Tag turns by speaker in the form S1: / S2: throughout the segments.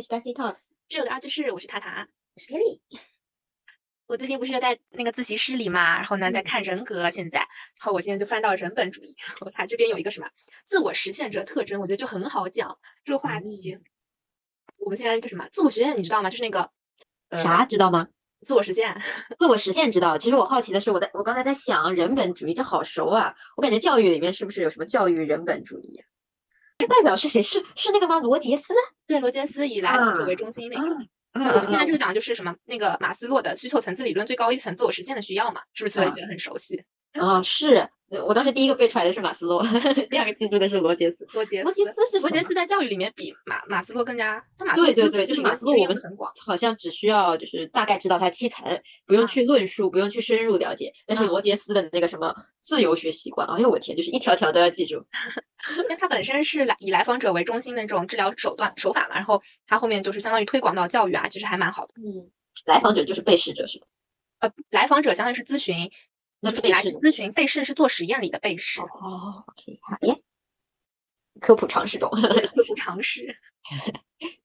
S1: 是 Spicy Talk，
S2: 室友的二居啊室，我是塔塔。
S1: 我是 Kelly。
S2: 我最近不是在那个自习室里嘛，然后呢
S1: 嗯
S2: 在看人格，现在，然后我今天就翻到人本主义，然后它这边有一个什么自我实现者特征，我觉得就很好讲这个话题。
S1: 哦
S2: 我们现在就什么自我实现，你知道吗？就是那个呃
S1: 啥知道吗？
S2: 自我实现，
S1: 自我实现知道。其实我好奇的是，我在我刚才在想人本主义，这好熟啊！我感觉教育里面是不是有什么教育人本主义、啊？这代表是谁？是是那个吗？罗杰斯
S2: 对罗杰斯以来
S1: 啊
S2: 者为中心那
S1: 啊
S2: 个。
S1: 啊
S2: 那我们现
S1: 啊
S2: 在这个讲的就是什么那个马斯洛的需求层次理论最高一层自我实现的需要嘛，是不是？所以
S1: 啊
S2: 觉得很熟悉。
S1: 啊，是我当时第一个背出来的是马斯洛， 第二个记住的是罗杰斯。
S2: 罗杰
S1: 罗杰斯是
S2: 罗
S1: 什
S2: 杰
S1: 么
S2: 斯在教育里面比马马斯洛更加，他马斯洛
S1: 对对
S2: 需求
S1: 对，就
S2: 层次
S1: 是
S2: 理
S1: 马
S2: 论
S1: 斯
S2: 其
S1: 洛，
S2: 实
S1: 我
S2: 用
S1: 们
S2: 得很广。
S1: 好像只需要就是大概知道它七层，不用去论述，不用去深入了解。但是
S2: 嗯
S1: 罗杰斯的那个什么自由学习观，哎呦我天，就是一条条都要记住。
S2: 因为它本身是来以来访者为中心的这种治疗手段手法嘛，然后它后面就是相当于推广到教育啊，其实还蛮好的。
S1: 嗯，来访者就是被试者是吧？
S2: 呃，来访者相当于是咨询，
S1: 那
S2: 就是
S1: 嗯被
S2: 你来
S1: 试呢
S2: 咨询，被试是做实验里的被试，
S1: 哦，OK，好耶。科普常识中，
S2: 对科普常识。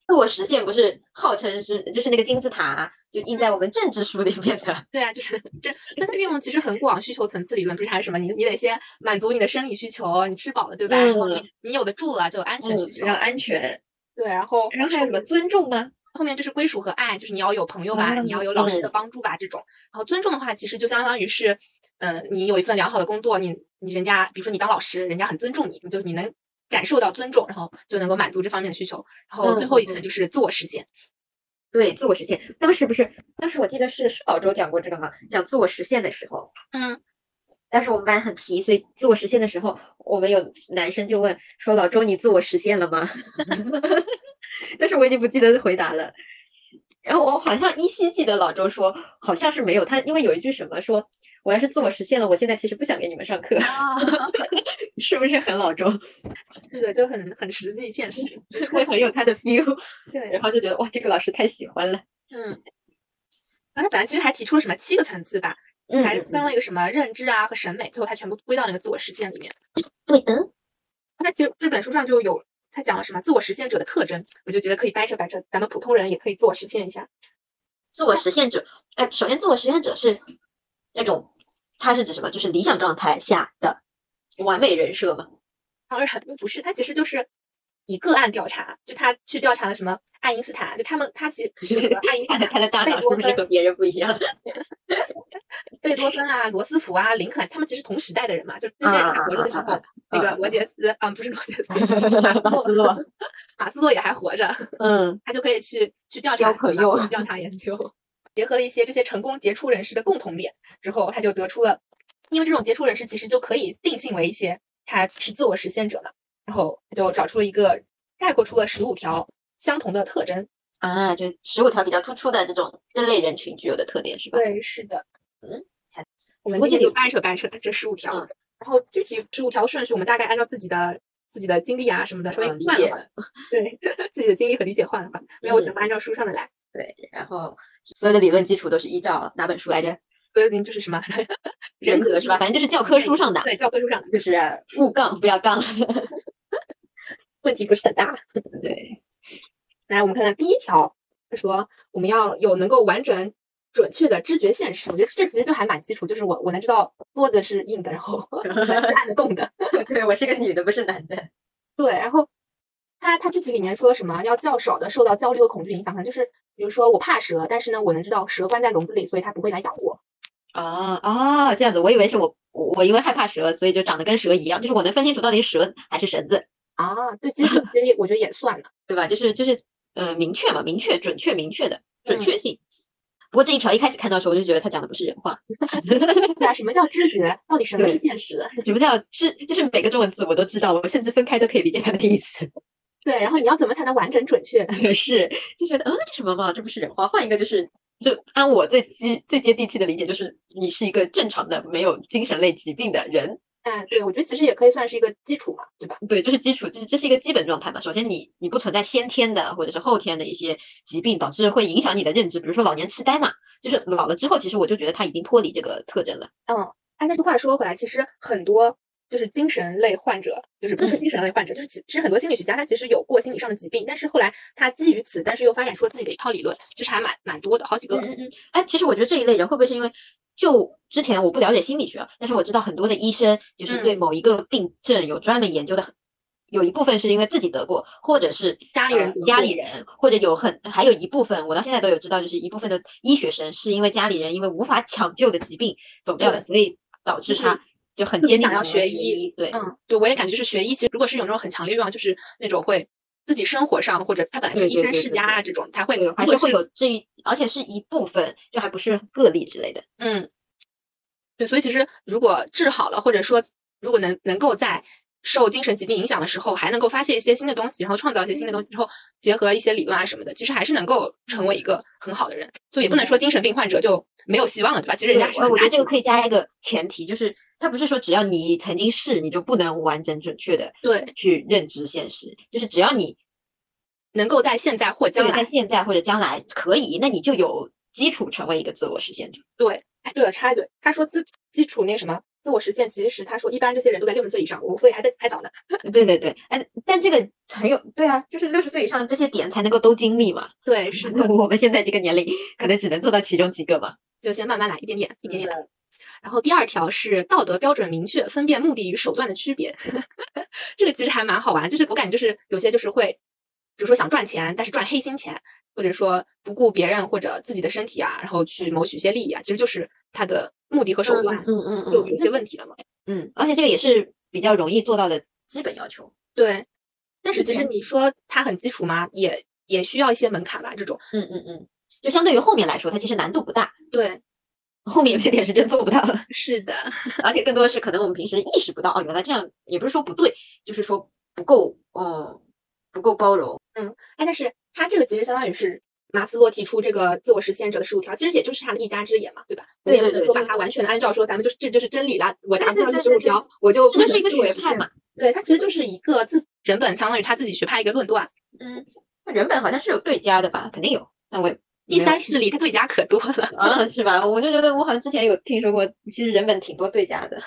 S1: 自我实现不是号称是就是那个金字塔，就印在我们政治书里面的。
S2: 对啊，就是 这，所以它运用其实很广，需求层次理论不是还是什么？你你得先满足你的生理需求，你吃饱了对吧？然后
S1: 嗯
S2: 你你有的住了就有安全需求，
S1: 安全，
S2: 对，然后
S1: 然后还有什么尊重吗？
S2: 后面就是归属和爱，就是你要有朋友吧，你要
S1: 嗯
S2: 有老师的帮助吧，这种。然后尊重的话，其实就相当于是，呃，你有一份良好的工作，你你人家，比如说你当老师，人家很尊重你，你就你能感受到尊重，然后就能够满足这方面的需求。然后最后一
S1: 嗯嗯
S2: 层
S1: 嗯
S2: 就是自我实现，
S1: 对，自我实现。当时不是，当时我记得是是老周讲过这个嘛，讲自我实现的时候，
S2: 嗯，
S1: 当时我们班很皮，所以自我实现的时候，我们有男生就问说：“老周，你自我实现了吗？” 但是我已经不记得回答了。然后我好像依稀记得老周说，好像是没有他，因为有一句什么说，我要是自我实现了，我现在其实不想给你们上课，
S2: 啊，
S1: 是不是很老周？
S2: 这个就很很实际现实，就是
S1: 会很有他的 feel，
S2: 对
S1: 然，后就觉得哇，这个老师太喜欢了。
S2: 嗯。然后他本来其实还提出了什么七个层次吧，
S1: 嗯
S2: 还分了一个什么认知啊和审美，最后他全部归到那个自我实现里面。
S1: 对的，
S2: 那其实这本书上就有他讲了什么自我实现者的特征，我就觉得可以掰扯掰扯，咱们普通人也可以自我实现一下。
S1: 自我实现者，哎，首先自我实现者是那种，他是指什么？就是理想状态下的完美人设嘛。
S2: 当然不是，他其实就是以个案调查，就他去调查了什么爱因斯坦，就他们他其实和爱因斯
S1: 看看
S2: 坦、
S1: 他的大
S2: 贝
S1: 脑是
S2: 多
S1: 不是
S2: 芬
S1: 和别人不一 样？，
S2: 贝多芬啊、罗斯福啊、林肯，他们其实同时代的人嘛，就那些人还活着的时候，那个罗杰斯啊，不是罗杰斯
S1: 马斯洛，
S2: 马斯洛也还活着，
S1: 嗯，
S2: 他就可以去去调查
S1: 交朋友
S2: 调查研究， 结合了一些这些成功杰出人士的共同点之后，他就得出了，因为这种杰出人士其实就可以定性为一些他是自我实现者嘛，然后他就找出了一个概括出了十五条相同的特征。
S1: 啊，就十五条比较突出的这种这类人群具有的特点是吧？
S2: 对，是的，嗯，我们
S1: 我
S2: 今天
S1: 这
S2: 就
S1: 里
S2: 掰扯掰扯这十五条，
S1: 嗯
S2: 然后具体十五条顺序，我们大概按照自己的。自己的经历啊什么的，稍微
S1: 嗯理
S2: 换了
S1: 解
S2: 换，对自己的经历和理解换了换，没有
S1: 嗯
S2: 全部按照书上的来，
S1: 对，然后所有的理论基础都是依照哪本书来着？
S2: 所以就是什么
S1: 人
S2: 格
S1: 格是吧？嗯反正就是教科书上的，
S2: 对教科书上的
S1: 就是勿杠不要杠。
S2: 问题不是很大。
S1: 对，
S2: 来，我们看看第一条，他说我们要有能够完整、准确的知觉现实。我觉得这其实就还蛮基础，就是我我能知道桌子是硬的，然后 按得动的。
S1: 对我是个女的，不是男的。
S2: 对，然后他他具体里面说了什么？要较少的受到焦虑和恐惧影响，可能就是比如说我怕蛇，但是呢，我能知道蛇关在笼子里，所以它不会来咬我。
S1: 啊啊，这样子，我以为是我我我因为害怕蛇，所以就长得跟蛇一样，就是我能分清楚到底是蛇还是绳子，
S2: 啊，对，其实这其实我觉得也算了。
S1: 对吧？就是就是呃，明确嘛，明确、准确、明确的准
S2: 嗯
S1: 确性。不过这一条一开始看到的时候，我就觉得他讲的不是人话。
S2: 对啊，什么叫知觉？到底什么是
S1: 对
S2: 现实？
S1: 什么叫知？就是每个中文字我都知道，我甚至分开都可以理解它的意思。
S2: 对，然后你要怎么才能完整准确？
S1: 可是就觉得，嗯，这什么嘛，这不是人话。换一个就是，就按我最基最接地气的理解，就是你是一个正常的、没有精神类疾病的人，
S2: 哎，对，我觉得其实也可以算是一个基础嘛，对吧？
S1: 对，这是基础，这是这是一个基本状态嘛。首先你，你不存在先天的或者是后天的一些疾病，导致会影响你的认知，比如说老年痴呆嘛，就是老了之后，其实我就觉得他已经脱离这个特征了。
S2: 嗯，哎，但是话说回来，其实很多就是精神类患者，就是不是
S1: 嗯
S2: 精神类患者，就是其其实很多心理学家他其实有过心理上的疾病，但是后来他基于此，但是又发展出了自己的一套理论，其实还蛮蛮多的，好几个。
S1: 嗯嗯嗯，哎，其实我觉得这一类人会不会是因为，就之前我不了解心理学啊，但是我知道很多的医生就是
S2: 嗯
S1: 对某一个病症有专门研究的很，有一部分是因为自己得过，或者是
S2: 家里人
S1: 呃
S2: 得
S1: 家
S2: 过
S1: 里人，或者有很还有一部分，我到现在都有知道，就是一部分的医学生是因为家里人因为无法抢救的疾病走掉的，
S2: 对
S1: 所以导致
S2: 是
S1: 他就很
S2: 特别
S1: 坚定
S2: 想要
S1: 地
S2: 学医
S1: 医，对，
S2: 嗯，对，我也感觉就是学医，其实如果是有那种很强烈欲望，就是那种会自己生活上或者他本来就是
S1: 对
S2: 医
S1: 对
S2: 生
S1: 对
S2: 世
S1: 对
S2: 家啊
S1: 对
S2: 这种，才会
S1: 对，
S2: 如
S1: 还
S2: 果
S1: 是会有这一，而且是一部分，就还不是个例之类的。
S2: 嗯，对，所以其实如果治好了，或者说如果能能够在受精神疾病影响的时候，还能够发泄一些新的东西，然后创造一些新的东西之后，结合一些理论啊什么的，其实还是能够成为一个很好的人。就也不能说精神病患者就没有希望了，对吧？其实人家还是
S1: 呃我
S2: 很
S1: 我觉
S2: 大
S1: 得这
S2: 希
S1: 个
S2: 望。
S1: 可以加一个前提，就是它不是说只要你曾经是，你就不能完整准确的
S2: 对，
S1: 去认知现实，就是只要你
S2: 能够在现在或
S1: 这
S2: 将
S1: 个在
S2: 来。
S1: 现在或者将来可以，那你就有基础成为一个自我实现 者。
S2: 对，哎，对了，插一嘴，他说基基础那个什么自我实现，其实他说一般这些人都在六十岁以上，我们所以还在还早呢。
S1: 对对对，哎，但这个很有对啊，就是六十岁以上这些点才能够都经历 嘛。
S2: 对，是的，
S1: 我们现在这个年龄可能只能做到其中几个嘛。
S2: 就先慢慢来，一点点，一点点来。然后第二条是道德标准明确，分辨目的与手段的区别。 这个其实还蛮好玩，就是我感觉就是有些就是会，比如说想赚钱，但是赚黑心钱，或者说不顾别人或者自己的身体啊，然后去谋取一些利益啊，其实就是他的目的和手段
S1: 嗯嗯
S2: 就有一些问题了嘛。
S1: 嗯，而且这个也是比较容易做到的基本要求。
S2: 对，但是
S1: 是
S2: 其
S1: 这
S2: 实
S1: 样
S2: 你说它很基础吗？也也需要一些门槛吧，这种
S1: 嗯嗯嗯，就相对于后面来说，它其实难度不大。
S2: 对，
S1: 后面有些点是真做不到了。
S2: 是的，
S1: 而且更多的是可能我们平时意识不到哦，原来这样也不是说不对，就是说不够，嗯，不够包容。
S2: 哎，但是他这个其实相当于是马斯洛提出这个自我实现者的十五条，其实也就是他的一家之言嘛，对吧？我们
S1: 对
S2: 也不
S1: 对
S2: 能
S1: 对
S2: 说把
S1: 就
S2: 它完全的按照说咱们就是这就是真理啦，我达不
S1: 对
S2: 到这
S1: 对
S2: 十
S1: 对
S2: 五
S1: 对
S2: 条，我就
S1: 这
S2: 不
S1: 就是
S2: 能
S1: 一个
S2: 自我
S1: 学
S2: 实
S1: 派
S2: 现
S1: 嘛。
S2: 对，它其实就是一个自人本，相当于他自己学派一个论断。
S1: 嗯，那人本好像是有对家的吧？肯定有，但我也没
S2: 第
S1: 有
S2: 三势力，他对家可多了，
S1: 啊，是吧？我就觉得我好像之前有听说过，其实人本挺多对家的。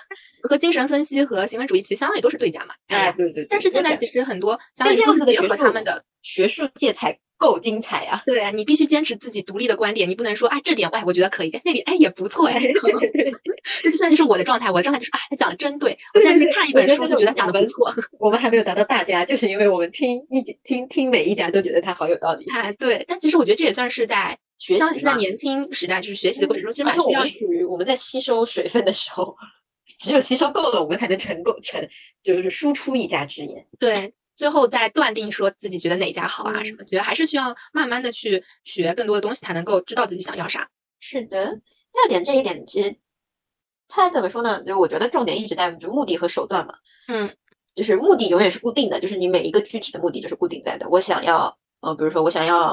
S2: 和精神分析和行为主义其实相当于都是对家嘛。
S1: 哎，， 对对对。
S2: 但是现
S1: 我
S2: 在
S1: 想
S2: 其实很多相
S1: 但
S2: 当于
S1: 这
S2: 都
S1: 样
S2: 是
S1: 子的
S2: 结
S1: 学
S2: 合
S1: 术
S2: 他们的。
S1: 学术界才够精彩啊！
S2: 对啊，你必须坚持自己独立的观点，你不能说啊这点哎我觉得可以，哎那点哎也不错 哎，
S1: 对对对，
S2: 这现在就是我的状态，我的状态就是啊他讲的真对，我现在
S1: 对
S2: 就是
S1: 对
S2: 看一
S1: 我
S2: 本
S1: 觉得
S2: 书
S1: 这
S2: 就
S1: 种
S2: 觉得讲
S1: 我
S2: 的不
S1: 们
S2: 错，
S1: 我们还没有达到大家，就是因为我们听一听听每一家都觉得他好有道理，
S2: 哎，对，但其实我觉得这也算是在
S1: 学
S2: 像
S1: 习
S2: 现在
S1: 嘛。
S2: 年轻时代，就是学习的过程中，其实
S1: 而
S2: 蛮
S1: 且
S2: 需
S1: 啊我
S2: 要
S1: 们属于我们在吸收水分的时候， 只有吸收够了，我们才能成够成，就是输出一家之言。
S2: 对最后再断定说自己觉得哪家好啊什
S1: 嗯
S2: 么，觉得还是需要慢慢的去学更多的东西，才能够知道自己想要啥。
S1: 是的，第二点这一点其实他怎么说呢？就我觉得重点一直在就目的和手段嘛，
S2: 嗯，
S1: 就是目的永远是固定的，就是你每一个具体的目的就是固定在的。我想要，呃，比如说我想要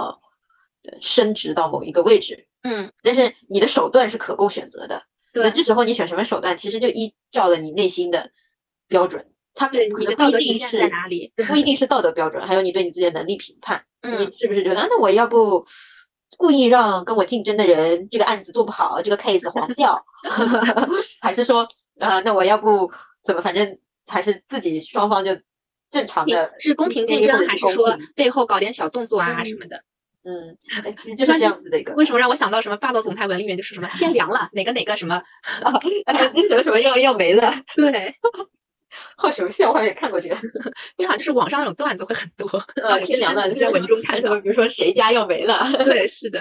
S1: 呃升职到某一个位置，
S2: 嗯，
S1: 但是你的手段是可供选择的。那
S2: 对，
S1: 这时候你选什么手段，其实就依照了你内心的标准。他们
S2: 对，
S1: 可
S2: 你
S1: 能
S2: 的
S1: 不
S2: 道
S1: 一
S2: 德
S1: 定
S2: 底线在
S1: 是
S2: 哪里？
S1: 这不一定是道德标准，还有你对你自己的能力评判，
S2: 嗯，
S1: 你是不是觉得啊那我要不故意让跟我竞争的人这个案子做不好，这个 case 黄掉， 还是说啊、呃那我要不怎么，反正还是自己双方就正常
S2: 你
S1: 的，
S2: 是公平竞
S1: 建议或
S2: 争，
S1: 者
S2: 还
S1: 是
S2: 是
S1: 公
S2: 说
S1: 平
S2: 背后搞点小动作啊
S1: 嗯
S2: 什么的？
S1: 嗯，哎其实就是
S2: 但
S1: 这样子的一个，
S2: 为什么让我想到什么霸道总裁文里面就是什么天凉了，哪个哪个什么？
S1: 哎那什么什么要要没了，
S2: 对，
S1: 好什么笑话也看过这个，
S2: 正好就是网上那种段子会很多，
S1: 呃，天凉了，
S2: 就在文中
S1: 还
S2: 看
S1: 什
S2: 到
S1: 么。比如说谁家要没了。
S2: 对，是的，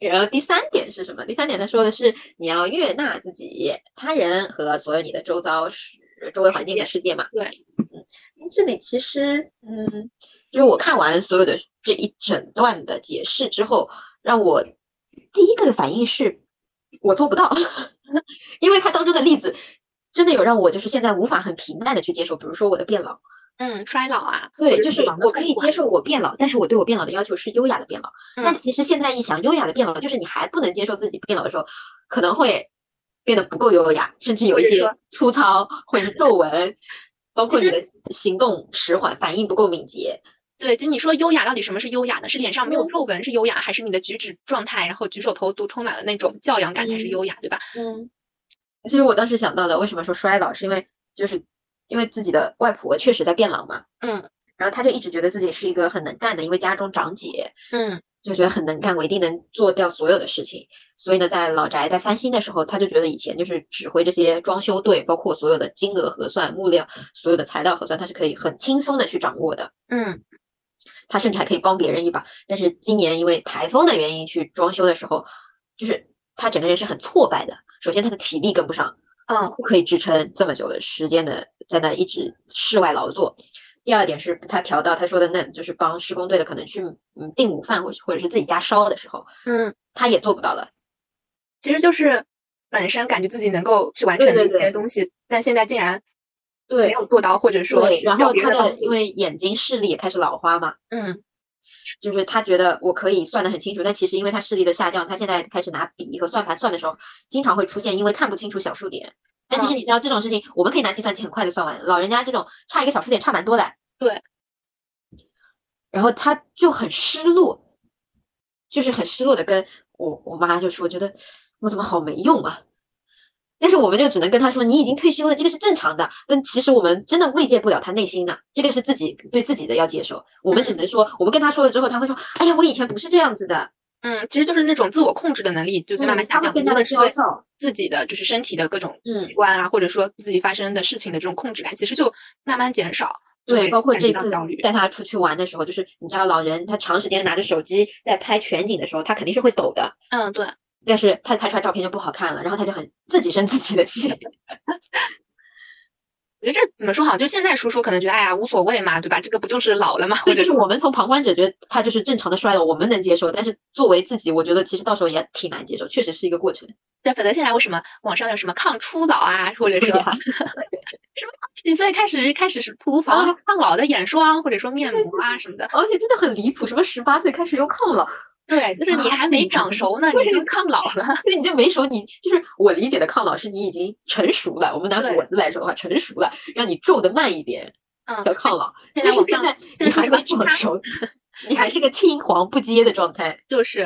S1: 然后第三点是什么？第三点他说的是你要悦纳自己、他人和所有你的周遭世、周围环境的世界嘛。
S2: 对
S1: 嗯，这里其实，嗯，就是我看完所有的这一整段的解释之后，让我第一个的反应是，我做不到， 因为他当中的例子真的有让我就是现在无法很平淡的去接受，比如说我的变老，
S2: 嗯，衰老啊，或
S1: 对，
S2: 者
S1: 就
S2: 死
S1: 是
S2: 亡的
S1: 我可
S2: 痛
S1: 以
S2: 苦啊
S1: 接受我变老，但是我对我变老的要求是优雅的变老。但
S2: 嗯
S1: 其实现在一想，优雅的变老就是你还不能接受自己变老的时候，可能会变得不够优雅，甚至有
S2: 或
S1: 一
S2: 者
S1: 些
S2: 说
S1: 粗糙或者是皱纹，包
S2: 其
S1: 括你
S2: 实
S1: 的行动迟缓、反应不够敏捷。
S2: 对，就你说优雅，到底什么是优雅呢？是脸上没有
S1: 嗯
S2: 皱纹是优雅，还是你的举止状态，然后举手投足充满了那种教养感才是
S1: 嗯
S2: 优雅，对吧？
S1: 嗯，其实我当时想到的，为什么说衰老，是因为就是因为自己的外婆确实在变老嘛，
S2: 嗯
S1: 然后她就一直觉得自己是一个很能干的，因为家中长姐，
S2: 嗯
S1: 就觉得很能干，我一定能做掉所有的事情。所以呢，在老宅在翻新的时候，他就觉得以前就是指挥这些装修队，包括所有的金额核算、木料、所有的材料核算，他是可以很轻松的去掌握的。
S2: 嗯
S1: 他甚至还可以帮别人一把。但是今年因为台风的原因去装修的时候，就是他整个人是很挫败的。首先，他的体力跟不上，
S2: 嗯
S1: 不可以支撑这么久的时间的在那一直室外劳作。第二点是他调到他说的那，就是帮施工队的可能去嗯订午饭或者或者是自己家烧的时候，
S2: 嗯，
S1: 他也做不到了。
S2: 其实就是本身感觉自己能够去完成
S1: 对
S2: 的
S1: 对
S2: 一些
S1: 对
S2: 东西，但现在竟然没
S1: 对，
S2: 有做到，或者说
S1: 对
S2: 是
S1: 然
S2: 需要
S1: 后
S2: 别
S1: 他
S2: 人
S1: 的
S2: 帮
S1: 因
S2: 助。
S1: 为眼睛视力也开始老化嘛，
S2: 嗯
S1: 就是他觉得我可以算得很清楚，但其实因为他视力的下降，他现在开始拿笔和算盘算的时候，经常会出现因为看不清楚小数点。但
S2: 嗯
S1: 其实你知道这种事情，我们可以拿计算器很快的算完，老人家这种差一个小数点差蛮多的。
S2: 对。
S1: 然后他就很失落，就是很失落的跟我我妈就说，觉得我怎么好没用啊。但是我们就只能跟他说，你已经退休了，这个是正常的。但其实我们真的慰藉不了他内心的，这个是自己对自己的要接受。我们只能说，我们跟他说了之后，他会说，哎呀，我以前不是这样子的，
S2: 嗯，其实就是那种自我控制的能力就在慢慢
S1: 嗯
S2: 下
S1: 他
S2: 降，
S1: 会更加的
S2: 无论是
S1: 焦
S2: 对
S1: 躁。
S2: 自己的就是身体的各种
S1: 嗯
S2: 习惯啊，或者说自己发生的事情的这种控制感，其实就慢慢减少。就
S1: 对，
S2: 会
S1: 包括
S2: 感觉
S1: 这
S2: 到
S1: 次
S2: 焦虑。
S1: 带他出去玩的时候，就是你知道，老人他长时间拿着手机在拍全景的时候，他肯定是会抖的，
S2: 嗯，对，
S1: 但是他拍出来照片就不好看了，然后他就很自己生自己的 气。
S2: 我觉得这怎么说好？就现在说说，可能觉得哎呀无所谓嘛，对吧？这个不就是老了嘛？或者
S1: 就是
S2: 说
S1: 我们从旁观者觉得他就是正常的衰老，我们能接受，但是作为自己，我觉得其实到时候也挺难接受，确实是一个过程。
S2: 对，否则现在为什么网上有什么抗初老啊，或者
S1: 对
S2: 说
S1: 呀
S2: 什么你最开始开始是涂防
S1: 啊
S2: 抗老的眼霜，或者说面膜啊什 么的，
S1: 而且真的很离谱，什么十八岁开始用抗老，
S2: 对，就是你
S1: 啊
S2: 还没
S1: 嗯
S2: 长熟呢，你就抗老了。
S1: 对，你这没熟，你就是我理解的抗老是你已经成熟了，我们拿
S2: 对
S1: 果子来说的话，成熟了，让你皱的慢一点
S2: 嗯，
S1: 叫抗老。
S2: 现
S1: 但
S2: 在
S1: 是
S2: 网
S1: 现
S2: 上
S1: 在
S2: 现
S1: 你
S2: 在说
S1: 还
S2: 什么
S1: 没长
S2: 他
S1: 熟，你还是个青黄不接的状态，
S2: 就是，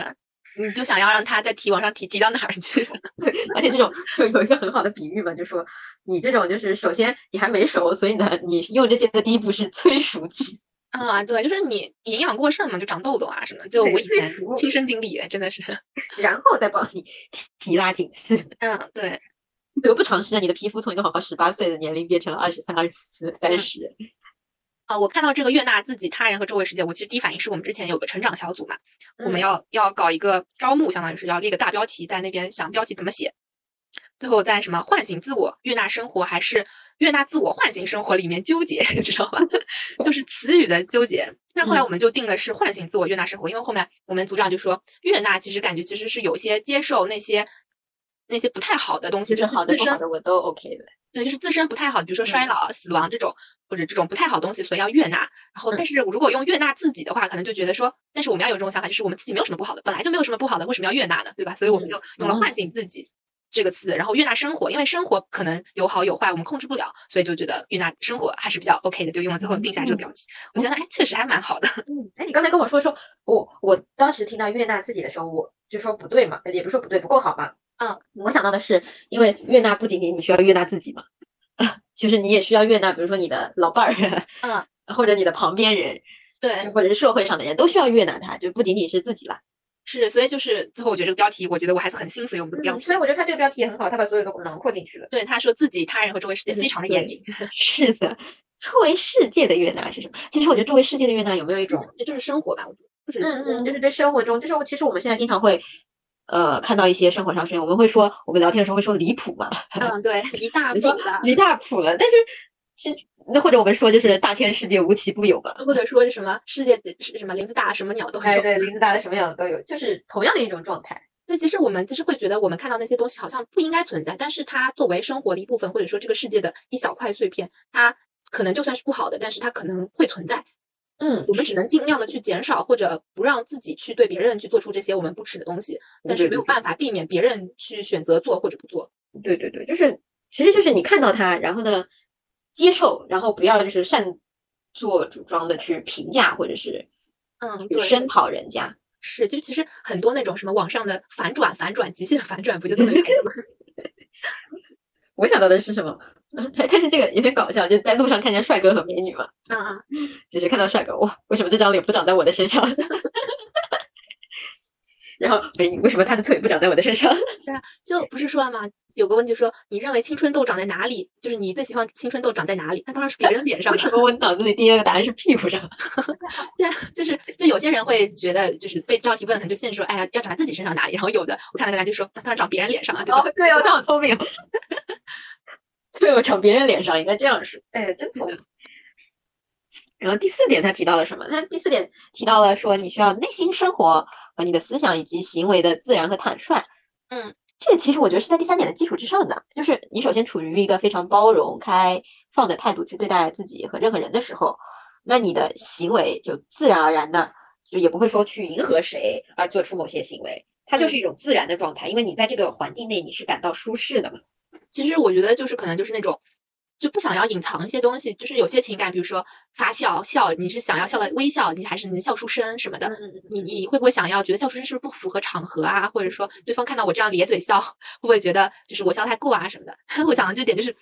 S2: 你就想要让他在提往上提提到哪儿去？
S1: 而且这种就有一个很好的比喻嘛，就说你这种就是首先你还没熟，所以呢，你用这些的第一步是催熟剂。
S2: 啊，对，就是你营养过剩嘛，就长痘痘啊什么的。就
S1: 嗯对
S2: 我以
S1: 最
S2: 前
S1: 熟
S2: 亲身经历，真的是，
S1: 然后再帮你提提拉紧致，
S2: 嗯，对，
S1: 得不偿失啊！你的皮肤从一个好像十八岁的年龄变成了二十三、二十四、三十。
S2: 啊，我看到这个悦纳自己、他人和周围世界，我其实第一反应是我们之前有个成长小组嘛，我们
S1: 嗯
S2: 要要搞一个招募，相当于是要列个大标题，在那边想标题怎么写。最后在什么唤醒自我、悦纳生活，还是悦纳自我、唤醒生活里面纠结， 你知道吧？就是词语的纠结。那后来
S1: 嗯
S2: 我们就定的是唤醒自我、悦纳生活，因为后面我们组长就说，悦纳其实感觉其实是有些接受那些那些不太好的东西，
S1: 其实
S2: 就是
S1: 好的
S2: 自
S1: 不
S2: 身
S1: 好的我都 OK 的。
S2: 对，就是自身不太好，比如说衰
S1: 嗯
S2: 老啊、死亡这种，或者这种不太好的东西，所以要悦纳。然后，但
S1: 嗯
S2: 是我如果用悦纳自己的话，可能就觉得说，但是我们要有这种想法，就是我们自己没有什么不好的，本来就没有什么不好的，为什么要悦纳呢？对吧？所以我们
S1: 嗯
S2: 就用了
S1: 嗯
S2: 唤醒自己这个词，然后悦纳生活，因为生活可能有好有坏，我们控制不了，所以就觉得悦纳生活还是比较 OK 的，就用了最后定下这
S1: 嗯
S2: 个标题。我觉得哎，确实还蛮好的。
S1: 嗯，哎，你刚才跟我说说，我我当时听到悦纳自己的时候，我就说不对嘛，也不是说不对，不够好嘛。
S2: 嗯，
S1: 我想到的是，因为悦纳不仅仅你需要悦纳自己嘛， 就是你也需要悦纳，比如说你的老伴儿，
S2: 嗯，
S1: 或者你的旁边人，
S2: 对，
S1: 或者是社会上的人，都需要悦纳他，就不仅仅是自己啦。
S2: 是，所以就是最后我觉得这个标题，我觉得我还是很心随我们的标题。
S1: 嗯所以我觉得他这个标题也很好，他把所有都囊括进去了。
S2: 对，他说自己、他人和周围世界非常的严谨，
S1: 是的，周围世界的悦纳是什么？其实我觉得周围世界的悦纳有没有一种，
S2: 这就是生活吧，我觉得就是
S1: 嗯嗯，
S2: 生
S1: 就是对生活中，就是我其实我们现在经常会，呃，看到一些生活上的事情，我们会说，我们聊天的时候会说离谱嘛，
S2: 嗯，对，一大
S1: 你
S2: 步
S1: 说
S2: 的。
S1: 离大谱了，但是是那或者我们说就是大千世界无奇不有嘛，
S2: 或者说是什么世界的是什么林子大，什么鸟都很
S1: 哎
S2: 有。
S1: 对，林子大的什么样的都有，就是同样的一种状态。
S2: 对，其实我们就是会觉得我们看到那些东西好像不应该存在，但是它作为生活的一部分，或者说这个世界的一小块碎片，它可能就算是不好的，但是它可能会存在。
S1: 嗯
S2: 我们只能尽量的去减少，或者不让自己去对别人去做出这些我们不耻的东西，但是
S1: 对
S2: 没
S1: 对
S2: 有
S1: 对
S2: 办法避免别人去选择做或者不做。
S1: 对对对，就是其实就是你看到它，然后呢接受，然后不要就是擅作主张的去评价或者是
S2: 嗯，
S1: 去
S2: 对，
S1: 声讨人家。
S2: 是，就其实很多那种什么网上的反转、反转、极限反转，不就这么来的吗？
S1: 我想到的是什么？ 但是这个有点搞笑，就在路上看见帅哥和美女嘛，
S2: 嗯 嗯，
S1: 就是看到帅哥，哇，为什么这张脸不长在我的身上？ 然后美女，为什么她的腿不长在我的身上？
S2: 就不是说了吗？有个问题说，你认为青春痘长在哪里？就是你最希望青春痘长在哪里？那当然是别人的脸上
S1: 为
S2: 了。
S1: 什么我脑子里第一个答案是屁股上？
S2: 对啊， 就是就有些人会觉得，就是被这道题问，很就现说，哎呀，要长在自己身上哪里？然后有的我看到个答案就说，那当然长别人脸上了，啊对吧？
S1: 哦，对哦， 他好聪明。对哦，长别人脸上应该这样说。哎，真聪明。然后第四点，他提到了什么？那第四点提到了说，你需要内心生活和你的思想以及行为的自然和坦率。
S2: 嗯，
S1: 这个其实我觉得是在第三点的基础之上的，就是你首先处于一个非常包容、开放的态度去对待自己和任何人的时候，那你的行为就自然而然的就也不会说去迎合谁而做出某些行为，它就是一种自然的状态，因为你在这个环境内你是感到舒适的嘛。
S2: 其实我觉得就是可能就是那种就不想要隐藏一些东西，就是有些情感，比如说发笑笑，你是想要笑的微笑，你还是你笑出声什么的。
S1: 嗯
S2: 你你会不会想要觉得笑出声是不是不符合场合啊？或者说对方看到我这样咧嘴笑，会不会觉得就是我笑太过啊什么的？ 我想的这点就是，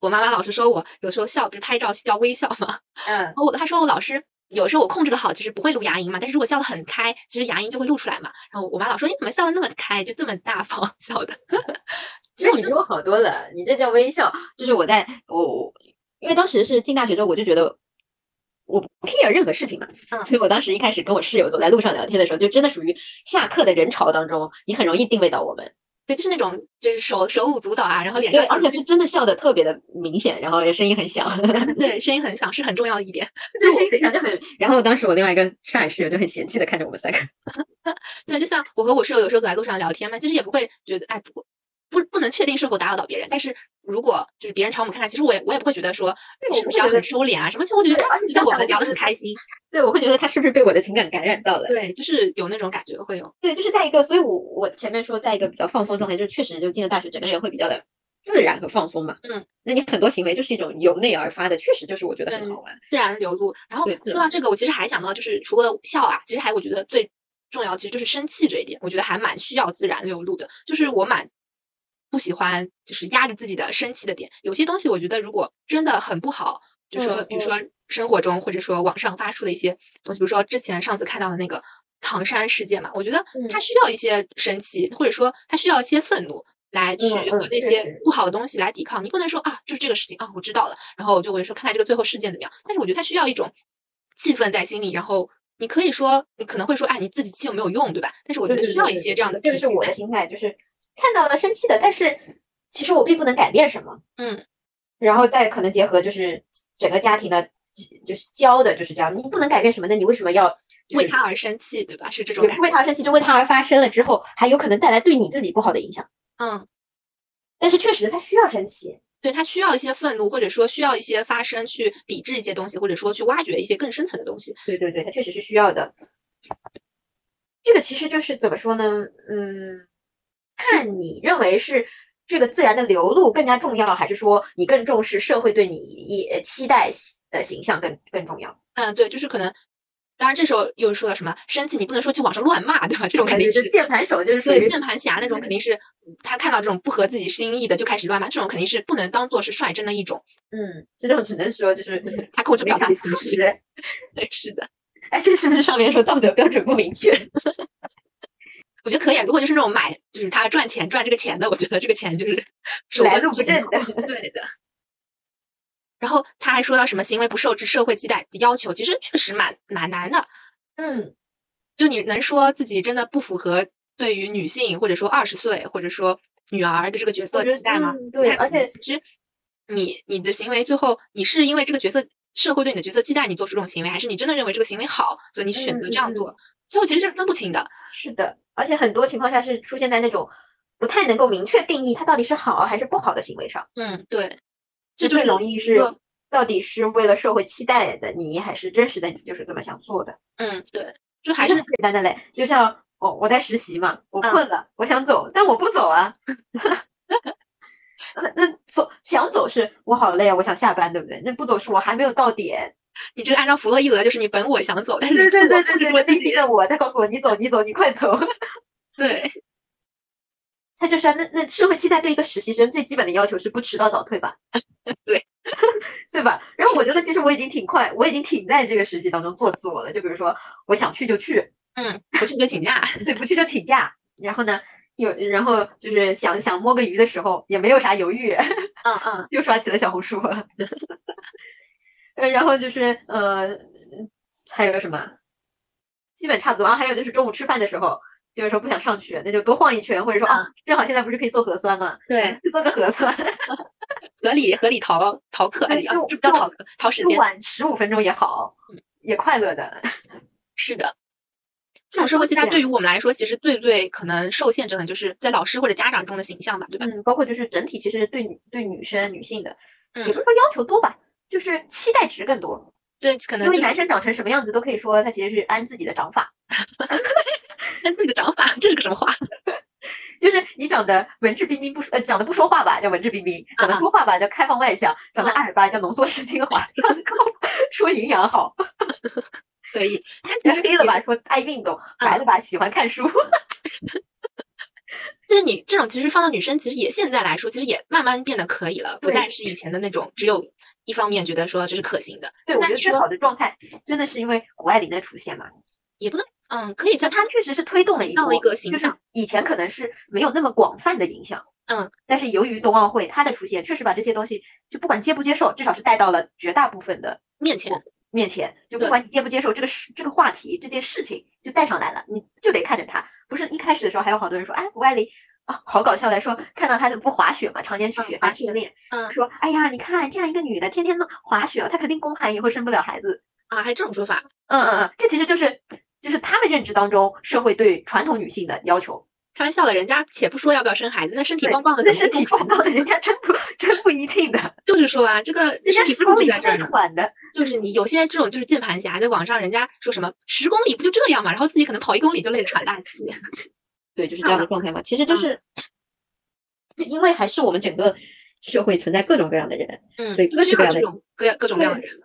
S2: 我妈妈老是说我有时候笑，不是拍照要微笑嘛，
S1: 嗯
S2: 然后我他说我老师有时候我控制的好，其实不会露牙龈嘛，但是如果笑得很开，其实牙龈就会露出来嘛。然后我妈老说你怎么笑得那么开，就这么大方笑的。
S1: 其
S2: 其
S1: 实
S2: 实我
S1: 你比
S2: 就
S1: 我好多了，你这叫微笑。就是我在我，因为当时是进大学之后，我就觉得我不 care 任何事情嘛，
S2: 嗯
S1: 所以我当时一开始跟我室友走在路上聊天的时候，就真的属于下课的人潮当中，你很容易定位到我们。
S2: 对，就是那种就是手手舞足蹈啊，然后脸
S1: 对
S2: 上，
S1: 而且是真的笑的特别的明显，然后也声音很 响，
S2: 对声音很响是很重要的一点。
S1: 就声音很响就很。然后当时我另外一个上海室友就很嫌弃的看着我们三个，
S2: 对，就像我和我室友有时候走在路上聊天嘛，其实也不会觉得哎不不不能确定是否打扰到别人，但是如果就是别人朝我们看看，其实我也我也不会觉得说
S1: 对我
S2: 是
S1: 不
S2: 不
S1: 会
S2: 是要
S1: 觉得
S2: 很收敛啊什么，其实我觉得
S1: 对
S2: 哎
S1: 而且
S2: 觉得
S1: 相
S2: 我
S1: 反
S2: 们
S1: 我
S2: 聊
S1: 会
S2: 得很
S1: 觉
S2: 开心，
S1: 对我会觉得他是不是被我的情感感染到了。
S2: 对，就是有那种感觉会有。
S1: 对，就是在一个，所以我我前面说，在一个比较放松状态，就是确实就进了大学，整个人会比较的自然和放松嘛。
S2: 嗯，
S1: 那你很多行为就是一种由内而发的，确实就是我觉得很
S2: 嗯
S1: 好玩。
S2: 自然流露。然后
S1: 对对
S2: 说到这个，我其实还想到，就是除了笑啊，其实还我觉得最重要，其实就是生气这一点，我觉得还蛮需要自然流露的。就是我蛮不喜欢就是压着自己的生气的点，有些东西我觉得如果真的很不好，就说
S1: 嗯
S2: 比如说生活中或者说网上发出的一些东西，比如说之前上次看到的那个唐山事件嘛，我觉得
S1: 嗯
S2: 它需要一些生气，或者说它需要一些愤怒。来去
S1: 嗯
S2: 和
S1: 嗯
S2: 那
S1: 确
S2: 些
S1: 实
S2: 不好的东西来抵抗。你不能说啊，就是这个事情啊，我知道了，然后我就会说看看这个最后事件怎么样。但是我觉得他需要一种气氛在心里，然后你可以说，你可能会说，哎，你自己气有没有用，对吧？但是我觉
S1: 对
S2: 得
S1: 对
S2: 需
S1: 对
S2: 要
S1: 对
S2: 一些
S1: 对
S2: 这样的
S1: 这个
S2: 批评
S1: 是我
S2: 在
S1: 的心态，就是看到了生气的，但是其实我并不能改变什么。
S2: 嗯，
S1: 然后再可能结合就是整个家庭的，就是教的就是这样，你不能改变什么，那你为什么要就
S2: 为
S1: 是
S2: 他而生气，对吧？是这种
S1: 也
S2: 感
S1: 不
S2: 觉。
S1: 为他而生气，就为他而发生了之后，还有可能带来对你自己不好的影响。
S2: 嗯，
S1: 但是确实他需要生气。
S2: 对他需要一些愤怒，或者说需要一些发声去抵制一些东西，或者说去挖掘一些更深层的东西。
S1: 对对对，它确实是需要的。这个其实就是怎么说呢？嗯，看你认为是这个自然的流露更加重要，还是说你更重视社会对你一呃期待的形象更更重要？
S2: 嗯，对，就是可能。当然，这时候又说了什么生气，你不能说去网上乱骂，对吧？这种肯定
S1: 就是是键盘手，就是属
S2: 对
S1: 于
S2: 键盘侠那种肯定是他看到这种不合自己心意的就开始乱骂，这种肯定是不能当做是率真的一种，
S1: 嗯，这种只能说就是
S2: 他控制不
S1: 没
S2: 了
S1: 啥
S2: 他
S1: 形
S2: 情绪。
S1: 式。
S2: 对，是的，
S1: 哎，这是不是上面说道德标准不明确？
S2: 我觉得可以啊。如果就是那种买，就是他赚钱赚这个钱的，我觉得这个钱就是手
S1: 来
S2: 段
S1: 路
S2: 是
S1: 不
S2: 很
S1: 正的
S2: 好对的。然后他还说到什么行为不受制社会期待要求，其实确实蛮蛮难的。
S1: 嗯，
S2: 就你能说自己真的不符合对于女性或者说二十岁或者说女儿的这个角
S1: 我
S2: 色
S1: 觉得
S2: 期待吗？
S1: 嗯
S2: 不
S1: 对
S2: 太
S1: 而
S2: 可能
S1: 且
S2: 其实你你的行为最后你是因为这个角色社会对你的角色期待，你做出这种行为，还是你真的认为这个行为好，所以你选择
S1: 嗯
S2: 这样
S1: 嗯
S2: 做？最后其实是分不清的。
S1: 是的，而且很多情况下是出现在那种不太能够明确定义它到底是好还是不好的行为上。
S2: 嗯，对，
S1: 这就
S2: 这就是是
S1: 容易是
S2: 个
S1: 到底是为了社会期待的你，还是真实的你就是这么想做的？
S2: 嗯，对，就还
S1: 还
S2: 是
S1: 是很简单的嘞，就像我我在实习嘛，我
S2: 嗯
S1: 困了，我想走，但我不走啊。那走想走是我好累啊，我想下班，对不对？那不走是我还没有到点。
S2: 你这个按照弗洛伊德，就是你本我想走，但是
S1: 对
S2: 你
S1: 对
S2: 自
S1: 对
S2: 我
S1: 对对，我
S2: 控制住了自
S1: 内
S2: 己
S1: 心的我在告诉我你走，你走，你快走。
S2: 对，？
S1: 他就是啊那那社会期待对一个实习生最基本的要求是不迟到早退吧
S2: 对，
S1: 对吧？然后
S2: 是
S1: 我觉得其实我已经挺快，我已经挺在这个实习当中做自我了。就比如说我想去就去，
S2: 嗯，不去就请假，
S1: 对，不去就请假。然后呢，有然后就是想想摸个鱼的时候也没有啥犹豫，
S2: 嗯嗯，
S1: 又刷起了小红书。 呃，然后就是呃，还有个什么，基本差不多啊。还有就是中午吃饭的时候，就是说不想上去，那就多晃一圈，或者说啊，正好现在不是可以做核酸吗？
S2: 对，
S1: 去做个核酸，
S2: 嗯合理合理逃逃课，哎
S1: 对
S2: 呀
S1: 就，
S2: 这不叫
S1: 就
S2: 逃课，逃时
S1: 就
S2: 间，嗯
S1: 晚十五分钟也好，也快乐的。
S2: 是的。这
S1: 那
S2: 种社会
S1: 都
S2: 期
S1: 是
S2: 待
S1: 这
S2: 对于我们来说，其实最最可能受限制的就是在老师或者家长中的形象吧，对吧？
S1: 嗯，包括就是整体其实对女对女生女性的，也不是
S2: 嗯
S1: 说要求多吧，就是期待值更多。
S2: 对，可能
S1: 因为
S2: 就是
S1: 男生长成什么样子都可以说他其实是按自己的长法，
S2: 看自己的长法，这是个什么话？
S1: 就是你长得文质彬彬不说呃长得不说话吧叫文质彬彬，长得
S2: 啊啊
S1: 说话吧叫开放外向，长得
S2: 啊
S1: 矮吧叫浓缩式精华，长得高吧说营养好，
S2: 可以，但其实
S1: 黑了
S2: 也嗯
S1: 吧说爱运动，白了吧喜欢看书。
S2: 就是你这种，其实放到女生，其实也现在来说，其实也慢慢变得可以了，不
S1: 对
S2: 再是以前的那种只有一方面觉得说这是可行的。
S1: 对，我
S2: 现在
S1: 觉得
S2: 你
S1: 最好
S2: 说
S1: 的状态真的是因为谷爱凌的出现嘛，
S2: 也不能，嗯，可以
S1: 就
S2: 算她
S1: 她确实是推动了一
S2: 到
S1: 波
S2: 了一个形
S1: 就是
S2: 象
S1: 以前可能是没有那么广泛的影响，
S2: 嗯，
S1: 但是由于冬奥会它的出现，确实把这些东西就不管接不接受，至少是带到了绝大部分的
S2: 面前，
S1: 面前，就不
S2: 对
S1: 管你接不接受这个事、这个话题、这件事情，就带上来了，你就得看着他。不是一开始的时候还有好多人说，哎，谷爱凌啊，好搞笑来说，看到她不滑雪嘛，常年去
S2: 嗯
S1: 雪
S2: 滑
S1: 山
S2: 雪
S1: 训练，
S2: 嗯
S1: 说，哎呀，你看这样一个女的，天天弄滑雪，哦她肯定宫寒以后生不了孩子。
S2: 啊，还有这种说法，
S1: 嗯嗯嗯，这其实就是就是他们认知当中社会对传统女性的要求。
S2: 开玩笑的，人家且不说要不要生孩子，那身体
S1: 对
S2: 棒棒的
S1: 但
S2: 怎
S1: 是
S2: 么
S1: 你
S2: 体
S1: 放
S2: 烦
S1: 到
S2: 呢？
S1: 的人家真不真不一定的，
S2: 就是说啊，这个
S1: 人家
S2: 身体
S1: 是
S2: 棒
S1: 里
S2: 就在
S1: 不
S2: 这
S1: 带
S2: 儿呢。
S1: 喘的，
S2: 就是你有些这种就是键盘侠，在网上人家说什么十公里不就这样嘛，然后自己可能跑一公里就累得喘大气。
S1: 对，就是
S2: 这样的
S1: 状态嘛。其实
S2: 就
S1: 就是、因为还是我们整个社会存在各种各样的人，
S2: 嗯，
S1: 所以各
S2: 需
S1: 式各
S2: 要
S1: 样
S2: 这
S1: 的
S2: 种各各种各样的人。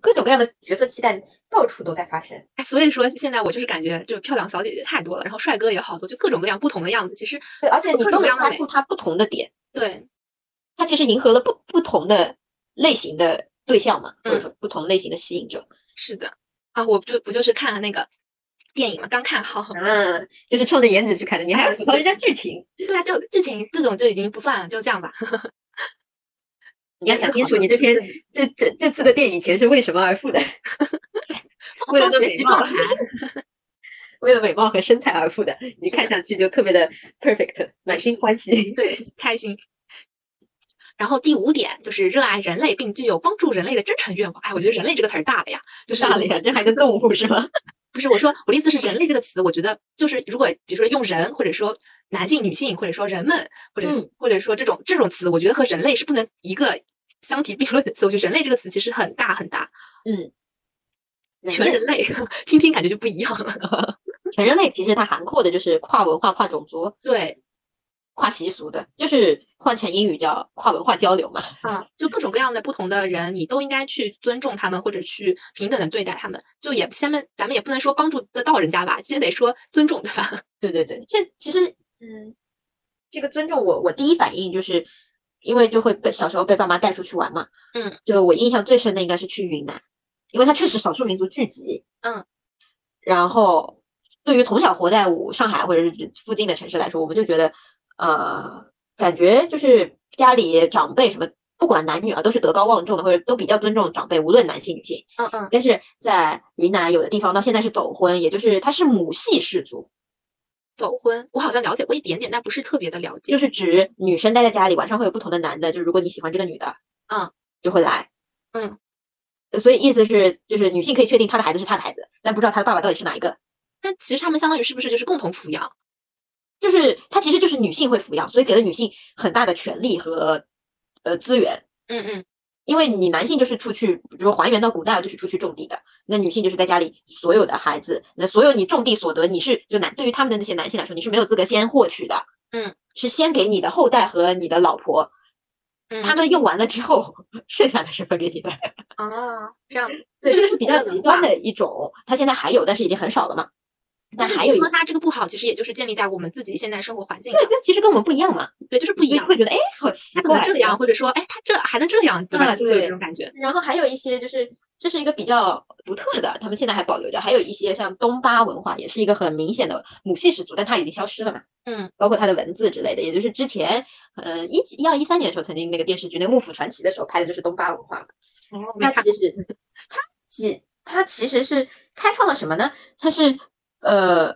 S1: 各种各样的角色期待到处都在发生。
S2: 哎，所以说现在我就是感觉，就漂亮小姐姐太多了，然后帅哥也好多，就各种各样不同的样子。其实
S1: 对，而且
S2: 有
S1: 你
S2: 各
S1: 都
S2: 种
S1: 能
S2: 各样的
S1: 抓
S2: 美
S1: 住它不同的点，
S2: 对，
S1: 它其实迎合了不不同的类型的对象嘛，或者
S2: 嗯
S1: 说不同类型的吸引者。
S2: 是的啊，我就不就是看了那个电影嘛，刚看好。
S1: 嗯，就是冲着颜值去看的，你还
S2: 哎
S1: 要
S2: 是
S1: 考
S2: 的
S1: 人家
S2: 是
S1: 剧情。
S2: 对啊，就剧情这种就已经不算了，就这样吧。
S1: 你要
S2: 也
S1: 想
S2: 是
S1: 清
S2: 好
S1: 楚，
S2: 像
S1: 你这
S2: 就是
S1: 篇这这这次的电影钱是为什么而付的？
S2: 放
S1: 为了
S2: 松
S1: 这
S2: 学
S1: 美
S2: 习
S1: 貌
S2: 状态，
S1: 为了美貌和身材而付的，你
S2: 是
S1: 看
S2: 的
S1: 上去就特别的 perfect，满心欢喜。
S2: 对，开心。然后第五点就是热爱人类，并具有帮助人类的真诚愿望。哎，我觉得“人类”这个词儿大了呀，就是
S1: 大了呀，这还跟动物是吗？
S2: 不是，我说我的意思是，人类这个词，我觉得就是如果比如说用人，或者说男性、女性，或者说人们，或者、
S1: 嗯
S2: 或者说这种这种词，我觉得和人类是不能一个相提并论的词。我觉得人类这个词其实很大很大，
S1: 嗯，
S2: 全人类 听听感觉就不一样了。
S1: 全人类其实它涵括的就是跨文化、跨种族、
S2: 对，
S1: 跨习俗的，就是换成英语叫跨文化交流嘛。
S2: 啊，就各种各样的不同的人，你都应该去尊重他们，或者去平等的对待他们。就也先们咱们也不能说帮助得到人家吧，先得说尊重，对吧？
S1: 对对对，这其实嗯，这个尊重我，我第一反应就是因为就会被小时候被爸妈带出去玩嘛，
S2: 嗯，
S1: 就我印象最深的应该是去云南，因为它确实少数民族聚集，
S2: 嗯，
S1: 然后对于从小活在我上海或者是附近的城市来说，我们就觉得呃，感觉就是家里长辈什么。不管男女啊，都是德高望重的，或者都比较尊重长辈，无论男性女性。
S2: 嗯嗯，
S1: 但是在云南有的地方到现在是走婚，也就是它是母系氏族，
S2: 走婚，我好像了解过一点点，但不是特别的了解
S1: 就。是指女生待在家里，晚上会有不同的男的，就是如果你喜欢这个女的，
S2: 嗯，
S1: 就会来，
S2: 嗯
S1: 呃，所以意思是就是女性可以确定她的孩子是她的孩子，但不知道她的爸爸到底是哪一个。
S2: 但其实他们相当于是不是就是共同抚养？
S1: 就是她其实就是女性会抚养，所以给了女性很大的权利和呃资源，
S2: 嗯嗯，
S1: 因为你男性就是出去，比如说还原到古代就是出去种地的，那女性就是在家里所有的孩子，那所有你种地所得，你是就男对于他们的那些男性来说，你是没有资格先获取的，
S2: 嗯，
S1: 是先给你的后代和你的老婆
S2: 嗯
S1: 他们用完了之后，剩下的是分给你的。
S2: 啊，这样子，
S1: 对，
S2: 就
S1: 这
S2: 是
S1: 个是
S2: 不
S1: 比
S2: 同
S1: 较
S2: 的
S1: 极
S2: 文
S1: 端
S2: 化
S1: 的一种，它现在还有，但是已经很少了嘛。那
S2: 但是
S1: 还
S2: 你
S1: 有一
S2: 说
S1: 个，
S2: 它这个不好，其实也就是建立在我们自己现在生活环境
S1: 对，
S2: 上，
S1: 就其实跟我们不一样嘛，
S2: 对，就是不一
S1: 所以
S2: 样。
S1: 会觉得哎，好奇
S2: 它怎么
S1: 怪
S2: 这样，。或者说，哎，它这还能这样，对吧？
S1: 啊
S2: 就会有这
S1: 对
S2: 种感觉。
S1: 然后还有一些就是，这是一个比较独特的，他们现在还保留着。还有一些像东巴文化，也是一个很明显的母系氏族，但它已经消失了嘛。
S2: 嗯，
S1: 包括它的文字之类的，也就是之前，呃，一一二一三年的时候，曾经那个电视剧那个幕府传奇的时候拍的就是东巴文化嘛。
S2: 哦我没
S1: 它
S2: 看
S1: 其实它嗯其它其实是开创了什么呢？它是呃，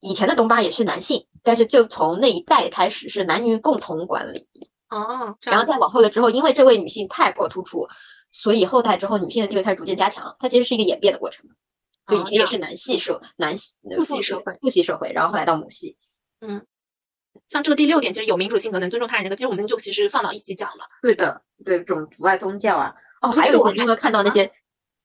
S1: 以前的东巴也是男性，但是就从那一代开始是男女共同管理，
S2: 哦，这
S1: 然
S2: 样
S1: 后再往后了之后，因为这位女性太过突出，所以后代之后女性的地位开始逐渐加强。它其实是一个演变的过程嘛。就以
S2: 哦
S1: 前
S2: 这
S1: 也
S2: 样
S1: 是男系社、男系呃
S2: 父系社会
S1: 父系社会，然后后来到母系。
S2: 像这个第六点，其实有民主性格，能尊重他人这个，其实我们就其实放到一起讲了。
S1: 对的，对种族啊、宗教啊，哦，
S2: 那
S1: 还
S2: 这
S1: 有我
S2: 个我
S1: 你
S2: 还
S1: 有没有看到那些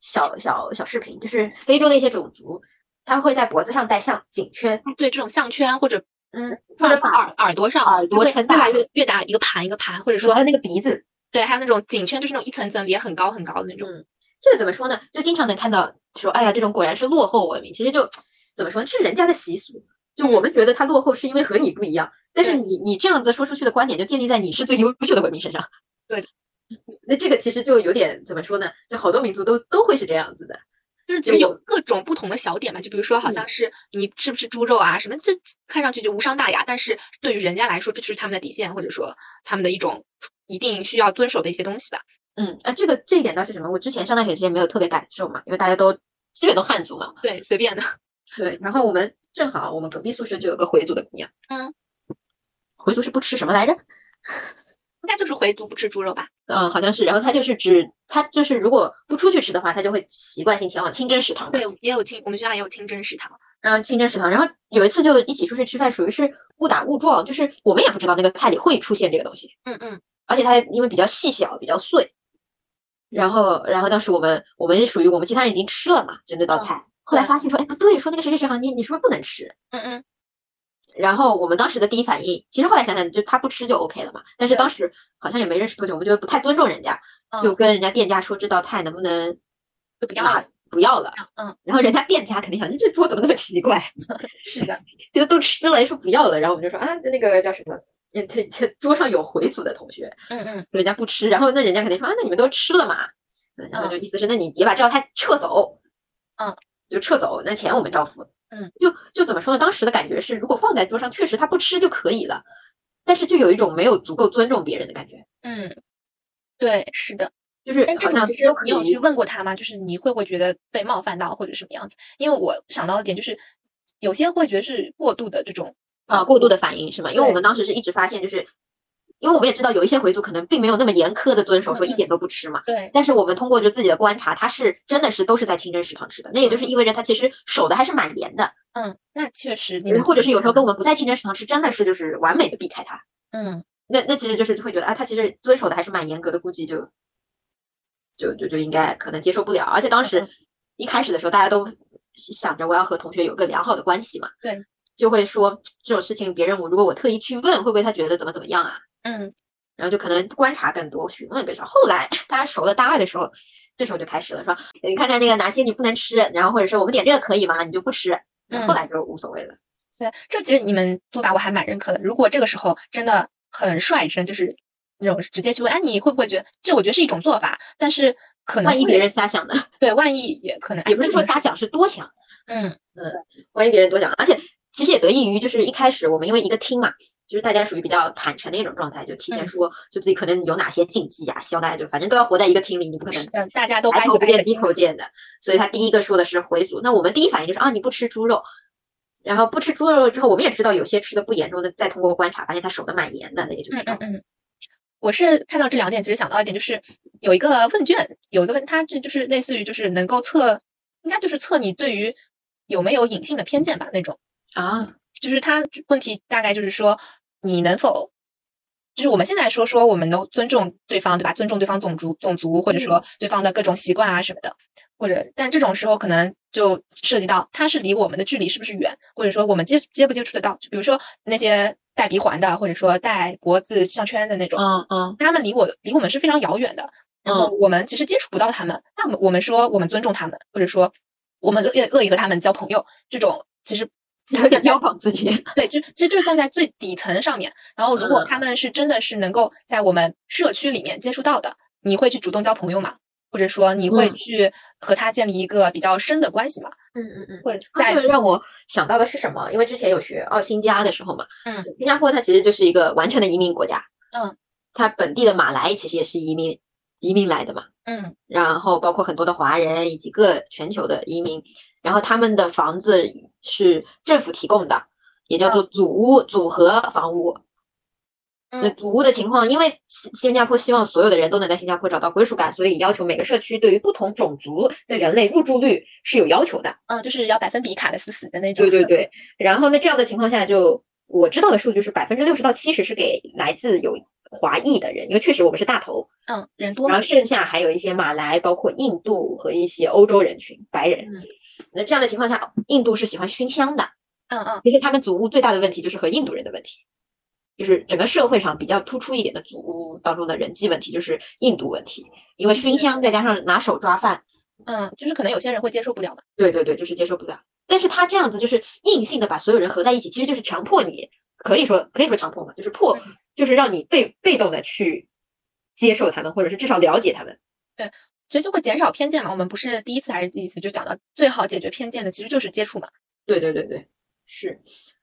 S1: 小小小视频，就是非洲的一些种族，他会在脖子上戴上颈圈，
S2: 对这种项圈或者
S1: 嗯，或
S2: 放
S1: 者
S2: 放
S1: 把
S2: 耳耳朵上，
S1: 耳
S2: 它
S1: 朵
S2: 会
S1: 撑
S2: 越来
S1: 大
S2: 越越大一个盘一个盘，或者
S1: 说
S2: 说
S1: 还有那个鼻子，
S2: 对，还有那种颈圈，就是那种一层层叠很高很高的那种。
S1: 嗯，这个怎么说呢？就经常能看到说，哎呀，这种果然是落后文明。其实就怎么说呢，这是人家的习俗。就我们觉得它落后是因为和你不一样，但是
S2: 对
S1: 你你这样子说出去的观点就建立在你是最优秀的文明身上。
S2: 对的，
S1: 那这个其实就有点怎么说呢？就好多民族都都会是这样子的。
S2: 就是其
S1: 就
S2: 实有
S1: 我
S2: 各种不同的小点嘛，就比如说
S1: 嗯
S2: 好像是你吃不吃猪肉啊什么，这看上去就无伤大雅，但是对于人家来说，这就是他们的底线，或者说他们的一种一定需要遵守的一些东西吧。
S1: 嗯，啊，这个这一点倒是什么？我之前上大学之前没有特别感受嘛，因为大家都基本都汉族嘛。
S2: 对，随便的。
S1: 对，然后我们正好我们隔壁宿舍就有个回族的姑娘。
S2: 嗯，
S1: 回族是不吃什么来着？
S2: 应该就是回族不吃猪肉吧？
S1: 嗯，好像是。然后她就是只她就是如果不出去吃的话，她就会习惯性前往清真食堂嘛。
S2: 对，也有清，我们学校也有清真食堂。
S1: 然后清真食堂，然后有一次就一起出去吃饭，属于是误打误撞，就是我们也不知道那个菜里会出现这个东西。
S2: 嗯嗯，
S1: 而且它因为比较细小，比较碎。然后，然后当时我们我们是属于我们其他人已经吃了嘛，就那道
S2: 嗯
S1: 菜。哦后来
S2: 对
S1: 发现说，哎，不对，说那个谁谁谁好像你你是不是不能吃？
S2: 嗯嗯，
S1: 然后我们当时的第一反应，其实后来想想，就他不吃就 OK 了嘛。但是
S2: 对
S1: 当时好像也没认识多久，我们觉得不太尊重人家，就
S2: 嗯
S1: 跟人家店家说这道菜能不能
S2: 就不要
S1: 拿
S2: 了。
S1: 不要了。
S2: 嗯，
S1: 然后人家店家肯定想，这桌怎么那么奇怪？
S2: 是的，
S1: 觉得都吃了，说不要了。然后我们就说啊，那个叫什么？嗯，这这桌上有回族的同学，
S2: 嗯嗯，
S1: 人家不吃，然后那人家肯定说啊，那你们都吃了嘛，嗯然后就意思是那你也把这道菜撤走，
S2: 嗯，
S1: 就撤走，那钱我们照付，
S2: 嗯，
S1: 就就怎么说呢？当时的感觉是，如果放在桌上，确实他不吃就可以了，但是就有一种没有足够尊重别人的感觉，
S2: 嗯，对，是的。
S1: 就是
S2: 但这
S1: 好
S2: 种
S1: 像
S2: 其实
S1: 都可
S2: 你有
S1: 以
S2: 去，问过他吗？就是你会不会觉得被冒犯到或者什么样子？因为我想到的点就是，有些会觉得是过度的这种
S1: 啊，过度的反应是吗？因为我
S2: 对
S1: 们当时是一直发现，就是因为我们也知道有一些回族可能并没有那么严苛的遵守，说
S2: 嗯
S1: 一
S2: 嗯
S1: 点都不吃嘛。
S2: 对，
S1: 但是我们通过就自己的观察，他是真的是都是在清真食堂吃的，那也就是意味着他其实守的还是蛮严的，
S2: 嗯，那确实你
S1: 嗯
S2: 们
S1: 或者是有时候跟
S2: 跟
S1: 我们不在清真食堂吃，真的是就是完美的避开它。
S2: 嗯，
S1: 那那其实就是会觉得啊，他其实遵守的还是蛮严格的，估计就就就就应该可能接受不了。而且当时
S2: 嗯
S1: 一开始的时候，大家都想着我要和同学有个良好的关系嘛，
S2: 对，
S1: 就会说这种事情别人我如果我特意去问，会不会他觉得怎么怎么样啊？
S2: 嗯
S1: 然后就可能观察更多，询问更少。后来大家熟了，大二的时候，那时候就开始了，说你看看那个哪些你不能吃，然后或者是我们点这个可以吗？你就不吃。
S2: 嗯
S1: 后来就无所谓了。
S2: 对，这其实你们做法我还蛮认可的。如果这个时候真的很率真，就是那种直接去问，哎，你会不会觉得这？我觉得是一种做法，但是可能
S1: 万一
S2: 会
S1: 别人瞎想呢？
S2: 对，万一也可能哎
S1: 也不
S2: 那
S1: 是
S2: 怎
S1: 说
S2: 么
S1: 瞎想，是多想。
S2: 嗯
S1: 万一别人多想，而且其实也得益于就是一开始我们因为一个厅嘛，就是大家属于比较坦诚的一种状态，就提前
S2: 嗯
S1: 说就自己可能有哪些禁忌啊，希望大家就反正都要活在一个厅里，你不可能
S2: 是的，呃大家都
S1: 白
S2: 掰
S1: 头
S2: 着
S1: 不
S2: 掰
S1: 见
S2: 着
S1: 低头见的，所以他第一个说的是回族。那我们第一反应就是啊，你不吃猪肉，然后不吃猪肉之后，我们也知道有些吃的不严重的，再通过观察发现他守的蛮严的，那也就
S2: 嗯
S1: 知道
S2: 嗯嗯，我是看到这两点，其实想到一点，就是有一个问卷，有一个问，它这就是类似于就是能够测，应该就是测你对于有没有隐性的偏见吧那种。
S1: 啊，
S2: 就是它问题大概就是说，你能否，就是我们现在说说我们都尊重对方，对吧？尊重对方种族、种族，或者说对方的各种习惯啊什么的，或者但这种时候可能就涉及到他是离我们的距离是不是远，或者说我们接接不接触得到，就比如说那些戴鼻环的，或者说戴脖子项圈的那种，
S1: 嗯嗯
S2: 他们离我离我们是非常遥远的，然后我们其实接触不到他们。那我们我们说我们尊重他们，或者说我们乐乐意和他们交朋友，这种其实
S1: 他在标榜自己。
S2: 对，这这就是算在最底层上面。然后，如果
S1: 嗯
S2: 他们是真的是能够在我们社区里面接触到的，你会去主动交朋友吗？或者说你会
S1: 嗯
S2: 去和他建立一个比较深的关系吗？
S1: 嗯嗯嗯。
S2: 或者
S1: 他这
S2: 在
S1: 个让我想到的是什么？因为之前有学奥新加的时候嘛，
S2: 嗯，
S1: 新加坡它其实就是一个完全的移民国家，
S2: 嗯，
S1: 它本地的马来其实也是移民移民来的嘛，
S2: 嗯
S1: 然后包括很多的华人以及各全球的移民，然后他们的房子是政府提供的，也叫做组屋、组合房屋。那
S2: 嗯嗯
S1: 组屋的情况，因为新新加坡希望所有的人都能在新加坡找到归属感，所以要求每个社区对于不同种族的人类入住率是有要求的。
S2: 嗯，就是要百分比卡的死死的那种。
S1: 对对对，然后呢，这样的情况下就，我知道的数据是百分之六十到七十是给来自有华裔的人，因为确实我们是大头，
S2: 嗯，人多
S1: 然
S2: 嘛
S1: 后，剩下还有一些马来，包括印度和一些欧洲人群白人。
S2: 嗯
S1: 那这样的情况下，印度是喜欢熏香的，
S2: 嗯嗯
S1: 其实他们祖屋最大的问题就是和印度人的问题，就是整个社会上比较突出一点的祖屋当中的人际问题就是印度问题，因为熏香再加上拿手抓饭，
S2: 嗯，就是可能有些人会接受不了嘛。
S1: 对对对，就是接受不了。但是他这样子就是硬性的把所有人合在一起，其实就是强迫你，可以说可以说强迫嘛，就是迫
S2: 嗯，
S1: 就是让你被被动的去接受他们，或者是至少了解他们。
S2: 所以就会减少偏见嘛。我们不是第一次还是第几次就讲到，最好解决偏见的其实就是接触嘛。
S1: 对对对对，是。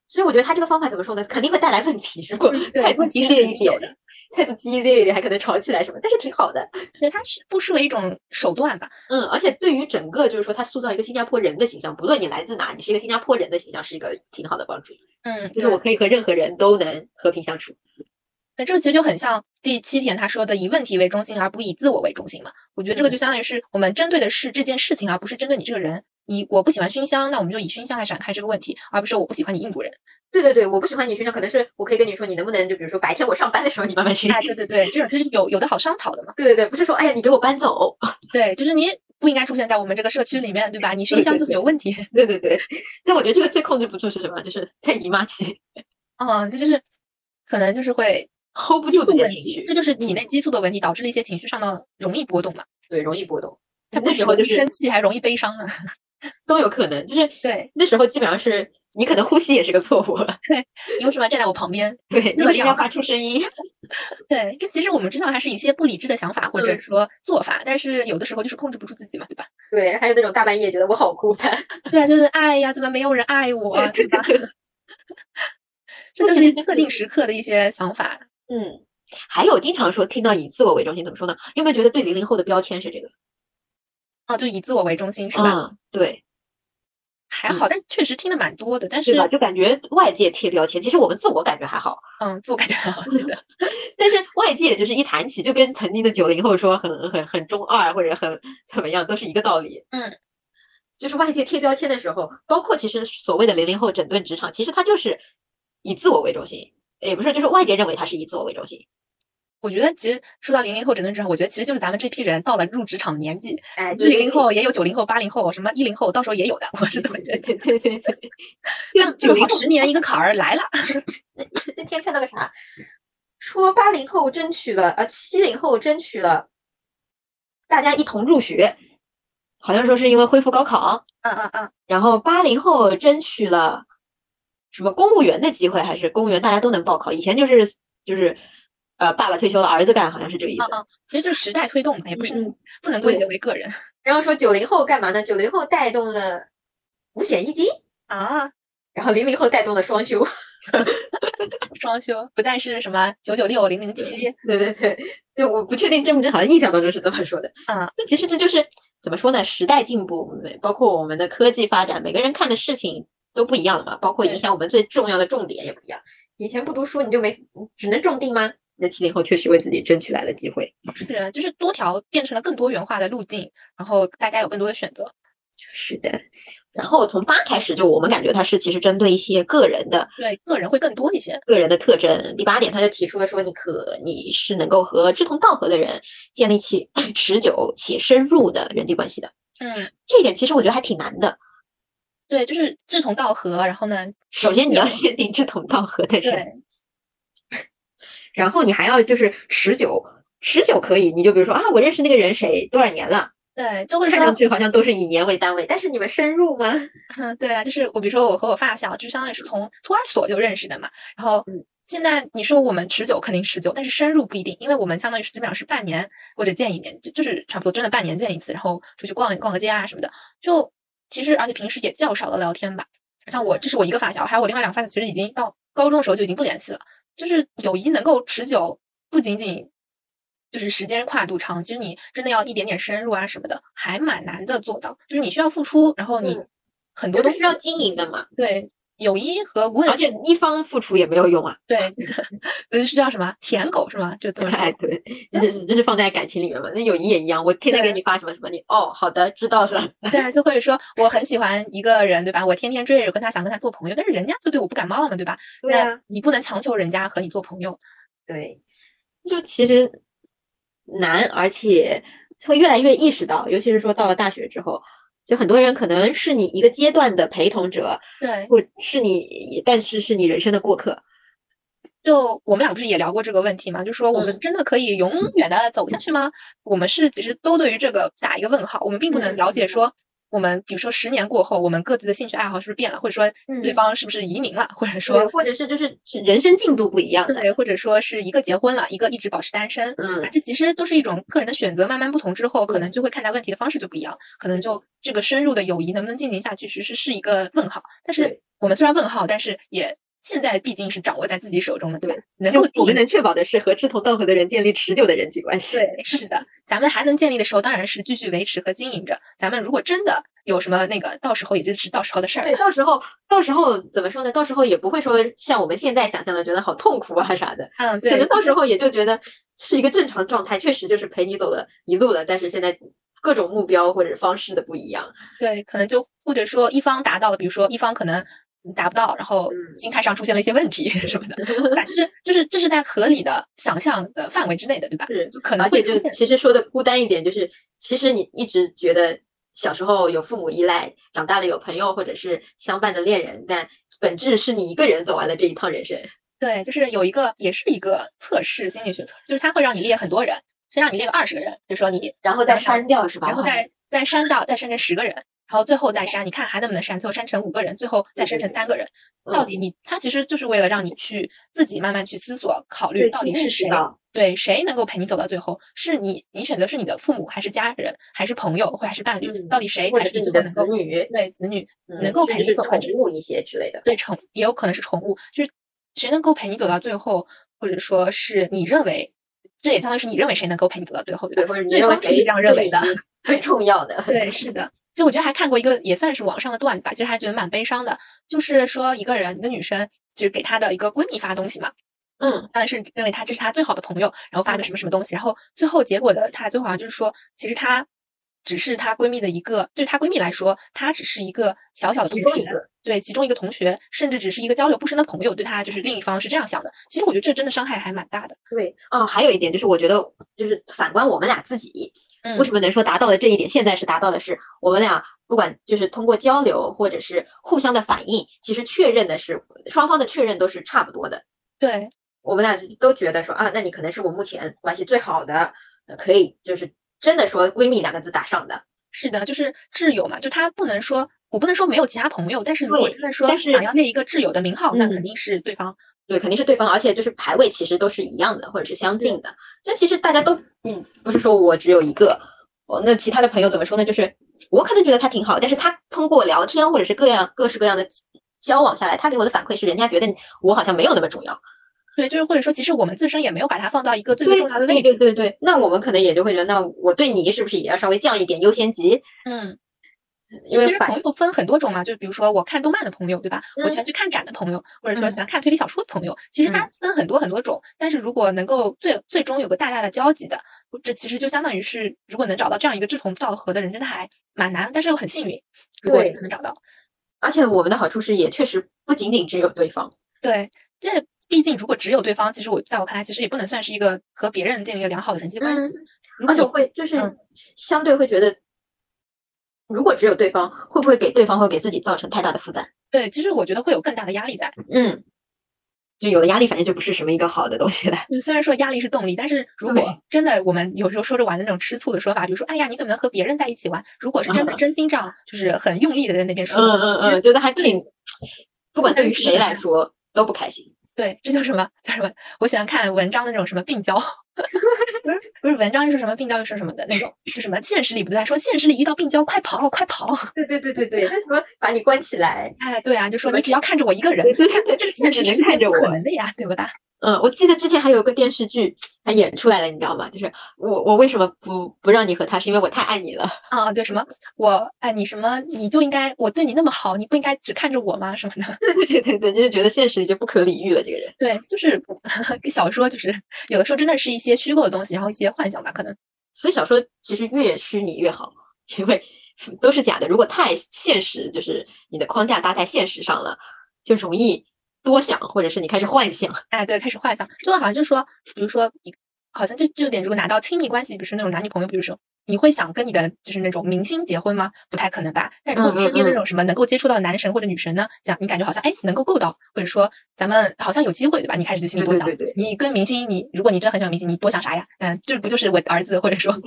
S1: 所以我觉得他这个方法怎么说呢？肯定会带来嗯问题，如果态
S2: 对，
S1: 度
S2: 问题
S1: 激
S2: 是
S1: 烈
S2: 肯
S1: 一
S2: 定有
S1: 点
S2: 的，，
S1: 态度激烈一点还可能吵起来什么，但是挺好的。
S2: 对，它是不失为一种手段吧。
S1: 嗯，而且对于整个就是说他塑造一个新加坡人的形象，不论你来自哪，你是一个新加坡人的形象是一个挺好的帮助，
S2: 嗯，
S1: 就是我
S2: 对。
S1: 可以和任何人都能和平相处。
S2: 那这个其实就很像第七点他说的以问题为中心，而不以自我为中心嘛。我觉得这
S1: 嗯
S2: 个就相当于是我们针对的是这件事情，而不是针对你这个人。你我不喜欢熏香，那我们就以熏香来展开这个问题，而不是我不喜欢你印度人。
S1: 对对对，我不喜欢你熏香，可能是我可以跟你说，你能不能就比如说白天我上班的时候你慢慢熏。
S2: 哎，对对对，这种就是有有的好商讨的嘛。
S1: 对对对，不是说哎呀你给我搬走。
S2: 对，就是你不应该出现在我们这个社区里面，对吧？你熏
S1: 对
S2: 香
S1: 对
S2: 就是
S1: 对
S2: 有问题。
S1: 对对对，但我觉得这个最控制不住是什么？就是在姨妈期
S2: 嗯，这就是可能就是会
S1: hold 不
S2: 激
S1: 住
S2: 素
S1: 自己的
S2: 问
S1: 情
S2: 题，
S1: 绪
S2: 这，就是体内激素的问题导致了一些情绪上的容易波动嘛。
S1: 对，容易波动。
S2: 它不
S1: 那
S2: 仅
S1: 时候
S2: 容
S1: 就
S2: 易
S1: 是
S2: 生气，还容易悲伤呢。
S1: 都有可能，就是
S2: 对，
S1: 那时候基本上是你可能呼吸也是个错误了，
S2: 你为什么要站在我旁边？
S1: 对，你
S2: 热
S1: 为什么要
S2: 量
S1: 发出声音？
S2: 对，这其实我们知道它是一些不理智的想法或者
S1: 嗯
S2: 说做法，但是有的时候就是控制不住自己嘛，对吧？
S1: 对，还有那种大半夜觉得我好孤单。
S2: 对啊，就是哎呀，怎么没有人爱我，啊对吧？这
S1: 我觉
S2: 就是
S1: 得
S2: 一
S1: 真
S2: 特定
S1: 是
S2: 时刻的一些想法。
S1: 嗯，还有经常说听到以自我为中心，怎么说呢？你有没有觉得对零零后的标签是这个？
S2: 哦，就以自我为中心是吧？
S1: 嗯，对，
S2: 还
S1: 嗯
S2: 好，但确实听的蛮多的。但是
S1: 对，吧？就感觉外界贴标签，其实我们自我感觉还好，
S2: 嗯，自我感觉很好，对的。
S1: 但是外界就是一谈起，就跟曾经的九零后说很很很中二或者很怎么样，都是一个道理。
S2: 嗯，
S1: 就是外界贴标签的时候，包括其实所谓的零零后整顿职场，其实它就是以自我为中心，也不是，就是外界认为它是以自我为中心。
S2: 我觉得其实说到零零后整顿之后，我觉得其实就是咱们这批人到了入职场的年纪，
S1: 哎，
S2: 是零零后也有九零后、八零后，什么一零后，到时候也有的，我是这么觉得。
S1: 对对对对， 啊
S2: 但
S1: 九
S2: 九
S1: 零
S2: 零
S1: 后
S2: 十年一个坎儿来了，
S1: 那天看到个啥，说八零后争取了，呃，七零后争取了，大家一同入学，好像说是因为恢复高考，
S2: 嗯嗯嗯，
S1: 然后八零后争取了什么公务员的机会，还是公务员大家都能报考？以前就是就是，呃，爸爸退休了，儿子干，好像是这个意思。
S2: 其实就是时代推动哦嘛，也不是
S1: 嗯
S2: 不能归
S1: 对
S2: 结为个人
S1: 然后说九零后干嘛呢？九零后带动了五险一金，
S2: 啊。
S1: 然后零零后带动了双休。
S2: 双休不再是什么九九六、零零七，
S1: 对对对，就我不确定正不正，好像印象当中是这么说的。
S2: 嗯，
S1: 那其实这就是怎么说呢？时代进步，每包括我们的科技发展，每个人看的事情都不一样了嘛，包括
S2: 对
S1: 影响我们最重要的重点也不一样。以前不读书你就没，你只能种地吗？那七零后确实为自己争取来了机会。
S2: 是就是多条变成了更多元化的路径，然后大家有更多的选择。
S1: 是的，然后从八开始，就我们感觉它是其实针对一些个人的
S2: 对，个人会更多一些。
S1: 个人的特征。第八点，他就提出了说，你可你是能够和志同道合的人建立起 持久且深入的人际关系的。
S2: 嗯，
S1: 这一点其实我觉得还挺难的。
S2: 对，就是志同道合，然后呢，
S1: 首
S2: 持
S1: 先你要
S2: 久
S1: 限定志同道合的人，
S2: 对，
S1: 然后你还要就是持久，持久可以，你就比如说啊，我认识那个人谁多少年了，
S2: 对，就会
S1: 看
S2: 说
S1: 上去好像都是以年为单位，但是你们深入吗？
S2: 嗯， 对啊，就是我，比如说我和我发小，就相当于是从托儿所就认识的嘛。然后
S1: 嗯
S2: 现在你说我们持久肯定持久，但是深入不一定，因为我们相当于是基本上是半年或者见一面，就就是差不多真的半年见一次，然后出去逛逛个街啊什么的。就其实而且平时也较少的聊天吧。像我，这是我一个发小，还有我另外两个发小，其实已经到高中的时候就已经不联系了。就是友谊能够持久，不仅仅就是时间跨度长，其实你真的要一点点深入啊什么的，还蛮难的做到。就是你需要付出，然后你
S1: 嗯
S2: 很多
S1: 都
S2: 东
S1: 是
S2: 西
S1: 要经营的嘛，
S2: 对友谊和无
S1: 而
S2: 论
S1: 且一方付出也没有用啊。
S2: 对， 我就是叫什么舔狗是吗？就这么
S1: 哎，
S2: 说。
S1: 对，就是就是放在感情里面嘛。那友谊也一样，我天天给
S2: 对
S1: 你发什么什么，你哦，好的，知道了。
S2: 对啊，就会说我很喜欢一个人，对吧？我天天追着跟他，想跟他做朋友，但是人家就对我不感冒嘛，对吧？
S1: 对
S2: 那
S1: 啊，
S2: 你不能强求人家和你做朋友。
S1: 对，就其实难，而且会越来越意识到，尤其是说到了大学之后，就很多人可能是你一个阶段的陪同者，
S2: 对，
S1: 或是你，但是是你人生的过客。
S2: 就我们俩不是也聊过这个问题吗？就说我们
S1: 嗯
S2: 真的可以永远的走下去吗？我们是其实都对于这个打一个问号，我们并不能
S1: 嗯
S2: 了解说。我们比如说十年过后，我们各自的兴趣爱好是不是变了，或者说对
S1: 嗯
S2: 方是不是移民了，或者
S1: 对，
S2: 说
S1: 或者是就是人生进度不一样的。
S2: 对，或者说是一个结婚了，一个一直保持单身，
S1: 嗯
S2: 啊，这其实都是一种个人的选择，慢慢不同之后，可能就会看待问题的方式就不一样，可能就这个深入的友谊能不能进行下去，其实是一个问号。但是
S1: 对
S2: 我们虽然问号，但是也现在毕竟是掌握在自己手中的，对吧？能
S1: 就
S2: 够
S1: 我们
S2: 定义
S1: 能确保的是和志同道合的人建立持久的人际关系。
S2: 对，哎是的，咱们还能建立的时候，当然是继续维持和经营着。咱们如果真的有什么那个，到时候也就是到时候的事儿
S1: 对，
S2: 了。嗯
S1: 到时候到时候怎么说呢？到时候也不会说像我们现在想象的觉得好痛苦啊啥的，
S2: 嗯，
S1: 可
S2: 对
S1: 能，到时候也就觉得是一个正常状态，确实就是陪你走了一路了，但是现在各种目标或者方式的不一样，
S2: 对，可能就或者说一方达到了，比如说一方可能达不到，然后
S1: 嗯
S2: 心态上出现了一些问题什么的，对吧？就是就是这是在合理的想象的范围之内的，对吧？
S1: 是
S2: 就可能
S1: 而
S2: 会
S1: 且
S2: 出
S1: 就
S2: 现，
S1: 其实说的孤单一点，就是其实你一直觉得小时候有父母依赖，长大了有朋友或者是相伴的恋人，但本质是你一个人走完了这一趟人生。
S2: 对，就是有一个也是一个测试，心理学测试，就是它会让你列很多人，先让你列个二十个人，就说你，
S1: 然后再
S2: 然后
S1: 删掉是吧？
S2: 然后再再删到再删成十个人，然后最后再删，你看还能不能删？最后删成五个人，最后再
S1: 对
S2: 删
S1: 对
S2: 成三个人，
S1: 嗯
S2: 到底你它其实就是为了让你去自己慢慢去思索考虑
S1: 对
S2: 到
S1: 去
S2: 底是
S1: 认识
S2: 谁
S1: 到
S2: 对，谁能够陪你走到最后？是你，你选择是你的父母，还是家人，还是朋友，或还是伴侣？
S1: 嗯
S2: 到底谁
S1: 或
S2: 才
S1: 者
S2: 是
S1: 是
S2: 你
S1: 你
S2: 最
S1: 的
S2: 后能
S1: 子
S2: 够
S1: 女，
S2: 对子女
S1: 嗯
S2: 能够
S1: 甚
S2: 陪
S1: 至
S2: 你走完
S1: 宠
S2: 这
S1: 物一些之类的。
S2: 对宠，也有可能是宠物，就是谁能够陪你走到最后，或者说是你认为，这也相当于是你认为谁能够陪你走到最后，对
S1: 对，
S2: 吧？
S1: 或者你
S2: 对
S1: 认为
S2: 方是
S1: 谁
S2: 这样认为的。
S1: 对你 最重要的。
S2: 对，是的。就我觉得还看过一个也算是网上的段子吧，其实还觉得蛮悲伤的，就是说一个人，一个女生，就是给她的一个闺蜜发东西嘛，
S1: 嗯，
S2: 当然是认为他这是他最好的朋友，然后发个
S1: 嗯
S2: 什么什么东西，然后最后结果的他最后好像就是说，其实他只是她闺蜜的一个，对她闺蜜来说，她只是一个小小的同
S1: 其中
S2: 学
S1: 一个，
S2: 对其中一个同学，甚至只是一个交流不深的朋友，对她就是另一方是这样想的。其实我觉得这真的伤害还蛮大的。
S1: 对，哦，还有一点就是，我觉得就是反观我们俩自己，
S2: 嗯
S1: 为什么能说达到了这一点？现在是达到的是我们俩不管就是通过交流或者是互相的反应，其实确认的是双方的确认都是差不多的。
S2: 对
S1: 我们俩都觉得说啊，那你可能是我目前关系最好的，呃可以就是真的说闺蜜两个字打上的。
S2: 是的，就是挚友嘛，就他不能说，我不能说没有其他朋友，但是如果
S1: 对
S2: 真的说
S1: 但是
S2: 想要列一个挚友的名号，那肯
S1: 嗯
S2: 定是对方。
S1: 对，肯定是对方，而且就是排位其实都是一样的，或者是相近的。这其实大家都，嗯，不是说我只有一个，哦，那其他的朋友怎么说呢？就是我可能觉得他挺好，但是他通过聊天或者是各样各式各样的交往下来，他给我的反馈是，人家觉得我好像没有那么重要。
S2: 对，就是或者说，其实我们自身也没有把它放到一个最最重要的位
S1: 对
S2: 置
S1: 对。对对，那我们可能也就会觉得，那我对你是不是也要稍微降一点优先级？
S2: 嗯，
S1: 因
S2: 其
S1: 为
S2: 实
S1: 反
S2: 朋友分很多种嘛，就比如说我看动漫的朋友，对吧？我喜
S1: 嗯
S2: 欢去看展的朋友，或者说
S1: 嗯
S2: 喜欢看推理小说的朋友，其实它分很多很多种。但是如果能够最最终有个大大的交集的，这其实就相当于是，如果能找到这样一个志同道合的人，真的还蛮难，但是又很幸运，如果真
S1: 对
S2: 的能找到。
S1: 而且我们的好处是，也确实不仅仅只有对方。
S2: 对，这毕竟如果只有对方，其实我在我看来，其实也不能算是一个和别人建立一个良好的人际关
S1: 嗯
S2: 系。如
S1: 而
S2: 果
S1: 且
S2: 你
S1: 我会就是
S2: 嗯
S1: 相对会觉得，如果只有对方，会不会给对方或给自己造成太大的负担？
S2: 对，其实我觉得会有更大的压力在。
S1: 嗯，就有了压力，反正就不是什么一个好的东西了。
S2: 就虽然说压力是动力，但是如
S1: 对
S2: 果真的我们有时候说着玩的那种吃醋的说法，比如说哎呀你怎么能和别人在一起玩？如果是真的
S1: 嗯
S2: 真心这样，就是很用力的在那边
S1: 嗯
S2: 说的
S1: 嗯
S2: 话，其
S1: 嗯，
S2: 实
S1: 觉得还挺，不管
S2: 困
S1: 对
S2: 难
S1: 于
S2: 是
S1: 谁
S2: 很
S1: 来
S2: 大
S1: 说都不开心。
S2: 对，这叫什么？叫什么？我喜欢看文章的那种什 么病娇，不是不是文章又说什么病娇又说什么的那种，就什么现实里不在说现实里遇到病娇快跑快 跑，
S1: 对对对对对，那什么把你关起来？
S2: 哎对啊，就说你只要看着我一个人
S1: 对，对对对
S2: 这个
S1: 你
S2: 现
S1: 只
S2: 实
S1: 能
S2: 世界
S1: 看着
S2: 不可
S1: 我
S2: 能的呀，对不啦？
S1: 嗯，我记得之前还有个电视剧，它演出来了，你知道吗？就是我我为什么不不让你和他，是因为我太爱你了。
S2: 啊对什么我哎你什么你就应该我对你那么好，你不应该只看着我吗？什么的。
S1: 对对对对对，就是觉得现实已经不可理喻了，这个人。
S2: 对，就是 小说，就是有的时候真的是一些虚构的东西，然后一些幻想吧，可能
S1: 所以小说其实越虚拟越好，因为都是假的。如果太现实，就是你的框架搭在现实上了，就容易多想，或者是你开始幻想。
S2: 哎，对，开始幻想，就好像就是说，比如说一，好像就这点，如果拿到亲密关系，比如说那种男女朋友，比如说你会想跟你的就是那种明星结婚吗？不太可能吧。但如果
S1: 嗯
S2: 你身边的
S1: 嗯嗯
S2: 那种什么能够接触到的男神或者女神呢，讲你感觉好像哎能够够到，或者说咱们好像有机会，对吧？你开始就心里
S1: 对
S2: 多
S1: 嗯对
S2: 想
S1: 对，对
S2: 你跟明星，你如果你真的很喜欢明星，你多想啥呀？嗯，这不就是我儿子，或者说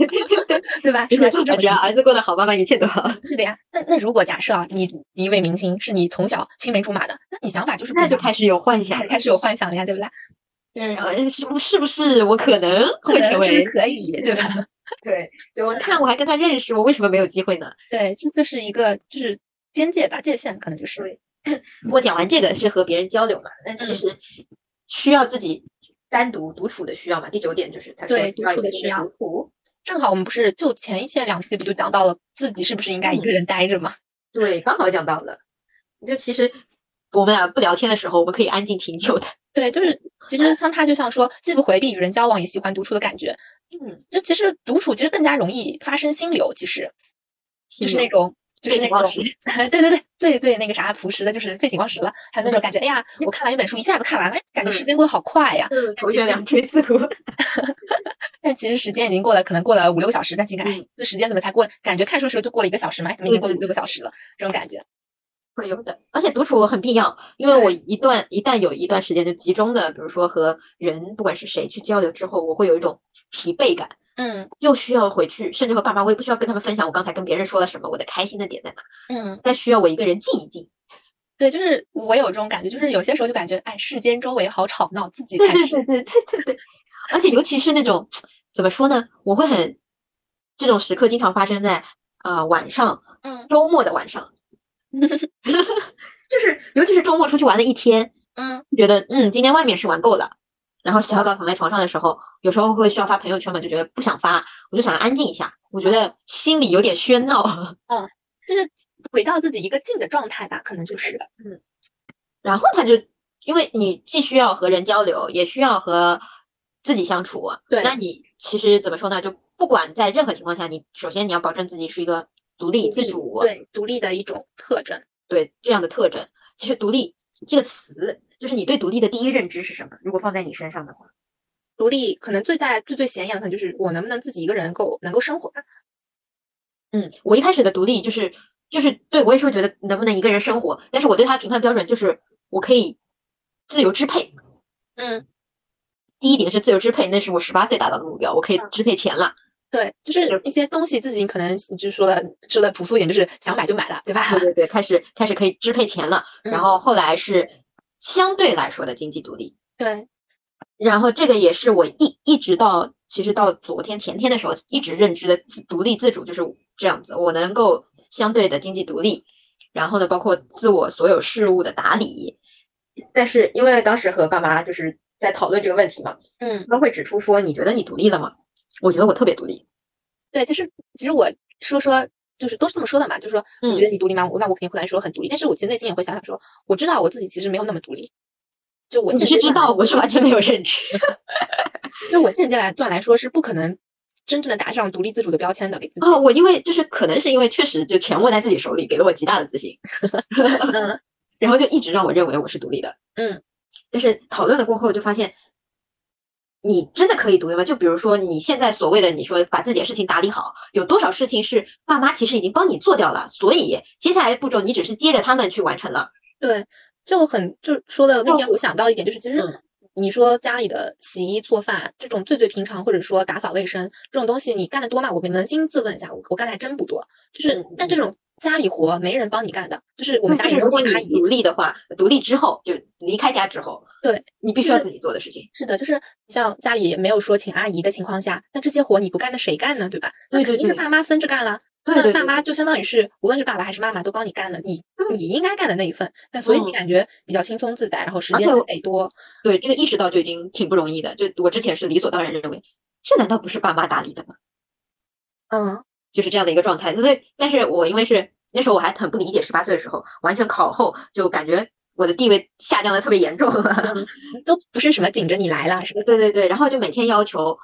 S2: 对吧？是吧？就是这
S1: 感
S2: 种
S1: 觉啊
S2: 心理
S1: 儿子过得好，妈妈一切都好，
S2: 是的呀，啊那那如果假设啊，你你一位明星是你从小青梅竹马的，那你想法就是不
S1: 那
S2: 一
S1: 就
S2: 样的，
S1: 开始有幻想
S2: 开
S1: 了。
S2: 开始有幻想了呀，对不对？
S1: 对，呃是不是不是我可能
S2: 可
S1: 会
S2: 能
S1: 成
S2: 是不是
S1: 为？嗯
S2: 可以，对吧？
S1: 对，对我看我还跟他认识，我为什么没有机会呢？
S2: 对，这就是一个就是边界吧，界限可能就是
S1: 对不过讲完这个是和别人交流嘛，那其
S2: 嗯
S1: 实需要自己单独独处的需要嘛。第九点就是他说
S2: 对独
S1: 要
S2: 处
S1: 有
S2: 的
S1: 一定
S2: 需要
S1: 独处
S2: 正好我们不是就前一些两季不就讲到了自己是不是应该一个
S1: 嗯
S2: 人待着吗？
S1: 对，刚好讲到了。就其实我们俩不聊天的时候，我们可以安静挺久的。
S2: 对，就是其实像他就像说，既不回避与人交往，也喜欢独处的感觉。
S1: 嗯，
S2: 就其实独处其实更加容易发生心流，其实就是那种就
S1: 废
S2: 是
S1: 寝
S2: 那
S1: 忘
S2: 种
S1: 食
S2: 对对对对对，那个啥朴实的，就是废寝忘食了，还有那种感觉，哎呀，我看完一本书一下子看完了，哎感觉时
S1: 嗯
S2: 间过得好快呀。
S1: 嗯
S2: 其实
S1: 两追四 顾。
S2: 但其实时间已经过了，可能过了五六个小时，但其实感觉哎
S1: 嗯，
S2: 这时间怎么才过了？感觉看书的时候就过了一个小时嘛，哎怎么已经过了五六个小时了？这种感觉。
S1: 会有的，而且独处很必要，因为我一段一旦有一段时间就集中的，比如说和人不管是谁去交流之后，我会有一种疲惫感，
S2: 嗯
S1: 又需要回去，甚至和爸妈，我也不需要跟他们分享我刚才跟别人说了什么，我的开心的点在哪，
S2: 嗯，
S1: 但需要我一个人静一静。
S2: 对，就是我有这种感觉，就是有些时候就感觉，哎，世间周围好吵闹，自己
S1: 对
S2: 才
S1: 对
S2: 是
S1: 对对对对对，而且尤其是那种怎么说呢，我会很这种时刻经常发生在呃晚上，
S2: 嗯
S1: 周末的晚上，就是尤其是周末出去玩了一天，
S2: 嗯
S1: 觉得嗯，今天外面是玩够了，然后洗好澡躺在床上的时候，有时候会需要发朋友圈嘛，就觉得不想发，我就想安静一下，我觉得心里有点喧闹，
S2: 就是回到自己一个静的状态吧，可能就是
S1: 然后他就因为你既需要和人交流，也需要和自己相处，
S2: 对
S1: 那你其实怎么说呢？就不管在任何情况下，你首先你要保证自己是一个独立
S2: 独
S1: 自
S2: 立
S1: 主，
S2: 对独立的一种特征。
S1: 对这样的特征。其实“独立”这个词，就是你对独立的第一认知是什么？如果放在你身上的话，
S2: 独立可能最在最最显眼，可能就是我能不能自己一个人够能够生活吧。
S1: 嗯，我一开始的独立就是就是对我也是会觉得能不能一个人生活，但是我对他的评判标准就是我可以自由支配。
S2: 嗯，
S1: 第一点是自由支配，那是我十八岁达到的目标，我可以
S2: 嗯
S1: 支配钱了。
S2: 对，就是
S1: 对
S2: 一些东西自己可能就是说的说的朴素一点，就是想买就买了，对吧？
S1: 对对对，开始开始可以支配钱了。然
S2: 嗯
S1: 后后来是相对来说的经济独立，
S2: 对，
S1: 然后这个也是我一一直到其实到昨天前天的时候一直认知的自独立自主就是这样子，我能够相对的经济独立，然后呢，包括自我所有事务的打理。但是因为当时和爸妈就是在讨论这个问题嘛，
S2: 嗯，
S1: 他们会指出说，你觉得你独立了吗？我觉得我特别独立，
S2: 对，其实其实我说说就是都是这么说的嘛，就是说你觉
S1: 嗯
S2: 得你独立吗？我那我肯定会来说很独立，但是我其实内心也会想想说，我知道我自己其实没有那么独立。就我
S1: 你
S2: 现
S1: 是知
S2: 阶段
S1: 道，
S2: 来
S1: 我是完全没有认知。
S2: 就我现阶来段来说是不可能真正的打上独立自主的标签的，给自己。
S1: 哦，我因为就是可能是因为确实就钱握在自己手里，给了我极大的自信，
S2: 嗯
S1: 然后就一直让我认为我是独立的。
S2: 嗯，
S1: 但是讨论了过后就发现，你真的可以独立吗？就比如说你现在所谓的你说把自己的事情打理好，有多少事情是爸妈其实已经帮你做掉了，所以接下来步骤你只是接着他们去完成了。
S2: 对，就很就说的那天我想到一点，就是其实
S1: 哦嗯
S2: 你说家里的洗衣做饭这种最最平常，或者说打扫卫生这种东西，你干的多吗？我们扪心自问一下，我我干的还真不多。就是
S1: 嗯
S2: 但这种家里活没人帮你干的，就是我
S1: 我
S2: 们家里
S1: 如
S2: 有
S1: 果
S2: 亲
S1: 你
S2: 阿姨
S1: 独，立的话，独立之后就离开家之后，
S2: 对
S1: 你必须
S2: 就
S1: 要
S2: 是
S1: 自己做的事情。
S2: 是的，就是像家里没有说请阿姨的情况下，那这些活你不干，那谁干呢？对吧？那
S1: 对
S2: 肯
S1: 对
S2: 定是
S1: 对
S2: 爸妈分着干了。
S1: 对
S2: 那
S1: 对
S2: 爸
S1: 对，
S2: 妈就相当于是，无论是爸爸还是妈妈都帮你干了你
S1: 对
S2: 你应该干的那一份，那所以
S1: 嗯
S2: 你感觉比较轻松自在，然后时
S1: 而
S2: 间
S1: 且我
S2: 也多，
S1: 对这个意识到就已经挺不容易的。就我之前是理所当然认为，这难道不是爸妈打理的吗？
S2: 嗯
S1: 就是这样的一个状态。所以，但是我因为是那时候我还很不理解，十八岁的时候完全考后就感觉我的地位下降的特别严重了。
S2: 都不是什么紧着你来了，是吧？
S1: 对对对，然后就每天要求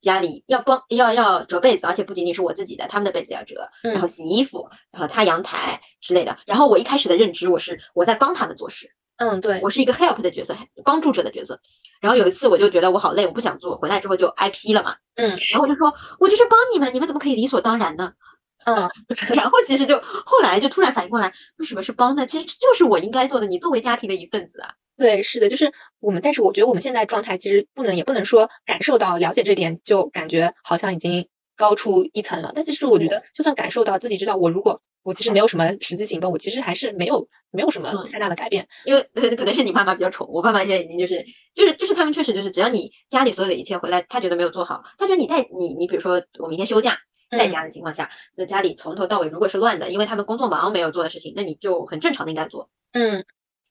S1: 家里要帮要要折被子，而且不仅仅是我自己的，他们的被子要折，然后洗衣服，然后擦阳台之类的。然后我一开始的认知，我是我在帮他们做事，
S2: 嗯，对，
S1: 我是一个 help 的角色，帮助者的角色。然后有一次我就觉得我好累，我不想做，回来之后就挨批了嘛。
S2: 嗯
S1: 然后我就说，我就是帮你们，你们怎么可以理所当然呢？
S2: 嗯，
S1: 然后其实就后来就突然反应过来，为什么是帮呢？其实就是我应该做的，你作为家庭的一份子啊。
S2: 对，是的，就是我们，但是我觉得我们现在状态其实不能，也不能说感受到了解这点就感觉好像已经高出一层了。但其实我觉
S1: 对
S2: 得，就算感受到自己知道，我如果我其实没有什么实际行动，我其实还是没有没有什么
S1: 嗯
S2: 太大的改变。
S1: 因为呃可能是你爸妈比较宠，我爸妈现在已经就是就是就是他们确实就是，只要你家里所有的一切回来，他觉得没有做好，他觉得你在你你比如说我明天休假在
S2: 嗯
S1: 家的情况下，那家里从头到尾如果是乱的，因为他们工作忙没有做的事情，那你就很正常的应该做。
S2: 嗯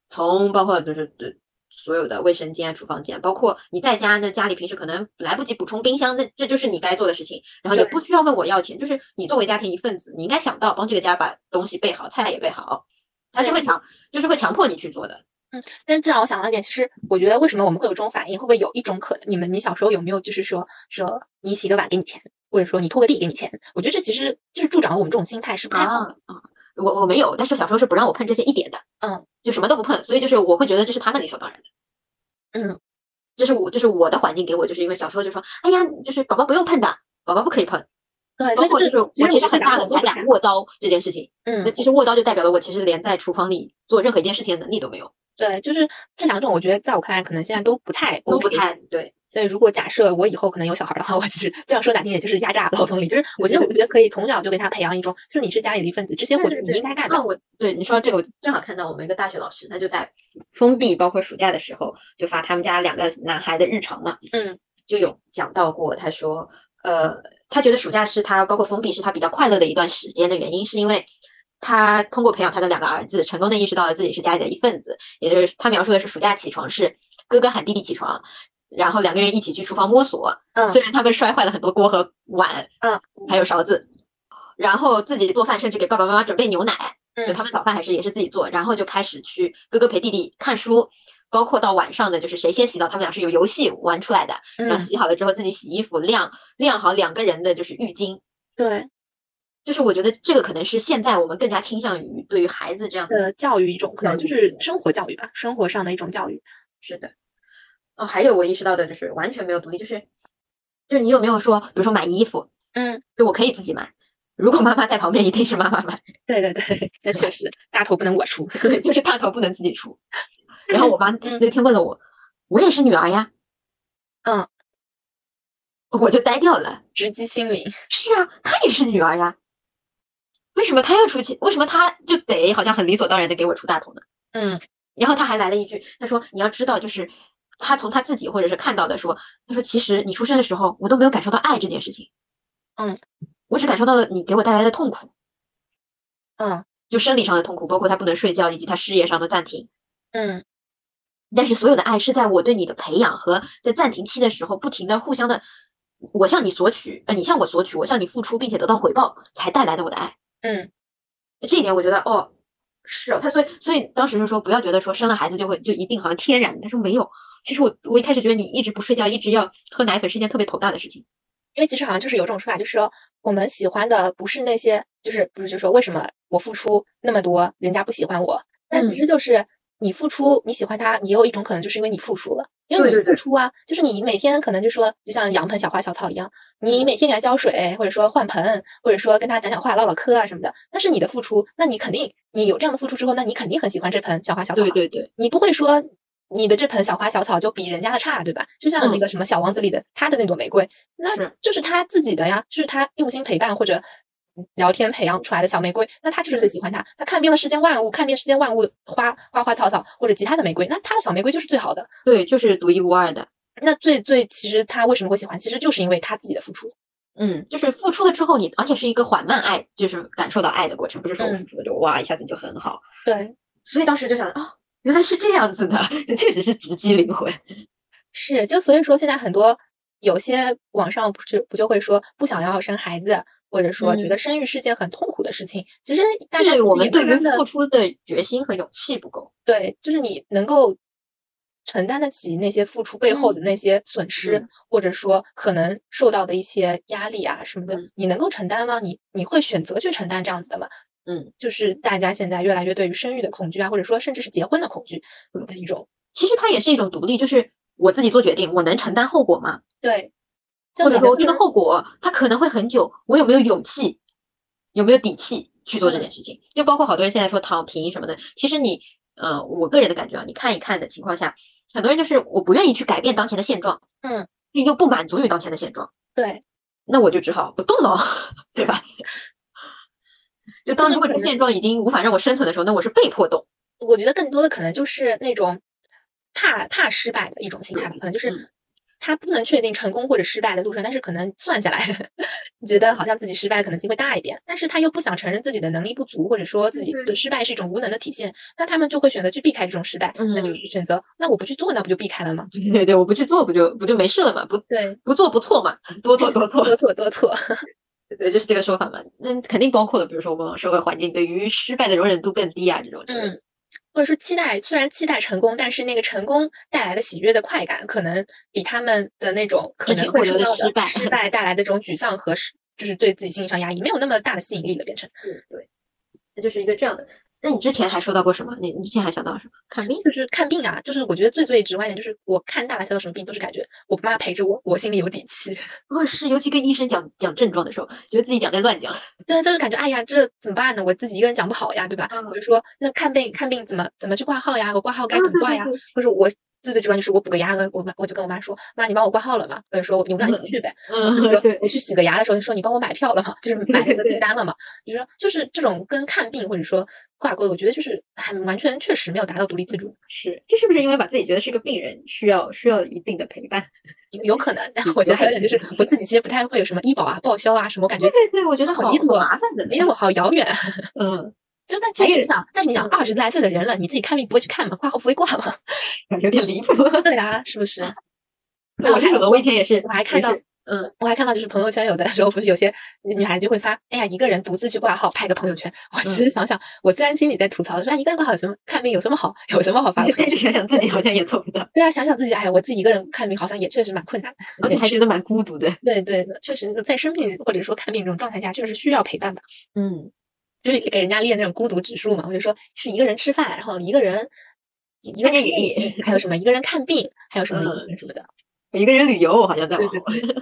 S1: 从包括就是这所有的卫生间、啊厨房间，包括你在家呢，家里平时可能来不及补充冰箱，那这就是你该做的事情，然后也
S2: 对
S1: 不需要问我要钱，就是你作为家庭一份子，你应该想到帮这个家把东西备好，菜也备好，他是
S2: 对
S1: 会
S2: 是
S1: 强，就是会强迫你去做的。
S2: 但这让我想到一点，其实我觉得为什么我们会有这种反应，会不会有一种可能？你们，你小时候有没有就是说说你洗个碗给你钱，或者说你拖个地给你钱？我觉得这其实就是助长了我们这种心态是不太好的。
S1: 啊，我我没有，但是小时候是不让我碰这些一点的，
S2: 嗯，
S1: 就什么都不碰，所以就是我会觉得这是他们理所当然的。
S2: 嗯，
S1: 这是我这是我的环境给我，就是因为小时候就说，哎呀，就是宝宝不用碰的，宝宝不可以碰，
S2: 对，
S1: 包
S2: 所以
S1: 括
S2: 就
S1: 就是是我
S2: 其实
S1: 其
S2: 我
S1: 实
S2: 们
S1: 很
S2: 两
S1: 大
S2: 种
S1: 的
S2: 都
S1: 才
S2: 不
S1: 敢
S2: 敢。
S1: 握刀这件事情。
S2: 嗯
S1: 那，其实握刀就代表了我其实连在厨房里做任何一件事情的能力都没有，
S2: 对，就是这两种，我觉得在我看来，可能现在都不太
S1: 都不
S2: OK
S1: 太对。
S2: 对，如果假设我以后可能有小孩儿的话， 我其实这样说难听点，就是压榨劳动力。就是我觉得，我觉得可以从小就给他培养一种，就是你是家里的一份子，这些
S1: 对
S2: 活
S1: 对
S2: 是你
S1: 对哦
S2: 应该干的。
S1: 那我对你说到这个，我正好看到我们一个大学老师，他就在封闭包括暑假的时候，就发他们家两个男孩的日常嘛，
S2: 嗯，
S1: 就有讲到过，他说，呃，他觉得暑假是他包括封闭是他比较快乐的一段时间的原因，是因为。他通过培养他的两个儿子，成功的意识到了自己是家里的一份子，也就是他描述的是暑假起床是哥哥喊弟弟起床，然后两个人一起去厨房摸索，
S2: 嗯
S1: 虽然他们摔坏了很多锅和碗，
S2: 嗯，
S1: 还有勺子，然后自己做饭，甚至给爸爸妈妈准备牛奶，就
S2: 嗯
S1: 他们早饭还是也是自己做，然后就开始去哥哥陪弟弟看书，包括到晚上的就是谁先洗澡，他们俩是有游戏玩出来的，然后
S2: 嗯，
S1: 洗好了之后自己洗衣服，晾晾好两个人的就是浴巾。
S2: 对
S1: 就是我觉得这个可能是现在我们更加倾向于对于孩子这样的，
S2: 呃，教育一种可能
S1: 教
S2: 就
S1: 育
S2: 是生活教育吧，生活上的一种教育。
S1: 是的。哦，还有我意识到的就是完全没有独立，就是就是你有没有说，比如说买衣服，
S2: 嗯，
S1: 就我可以自己买。如果妈妈在旁边，一定是妈妈买，
S2: 对对对， 那确实，大头不能我出。
S1: 对，就是大头不能自己出。然后我妈
S2: 嗯
S1: 那天问了我，我也是女儿呀，
S2: 嗯，
S1: 我就呆掉了。
S2: 直击心灵。
S1: 是啊，她也是女儿呀，为什么她要出钱？为什么她就得好像很理所当然的给我出大头呢？
S2: 嗯
S1: 然后她还来了一句，她说你要知道，就是她从她自己或者是看到的说，她说其实你出生的时候，我都没有感受到爱这件事情，
S2: 嗯，
S1: 我只感受到了你给我带来的痛苦。
S2: 嗯
S1: 就生理上的痛苦，包括他不能睡觉以及他事业上的暂停。
S2: 嗯
S1: 但是所有的爱是在我对你的培养和在暂停期的时候，不停的互相的，我向你索取，呃，你向我索取，我向你付出，并且得到回报，才带来的我的爱。
S2: 嗯
S1: 这一点我觉得，哦，是哦，他所以所以当时就说，不要觉得说生了孩子就会就一定好像天然的，他说没有。其实我我一开始觉得你一直不睡觉，一直要喝奶粉是一件特别头大的事情。
S2: 因为其实好像就是有种说法，就是说我们喜欢的不是那些，就是不是就说为什么我付出那么多，人家不喜欢我？但其
S1: 嗯
S2: 实就是你付出，你喜欢他，也有一种可能就是因为你付出了，因为
S1: 对
S2: 你
S1: 对
S2: 付
S1: 对
S2: 出啊，就是你每天可能就说，就像养盆小花小草一样，你每天给它浇水，或者说换盆，或者说跟它讲讲话、唠唠嗑啊什么的，那是你的付出，那你肯定你有这样的付出之后，那你肯定很喜欢这盆小花小草
S1: 对
S2: 了，
S1: 对对，
S2: 你不会说你的这盆小花小草就比人家的差，对吧？就像那
S1: 嗯
S2: 个什么《小王子》里的他的那朵玫瑰，那
S1: 是
S2: 就是他自己的呀，就是他用心陪伴或者聊天培养出来的小玫瑰，那他就是最喜欢它。他看遍了世间万物，看遍世间万物的花花花草草或者其他的玫瑰，那他的小玫瑰就是最好的。
S1: 对，就是独一无二的。
S2: 那最最其实他为什么会喜欢，其实就是因为他自己的付出。
S1: 嗯，就是付出了之后你，而且是一个缓慢爱，就是感受到爱的过程，不是说我付
S2: 嗯
S1: 出了就哇一下子就很好。
S2: 对，
S1: 所以当时就想，哦，原来是这样子的， 就确实是直击灵 魂。
S2: 是就所以说现在很多有些网上不是不就会说不想要生孩子。或者说觉得生育是件很痛苦的事情，其实大家
S1: 是我
S2: 自己
S1: 嗯们对
S2: 慢慢
S1: 于
S2: 地
S1: 付出的决心和勇气不够。
S2: 对，就是你能够承担得起那些付出背后的那些损失，
S1: 嗯
S2: 或者说可能受到的一些压力啊什么的，
S1: 嗯
S2: 你能够承担吗？你你会选择去承担这样子的吗？
S1: 嗯，
S2: 就是大家现在越来越对于生育的恐惧啊，或者说甚至是结婚的恐惧
S1: 嗯
S2: 的一种，
S1: 其实它也是一种独立，就是我自己做决定，我能承担后果吗？
S2: 对，就
S1: 或者
S2: 每个
S1: 说这个
S2: 人
S1: 后果它可能会很久，我有没有勇气，有没有底气去
S2: 嗯
S1: 做这件事情？就包括好多人现在说躺平什么的，其实你，呃，我个人的感觉啊，你看一看的情况下，很多人就是我不愿意去改变当前的现状，
S2: 嗯，
S1: 又不满足于当前的现状，
S2: 对
S1: 那我就只好不动了， 对吧？就当
S2: 这
S1: 如
S2: 种
S1: 果这个
S2: 可能
S1: 现状已经无法让我生存的时候，那我是被迫动。
S2: 我觉得更多的可能就是那种怕怕失败的一种心态吧，可能就
S1: 嗯
S2: 是他不能确定成功或者失败的路程，但是可能算下来 觉得好像自己失败的可能性会大一点，但是他又不想承认自己的能力不足，或者说自己
S1: 对
S2: 的失败是一种无能的体现，那他们就会选择去避开这种失败，那就
S1: 嗯
S2: 是选择那我不去做，那不就避开了吗？
S1: 对对对，我不去做，不就不就没事了嘛？不
S2: 对，
S1: 不做不错嘛，多做多 错。
S2: 多错多错，
S1: 对，就是这个说法嘛。那肯定包括了，比如说我们社会环境对于失败的容忍度更低啊，这种之类的。
S2: 嗯。或者说期待，虽然期待成功，但是那个成功带来的喜悦的快感，可能比他们的那种可
S1: 之
S2: 能
S1: 前
S2: 会
S1: 获得的
S2: 受到
S1: 失败
S2: 的失败带来的这种沮丧和失，就是对自己心理上压抑，没有那么大的吸引力了。变成
S1: 嗯，对，那就是一个这样的。那你之前还说到过什么？你你之前还想到什么？看病？
S2: 就是看病啊，就是我觉得最最直观一点，就是我看大大小小什么病，都是感觉我妈陪着我，我心里有底气。
S1: 哦，是，尤其跟医生讲讲症状的时候，觉得自己讲在乱讲。
S2: 对，就是感觉，哎呀，这怎么办呢？我自己一个人讲不好呀，对吧？
S1: 嗯
S2: 我就说，那看病看病怎么怎么去挂号呀？我挂号该
S1: 啊
S2: 怎么
S1: 对
S2: 挂
S1: 对
S2: 呀？
S1: 对
S2: 或者我最最直观就是我补个牙，跟我妈我就跟我妈说，妈，你帮我挂号了吗？我就说，你们俩一起去呗。 我
S1: 嗯，
S2: 说
S1: 对
S2: 我，去洗个牙的时候，就说你帮我买票了吗？就是
S1: 对
S2: 买那
S1: 对
S2: 个
S1: 对
S2: 订单了吗？就说就是这种跟看病或者说挂钩的，我觉得就是还完全确实没有达到独立自主，
S1: 是。这是不是因为把自己觉得是个病人，需要需要一定的陪伴？
S2: 有有可能。但
S1: 有
S2: 我觉
S1: 有
S2: 得还有
S1: 可
S2: 点就是
S1: 能
S2: 我自己其实不太会有什么医保啊、报销啊什么，我感觉
S1: 对对对，我觉得
S2: 好
S1: 好
S2: 离谱
S1: 好
S2: 啊
S1: 麻烦的呢。
S2: 离我好遥远。啊
S1: 嗯，
S2: 就但
S1: 还
S2: 其实
S1: 有
S2: 你想，但是你想
S1: 嗯
S2: 二十来岁的人了，你自己看病不会去看吗？挂号不会挂吗？
S1: 有点离谱。
S2: 对啊，是不是？
S1: 嗯那我
S2: 还
S1: 这
S2: 有
S1: 个，我以前也是，
S2: 我还看
S1: 也
S2: 到
S1: 是，嗯，
S2: 我还看到就是朋友圈有的时候不是有些女孩就会发，哎呀，一个人独自去挂号，拍个朋友圈。我其
S1: 嗯
S2: 实想想，我虽然心里在吐槽说，哎，一个人挂号有什么看病有什么好，有什么好发朋友
S1: 但是
S2: 圈？
S1: 想想自己好像也做不到，
S2: 对啊，想想自己，哎呀，我自己一个人看病好像也确实蛮困难
S1: 而
S2: 的。
S1: 且
S2: 也
S1: 嗯还觉得蛮孤独的。
S2: 对对，对确实在生病或者说看病这种状态下，确实需要陪伴吧。
S1: 嗯。
S2: 就是给人家列那种孤独指数嘛，我就说是一个人吃饭，然后一个人一个
S1: 看
S2: 人看
S1: 电嗯
S2: 电影，还有什么一个人看病，还有什么一个人什么的。
S1: 我一个人旅游，我好像在
S2: 对
S1: 网
S2: 对
S1: 红。
S2: 对，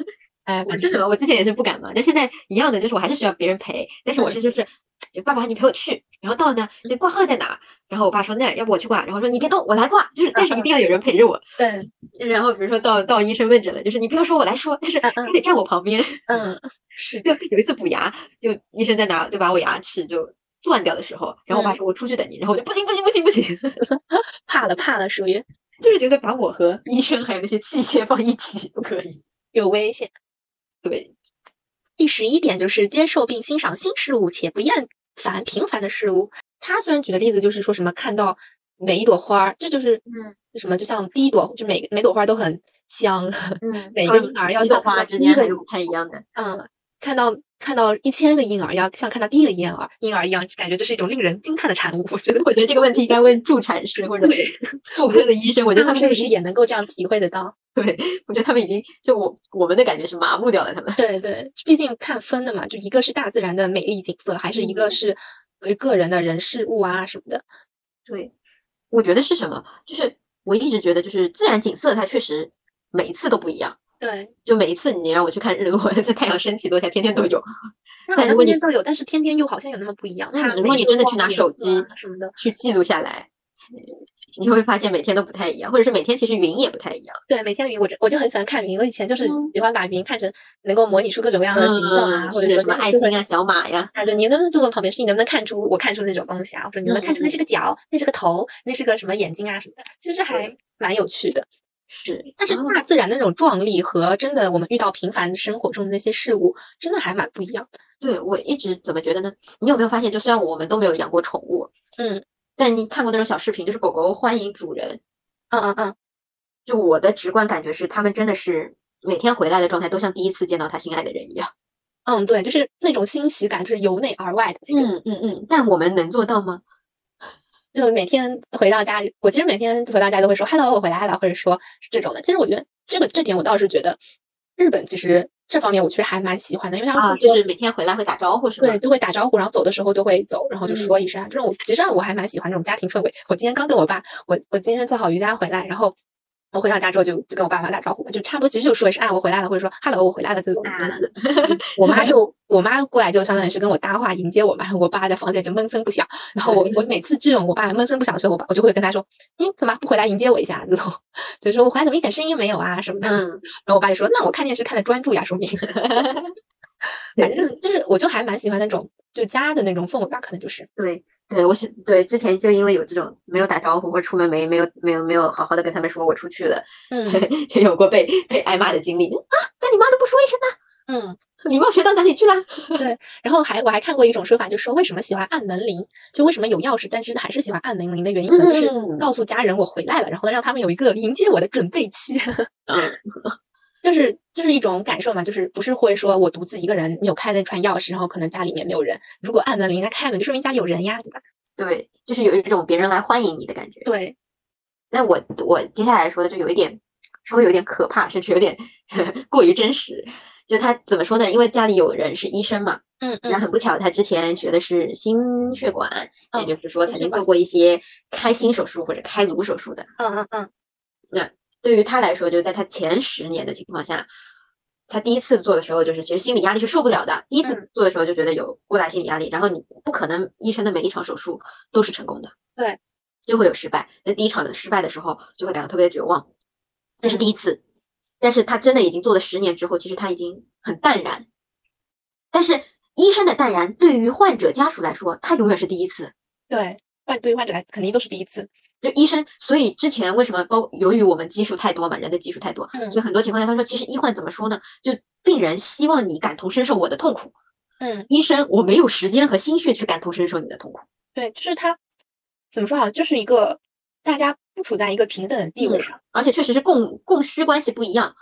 S2: 哎，
S1: 我
S2: 反
S1: 是
S2: 正
S1: 什么？我之前也是不敢嘛，但现在一样的，就是我还是需要别人陪。但是我是就是，就爸爸你陪我去，然后到那
S2: 嗯
S1: 那挂号在哪儿？然后我爸说那儿，要不我去挂，然后说你别动，我来挂。
S2: 嗯
S1: 就是，但是一定要有人陪着我。
S2: 对，
S1: 然后比如说到到医生问诊了，就是你不要说我来说，但是
S2: 嗯嗯
S1: 你得站我旁边。
S2: 嗯，是
S1: 就
S2: 的，
S1: 有一次补牙，就医生在拿就把我牙齿就钻掉的时候，然后我爸
S2: 嗯
S1: 说我出去等你，然后我就不行不行不行 不行，
S2: 怕了怕了，属于
S1: 就是觉得把我和医生还有那些器械放一起不可以。
S2: 有危险。
S1: 对，
S2: 第十一点就是接受并欣赏新事物，且不厌烦平凡的事物。他虽然举的例子就是说什么看到每一朵花儿，这就是
S1: 嗯
S2: 什么，就像第一朵，就每每朵花儿都很香，
S1: 嗯
S2: 每个婴儿要像看
S1: 花
S2: 到
S1: 之
S2: 第一
S1: 间
S2: 个
S1: 还是不太一样的。
S2: 嗯， 看到看到一千个婴儿，要像看到第一个婴儿婴儿一样，感觉这是一种令人惊叹的产物。我觉得
S1: 我觉得这个问题应该问助产士或者
S2: 对
S1: 妇科的医 生，我觉得他
S2: 他
S1: 们
S2: 们是不
S1: 已
S2: 是
S1: 经，
S2: 也能够这样体会得到？
S1: 我觉得他们已经就我我们的感觉是麻木掉了，他们。
S2: 对对，毕竟看分的嘛，就一个是大自然的美丽景色，还是一个
S1: 嗯
S2: 是呃个人的人事物啊什么的。
S1: 对，我觉得是什么？
S2: 嗯
S1: 就是我一直觉得，就是自然景色它确实每一次都不一样。
S2: 对，
S1: 就每一次你让我去看日落， 在太阳升起落下，天天都有。
S2: 它
S1: 但
S2: 好像
S1: 如果
S2: 天
S1: 你
S2: 天都有，但是天天又好像有那么不一样。
S1: 嗯
S2: 它
S1: 如果
S2: 每
S1: 你
S2: 个
S1: 真的去
S2: 光
S1: 拿
S2: 影
S1: 手
S2: 啊
S1: 机
S2: 什么的，
S1: 去记录下来，你会发现每天都不太一样，或者是每天其实云也不太一样。
S2: 对，每天云我就我就很喜欢看云，我以前就是
S1: 嗯
S2: 喜欢把云看成能够模拟出各种各样的形状啊，
S1: 嗯
S2: 或者
S1: 是
S2: 说
S1: 什么
S2: 这个
S1: 爱
S2: 就是
S1: 心啊、小马呀，
S2: 啊，对，你能不能就问旁边是你能不能看出我看出那种东西啊？我说你能不能看出那
S1: 嗯
S2: 是个脚，那是个头，那是个什么眼睛啊什么的，其实还蛮有趣的。
S1: 是，
S2: 但是
S1: 嗯
S2: 大自然的那种壮丽和真的我们遇到平凡生活中的那些事物，真的还蛮不一样的。
S1: 对我一直怎么觉得呢？你有没有发现，就虽然我们都没有养过宠物，
S2: 嗯，
S1: 但你看过那种小视频，就是狗狗欢迎主人，
S2: 嗯嗯嗯，
S1: 就我的直观感觉是，它们真的是每天回来的状态都像第一次见到他心爱的人一样。
S2: 嗯，对，就是那种欣喜感，就是由内而外的那种。
S1: 嗯嗯嗯，但我们能做到吗？
S2: 就每天回到家里，我其实每天回到家都会说 “hello，我回来了”，或者说是这种的。其实我觉得这个这点我倒是觉得，日本其实这方面我其实还蛮喜欢的，因为他们
S1: 啊，
S2: 会说
S1: 就是每天回来会打招呼是吗？
S2: 对，都会打招呼，然后走的时候都会走，然后就
S1: 嗯
S2: 说一声啊。这种其实我还蛮喜欢这种家庭氛围。我今天刚跟我爸，我我今天做好瑜伽回来，然后我回到家之后就就跟我爸妈打招呼嘛，就差不多，其实就说一声啊，我回来了，或者说 hello，我回来了这种
S1: 啊
S2: 东西。我妈就我妈过来就相当于是跟我搭话迎接我嘛，然后我爸在房间就闷声不响。然后我我每次这种我爸闷声不响的时候，我爸我就会跟他说，嗯，怎么不回来迎接我一下？这种 就说我回来怎么一点声音没有啊什么的。
S1: 嗯，
S2: 然后我爸就说，那我看电视看的专注呀， 说明。反正就是，我就还蛮喜欢那种就家的那种氛围吧，可能就是，
S1: 对对，我是对之前就因为有这种没有打招呼或出门没没有没有没有好好的跟他们说我出去了，
S2: 嗯
S1: 就有过被被挨骂的经历啊，跟你妈都不说一声呢、
S2: 嗯。
S1: 礼貌学到哪里去了？
S2: 然后还我还看过一种说法，就说为什么喜欢按门铃，就为什么有钥匙，但是还是喜欢按门铃的原因，可能就是
S1: 嗯
S2: 告诉家人我回来了，然后让他们有一个迎接我的准备期，
S1: 嗯
S2: 就是就是一种感受嘛，就是不是会说我独自一个人扭开那串钥匙，然后可能家里面没有人，如果按门铃，人家开门就说明家有人呀，对吧？
S1: 对，就是有一种别人来欢迎你的感觉。
S2: 对，
S1: 那我我接下来说的就有一点稍微有点可怕，甚至有点 过于真实。就他怎么说呢？因为家里有人是医生嘛，
S2: 嗯
S1: 然后
S2: 嗯
S1: 很不巧，他之前学的是心血管，也
S2: 嗯
S1: 就是说
S2: 心
S1: 曾
S2: 血
S1: 经做
S2: 管
S1: 过一些开心手术或者开颅手术的。
S2: 嗯嗯嗯，
S1: 对于他来说，就在他前十年的情况下，他第一次做的时候，就是其实心理压力是受不了的。第一次
S2: 嗯
S1: 做的时候就觉得有过大心理压力，然后你不可能医生的每一场手术都是成功的，
S2: 对，
S1: 就会有失败。那第一场的失败的时候，就会感到特别绝望，这是第一次。但是他真的已经做了十年之后，其实他已经很淡然。但是医生的淡然对于患者家属来说，他永远是第一次。
S2: 对，患对于患者来肯定都是第一次，
S1: 就医生，所以之前为什么包？由于我们基数太多嘛，人的基数太多，
S2: 嗯
S1: 所以很多情况下，他说，其实医患怎么说呢？就病人希望你感同身受我的痛苦，
S2: 嗯。
S1: 医生我没有时间和心血去感同身受你的痛苦。
S2: 对，就是他怎么说好，就是一个大家不处在一个平等的地位
S1: 嗯
S2: 上，
S1: 而且确实是供供需关系不一样。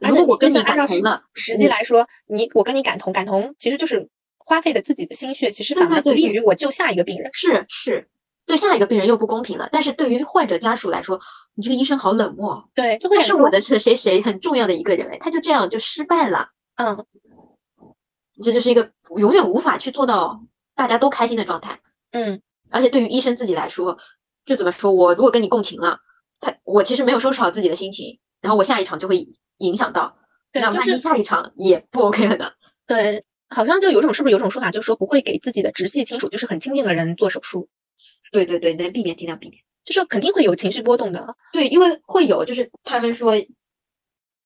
S2: 而
S1: 如
S2: 且
S1: 果我
S2: 就
S1: 跟你
S2: 算按
S1: 感
S2: 照
S1: 同
S2: 实
S1: 了，
S2: 实际
S1: 嗯
S2: 来说，你我跟你感同，感同其实就是花费了自己的心血，其实
S1: 对
S2: 反
S1: 对
S2: 而不
S1: 对
S2: 利
S1: 对
S2: 于我救下一个病人。
S1: 是是，对下一个病人又不公平了。但是对于患者家属来说，你这个医生好冷漠哦，
S2: 对，就会
S1: 他
S2: 感
S1: 是
S2: 觉
S1: 我
S2: 说
S1: 的谁谁谁很重要的一个人，哎，他就这样就失败了。
S2: 嗯，
S1: 这就是一个永远无法去做到大家都开心的状态。
S2: 嗯，
S1: 而且对于医生自己来说，就怎么说我如果跟你共情了，他我其实没有收拾好自己的心情，然后我下一场就会影响到，
S2: 对，
S1: 那
S2: 就
S1: 万一
S2: 是
S1: 下一场也不 OK 了呢？
S2: 对，好像就有种是不是有种说法，就是说不会给自己的直系亲属，就是很亲近的人做手术，
S1: 对对对，能避免尽量避免。
S2: 就是肯定会有情绪波动的。
S1: 对，因为会有就是他们说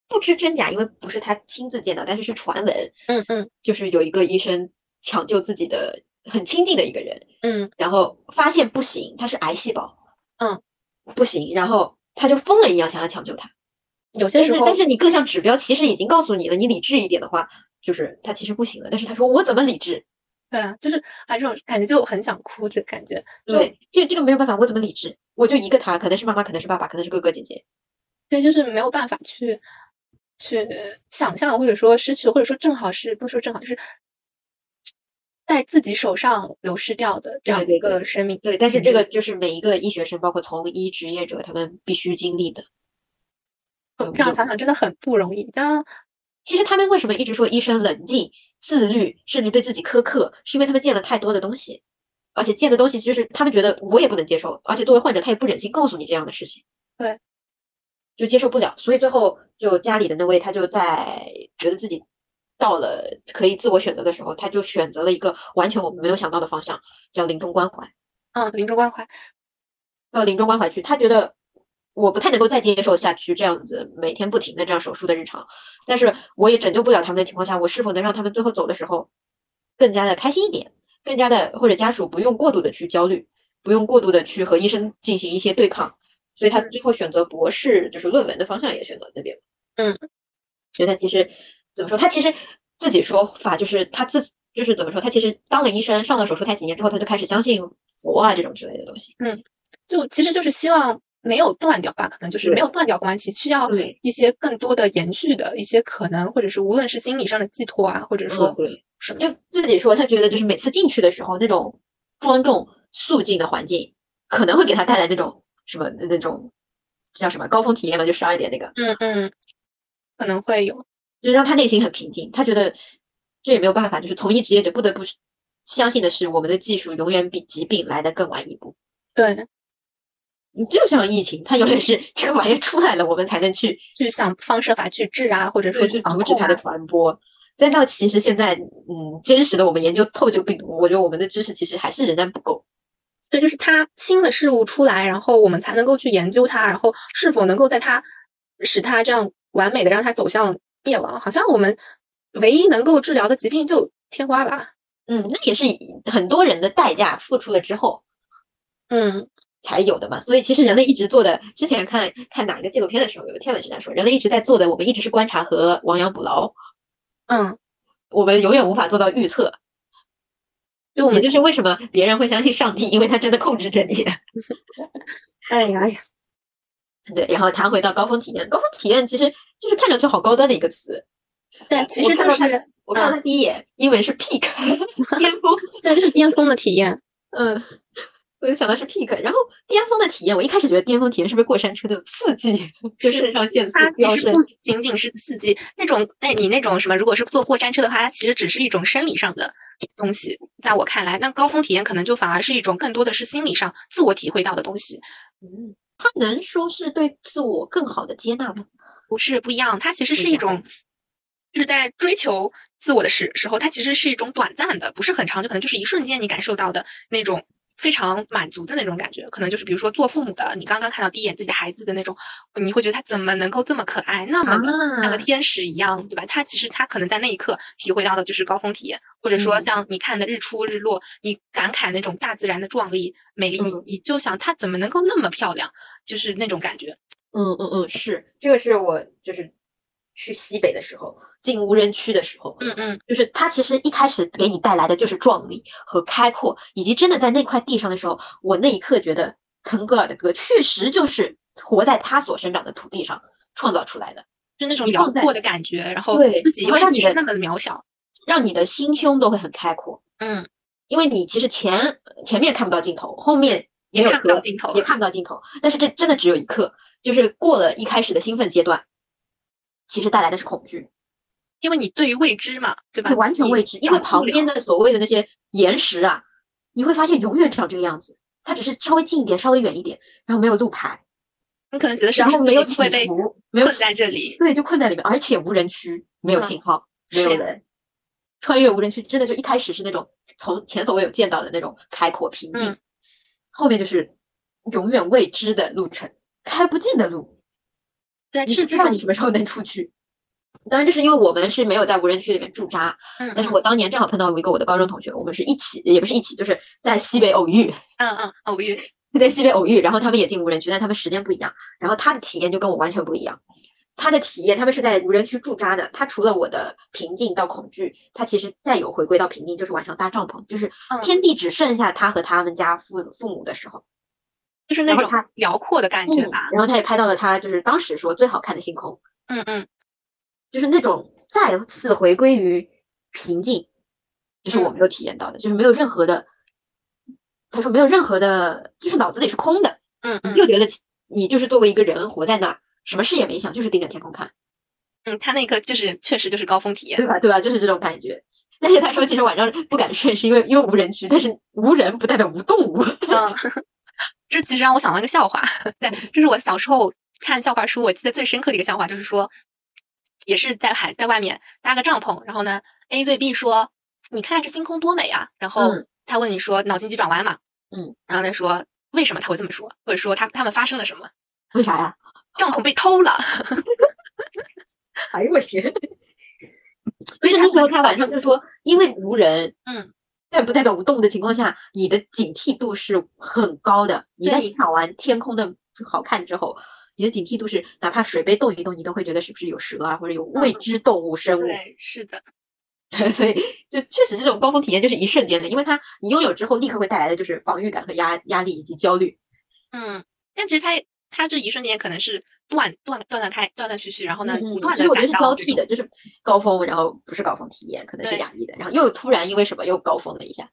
S1: 不知真假，因为不是他亲自见到，但是是传闻，
S2: 嗯嗯
S1: 就是有一个医生抢救自己的很亲近的一个人，
S2: 嗯
S1: 然后发现不行，他是癌细胞，
S2: 嗯，
S1: 不行，然后他就疯了一样想要抢救他。
S2: 有些
S1: 但
S2: 时
S1: 是
S2: 候
S1: 但是你各项指标其实已经告诉你了，你理智一点的话，就是他其实不行了。但是他说我怎么理智？
S2: 对啊，就是啊这种感觉就很想哭，这个感觉就
S1: 对，这这个没有办法，我怎么理智？我就一个他，可能是妈妈，可能是爸爸，可能是哥哥姐姐。
S2: 对，就是没有办法去去想象，或者说失去，或者说正好是不能说正好，就是在自己手上流失掉的
S1: 对
S2: 这样
S1: 对
S2: 一个生命。
S1: 对，但是这
S2: 嗯
S1: 个就是每一个医学生，包括从医职业者，他们必须经历的。
S2: 嗯
S1: 有
S2: 这样
S1: 有
S2: 想想真的很不容易。当
S1: 其实他们为什么一直说医生冷静、自律，甚至对自己苛刻，是因为他们见了太多的东西。而且见的东西就是他们觉得我也不能接受，而且作为患者他也不忍心告诉你这样的事情，
S2: 对，
S1: 就接受不了，所以最后就家里的那位他就在觉得自己到了可以自我选择的时候，他就选择了一个完全我们没有想到的方向，叫临终关怀，
S2: 嗯，临终关怀，
S1: 到临终关怀去，他觉得我不太能够再接受下去这样子每天不停的这样手术的日常，但是我也拯救不了他们的情况下，我是否能让他们最后走的时候更加的开心一点，更加的或者家属不用过度的去焦虑，不用过度的去和医生进行一些对抗，所以他最后选择博士就是论文的方向也选择那边，
S2: 嗯，
S1: 所以他其实怎么说，他其实自己说法就是他自就是怎么说，他其实当了医生上了手术台几年之后，他就开始相信佛啊这种之类的东西。
S2: 就其实就是希望没有断掉吧，可能就是没
S1: 对
S2: 有断掉关系，需要
S1: 对
S2: 一些更多的延续的一些可能，或者是无论是心理上的寄托啊，或者
S1: 说
S2: 说什么，
S1: 就自己说，他觉得就是每次进去的时候，那种庄重肃静的环境，可能会给他带来那种什么那种叫什么高峰体验嘛，就十二点那个，
S2: 嗯嗯，可能会有，
S1: 就让他内心很平静。他觉得这也没有办法，就是从医职业者不得不是相信的是，我们的技术永远比疾病来得更晚一步。
S2: 对，
S1: 你就像疫情，它永远是这个玩意儿出来了，我们才能去
S2: 去想方设法去治啊，或者说
S1: 说
S2: 去
S1: 去
S2: 防
S1: 阻止
S2: 控
S1: 它的
S2: 啊，
S1: 传播。但到其实现在，嗯，真实的我们研究透这个病毒，我觉得我们的知识其实还是仍然不够。
S2: 对，就是它新的事物出来，然后我们才能够去研究它，然后是否能够在它使它这样完美的让它走向灭亡，好像我们唯一能够治疗的疾病就天花吧，
S1: 嗯，那也是以很多人的代价付出了之后
S2: 嗯
S1: 才有的嘛。所以其实人类一直做的，之前看看哪个纪录片的时候，有个天文学家说，人类一直在做的，我们一直是观察和亡羊补牢，
S2: 嗯，
S1: 我们永远无法做到预测。
S2: 就我
S1: 也
S2: 们
S1: 就是为什么别人会相信上帝，因为他真的控制着你。
S2: 哎呀哎呀，
S1: 对，然后谈回到高峰体验，高峰体验其实就是看上去好高端的一个词，
S2: 但其
S1: 我
S2: 实就
S1: 看到它
S2: 是。嗯
S1: 我看到它第一眼，英文是 peak 巅峰，
S2: 对，就是巅峰的体验。
S1: 嗯，我就想到是 peak，然后巅峰的体验，我一开始觉得巅峰体验是不是过山车那种刺激，就是肾上腺素
S2: 它其
S1: 飙
S2: 实
S1: 升
S2: 不。仅仅是刺激那种，那你那种什么，如果是坐过山车的话，它其实只是一种生理上的东西。在我看来，那高峰体验可能就反而是一种更多的是心理上自我体会到的东西，
S1: 嗯，他能说是对自我更好的接纳吗？
S2: 不是不一样。它其实
S1: 不
S2: 是
S1: 一
S2: 一
S1: 样
S2: 种，就是在追求自我的时时候，它其实是一种短暂的，不是很长，就可能就是一瞬间你感受到的那种。非常满足的那种感觉，可能就是比如说做父母的，你刚刚看到第一眼自己的孩子的那种，你会觉得他怎么能够这么可爱，那么的像
S1: 啊，
S2: 个天使一样，对吧？他其实他可能在那一刻体会到的就是高峰体验，或者说
S1: 嗯
S2: 像你看的日出日落，你感慨那种大自然的壮丽美丽，你
S1: 嗯
S2: 你就想它怎么能够那么漂亮，就是那种感觉。
S1: 嗯嗯嗯，是，这个是我就是去西北的时候，进无人区的时候，
S2: 嗯嗯，
S1: 就是它其实一开始给你带来的就是壮丽和开阔，以及真的在那块地上的时候，我那一刻觉得腾格尔的歌确实就是活在他所生长的土地上创造出来的，
S2: 就那种
S1: 你
S2: 辽
S1: 放在
S2: 阔的感觉，然后
S1: 对
S2: 自己
S1: 然
S2: 又
S1: 后
S2: 是
S1: 让
S2: 其
S1: 你
S2: 实
S1: 的
S2: 那么的渺小。
S1: 让你的心胸都会很开阔。
S2: 嗯，
S1: 因为你其实前前面看不到尽头，后面
S2: 也
S1: 没有
S2: 看不到
S1: 歌
S2: 尽头
S1: 也看不到尽头。但是这真的只有一刻，就是过了一开始的兴奋阶段，其实带来的是恐惧，
S2: 因为你对于未知嘛，对吧？
S1: 你完全
S2: 你
S1: 未知，因
S2: 掌
S1: 为
S2: 控
S1: 旁
S2: 不了
S1: 边的所谓的那些岩石啊，你会发现永远长这个样子，它只是稍微近一点，稍微远一点，然后没有路牌，
S2: 你可能觉得是
S1: 然
S2: 不是
S1: 后
S2: 自
S1: 没有
S2: 己
S1: 起
S2: 会被
S1: 伏，没有
S2: 困在这里？
S1: 对，就困在里面，而且无人区，没有
S2: 嗯
S1: 信号，没
S2: 是
S1: 有
S2: 呀
S1: 人。穿越无人区真的就一开始是那种从前所未有见到的那种开阔平静，
S2: 嗯
S1: 后面就是永远未知的路程，开不尽的路，
S2: 对，
S1: 你
S2: 是
S1: 不知
S2: 这
S1: 道
S2: 种
S1: 你，什么时候能出去。当然，这是因为我们是没有在无人区里面驻扎，
S2: 嗯
S1: 但是
S2: 嗯
S1: 我当年正好碰到一个我的高中同学，我们是一起，也不是一起，就是在西北偶遇，
S2: 嗯嗯，偶遇，
S1: 在西北偶遇，然后他们也进无人区，但他们时间不一样，然后他的体验就跟我完全不一样。他的体验，他们是在无人区驻扎的。他除了我的平静到恐惧，他其实再有回归到平静，就是晚上搭帐篷，就是
S2: 嗯
S1: 天地只剩下他和他们家父父母的时候。
S2: 就是那
S1: 然后嗯
S2: 种
S1: 他
S2: 辽阔的感觉吧。
S1: 然后他也拍到了他就是当时说最好看的星空，
S2: 嗯嗯，
S1: 就是那种再次回归于平静，就是我
S2: 嗯
S1: 没有体验到的，就是没有任何的。他说没有任何的，就是脑子里是空的，
S2: 嗯
S1: 你
S2: 嗯
S1: 就觉得其你就是作为一个人活在那儿，什么事也没想，就是盯着天空看，
S2: 嗯，他那个就是确实就是高峰体验。
S1: 对吧？对吧？就是这种感觉。但是他说，其实晚上不敢睡是因为因为无人区，但是无人不代表无动物。
S2: 嗯， 这其实让我想到一个笑话， 对，这是我小时候看笑话书，我记得最深刻的一个笑话，就是说，也是在海在外面搭个帐篷，然后呢，A 对 B 说：“你看这星空多美啊！”然后
S1: 嗯
S2: 他问你说：“脑筋急转弯嘛？”
S1: 嗯，
S2: 然后他说：“为什么他会这么说？或者说他他们发生了什么？
S1: 为啥呀？
S2: 帐篷被偷了。”
S1: 哦哎呦我天！就是那时候他晚上就说，因为无人，
S2: 嗯，
S1: 但不代表无动物的情况下，你的警惕度是很高的。你
S2: 对
S1: 在
S2: 你
S1: 欣赏完天空的好看之后，你的警惕度是哪怕水杯动一动，你都会觉得是不是有蛇啊，或者有未
S2: 嗯
S1: 知动物生物。
S2: 对，是的，
S1: 所以就确实这种高峰体验就是一瞬间的，因为它你拥有之后立刻会带来的就是防御感和压压力以及焦虑。
S2: 嗯，但其实他他这一瞬间可能是断断断断开断断续续，然后呢，哦不
S1: 嗯
S2: 断
S1: 所以
S2: 的
S1: 我觉得
S2: 感
S1: 是
S2: 到
S1: 交
S2: 这
S1: 替
S2: 种
S1: 的，就是高峰，然后不是高峰体验，可能是
S2: 对
S1: 压抑的，然后又突然因为什么又高峰了一下。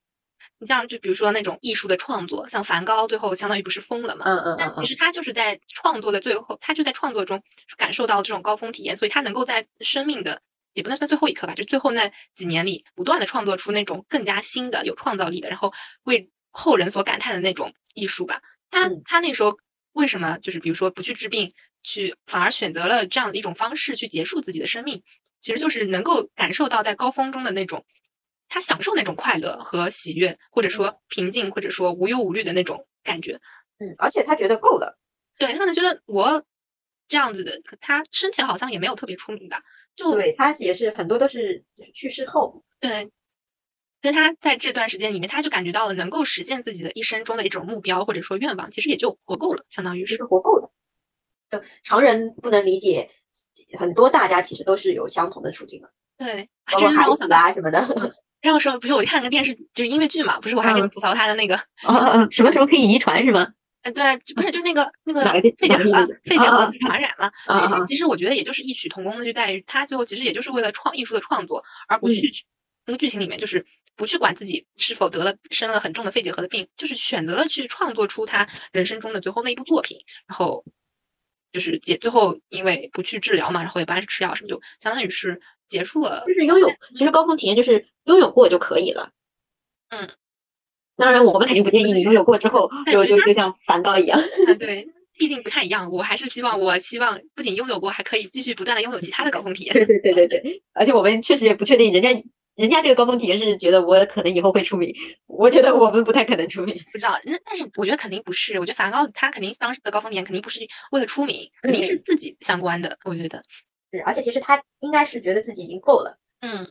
S2: 你像就比如说那种艺术的创作，像梵高最后相当于不是疯了嘛？
S1: 嗯嗯嗯
S2: 但
S1: 嗯
S2: 其实他就是在创作的最后，他就在创作中感受到了这种高峰体验，所以他能够在生命的也不能算最后一刻吧，就最后那几年里不断的创作出那种更加新的、有创造力的，然后为后人所感叹的那种艺术吧。他
S1: 嗯
S2: 他那时候为什么就是比如说不去治病，去反而选择了这样的一种方式去结束自己的生命，其实就是能够感受到在高峰中的那种，他享受那种快乐和喜悦，或者说平静，或者说无忧无虑的那种感觉。
S1: 嗯，而且他觉得够了。
S2: 对他可能觉得我这样子的，他生前好像也没有特别出名吧，就
S1: 对，他也是很多都是就是去世后，
S2: 对，所以他在这段时间里面，他就感觉到了能够实现自己的一生中的一种目标或者说愿望，其实也就活够了，相当于
S1: 就是是活够了。呃，常人不能理解，很多大家其实都是有相同的处境的，
S2: 对。啊
S1: 包
S2: 这
S1: 括
S2: 就让
S1: 孩
S2: 我
S1: 子
S2: 想到，哦
S1: 啊什么的。
S2: 让我说，不是我看了个电视，就是音乐剧嘛，不是我还给你
S1: 嗯
S2: 吐槽他的那个，
S1: 嗯
S2: 哦
S1: 嗯， 什么什么可以遗传是吗？
S2: 呃，对，不是就是那个那个
S1: 哪个电
S2: 肺结
S1: 哪个
S2: 核
S1: 电视，
S2: 肺结
S1: 啊啊
S2: 核
S1: 啊
S2: 传染嘛，
S1: 啊啊
S2: 对，其实我觉得也就是异曲同工的，就在于他最后其实也就是为了创艺术的创作，而不
S1: 嗯
S2: 去、那个剧情里面就是不去管自己是否得了生了很重的肺结核的病，就是选择了去创作出他人生中的最后那一部作品，然后就是结最后因为不去治疗嘛，然后也不按时吃药什么，就相当于是结束了
S1: 就。是拥有，其实高峰体验就是拥有过就可以了。
S2: 嗯，
S1: 当然我们肯定不建议你拥有过之后
S2: 但
S1: 就
S2: 觉得
S1: 就就像梵高一样。
S2: 啊对，毕竟不太一样，我还是希望我希望不仅拥有过，还可以继续不断的拥有其他的高峰体 验。
S1: 对对对对对，而且我们确实也不确定人家人家这个高峰体验是觉得我可能以后会出名，我觉得我们不太可能出名。
S2: 不知道，那但是我觉得肯定不是，我觉得梵高他肯定当时的高峰点肯定不是为了出名，肯定是自己相关的，我觉得，
S1: 是，而且其实他应该是觉得自己已经够了。
S2: 嗯。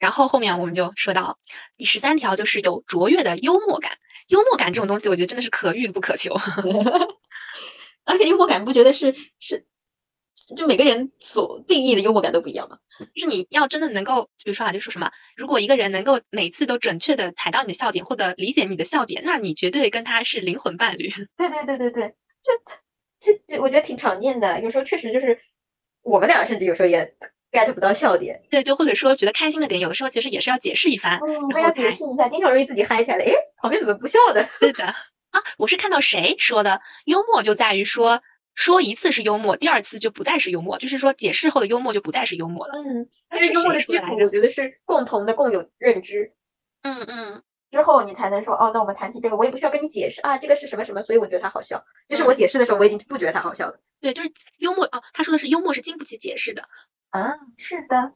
S2: 然后后面我们就说到第十三条，就是有卓越的幽默感。幽默感这种东西，我觉得真的是可遇不可求。
S1: 而且幽默感不觉得是是，就每个人所定义的幽默感都不一样嘛。
S2: 就是你要真的能够，比如说啊，就说什么，如果一个人能够每次都准确的踩到你的笑点，或者理解你的笑点，那你绝对跟他是灵魂伴侣。
S1: 对对对对对，这这这我觉得挺常见的，有时候确实就是我们俩甚至有时候也 get 不到笑点，
S2: 对，就或者说觉得开心的点，有的时候其实也是要解释一番。
S1: 嗯，
S2: 然
S1: 大家
S2: 后
S1: 解
S2: 才
S1: 释一下，经常容易自己嗨起来的。诶，旁边怎么不笑的？
S2: 对的啊，我是看到谁说的，幽默就在于说说一次是幽默，第二次就不再是幽默，就是说解释后的幽默就不再是幽默了。
S1: 嗯，
S2: 那
S1: 就是
S2: 是
S1: 幽默
S2: 谁
S1: 的
S2: 说
S1: 基
S2: 来
S1: 础，
S2: 着
S1: 我觉得是共同的共有认知
S2: 嗯嗯，
S1: 之后，你才能说哦，那我们谈起这个，我也不需要跟你解释啊，这个是什么什么，所以我觉得它好笑。就是
S2: 嗯
S1: 我解释的时候，我已经不觉得它好笑了。
S2: 对，就是幽默哦。他说的是幽默是经不起解释的，
S1: 啊，
S2: 嗯
S1: 是的，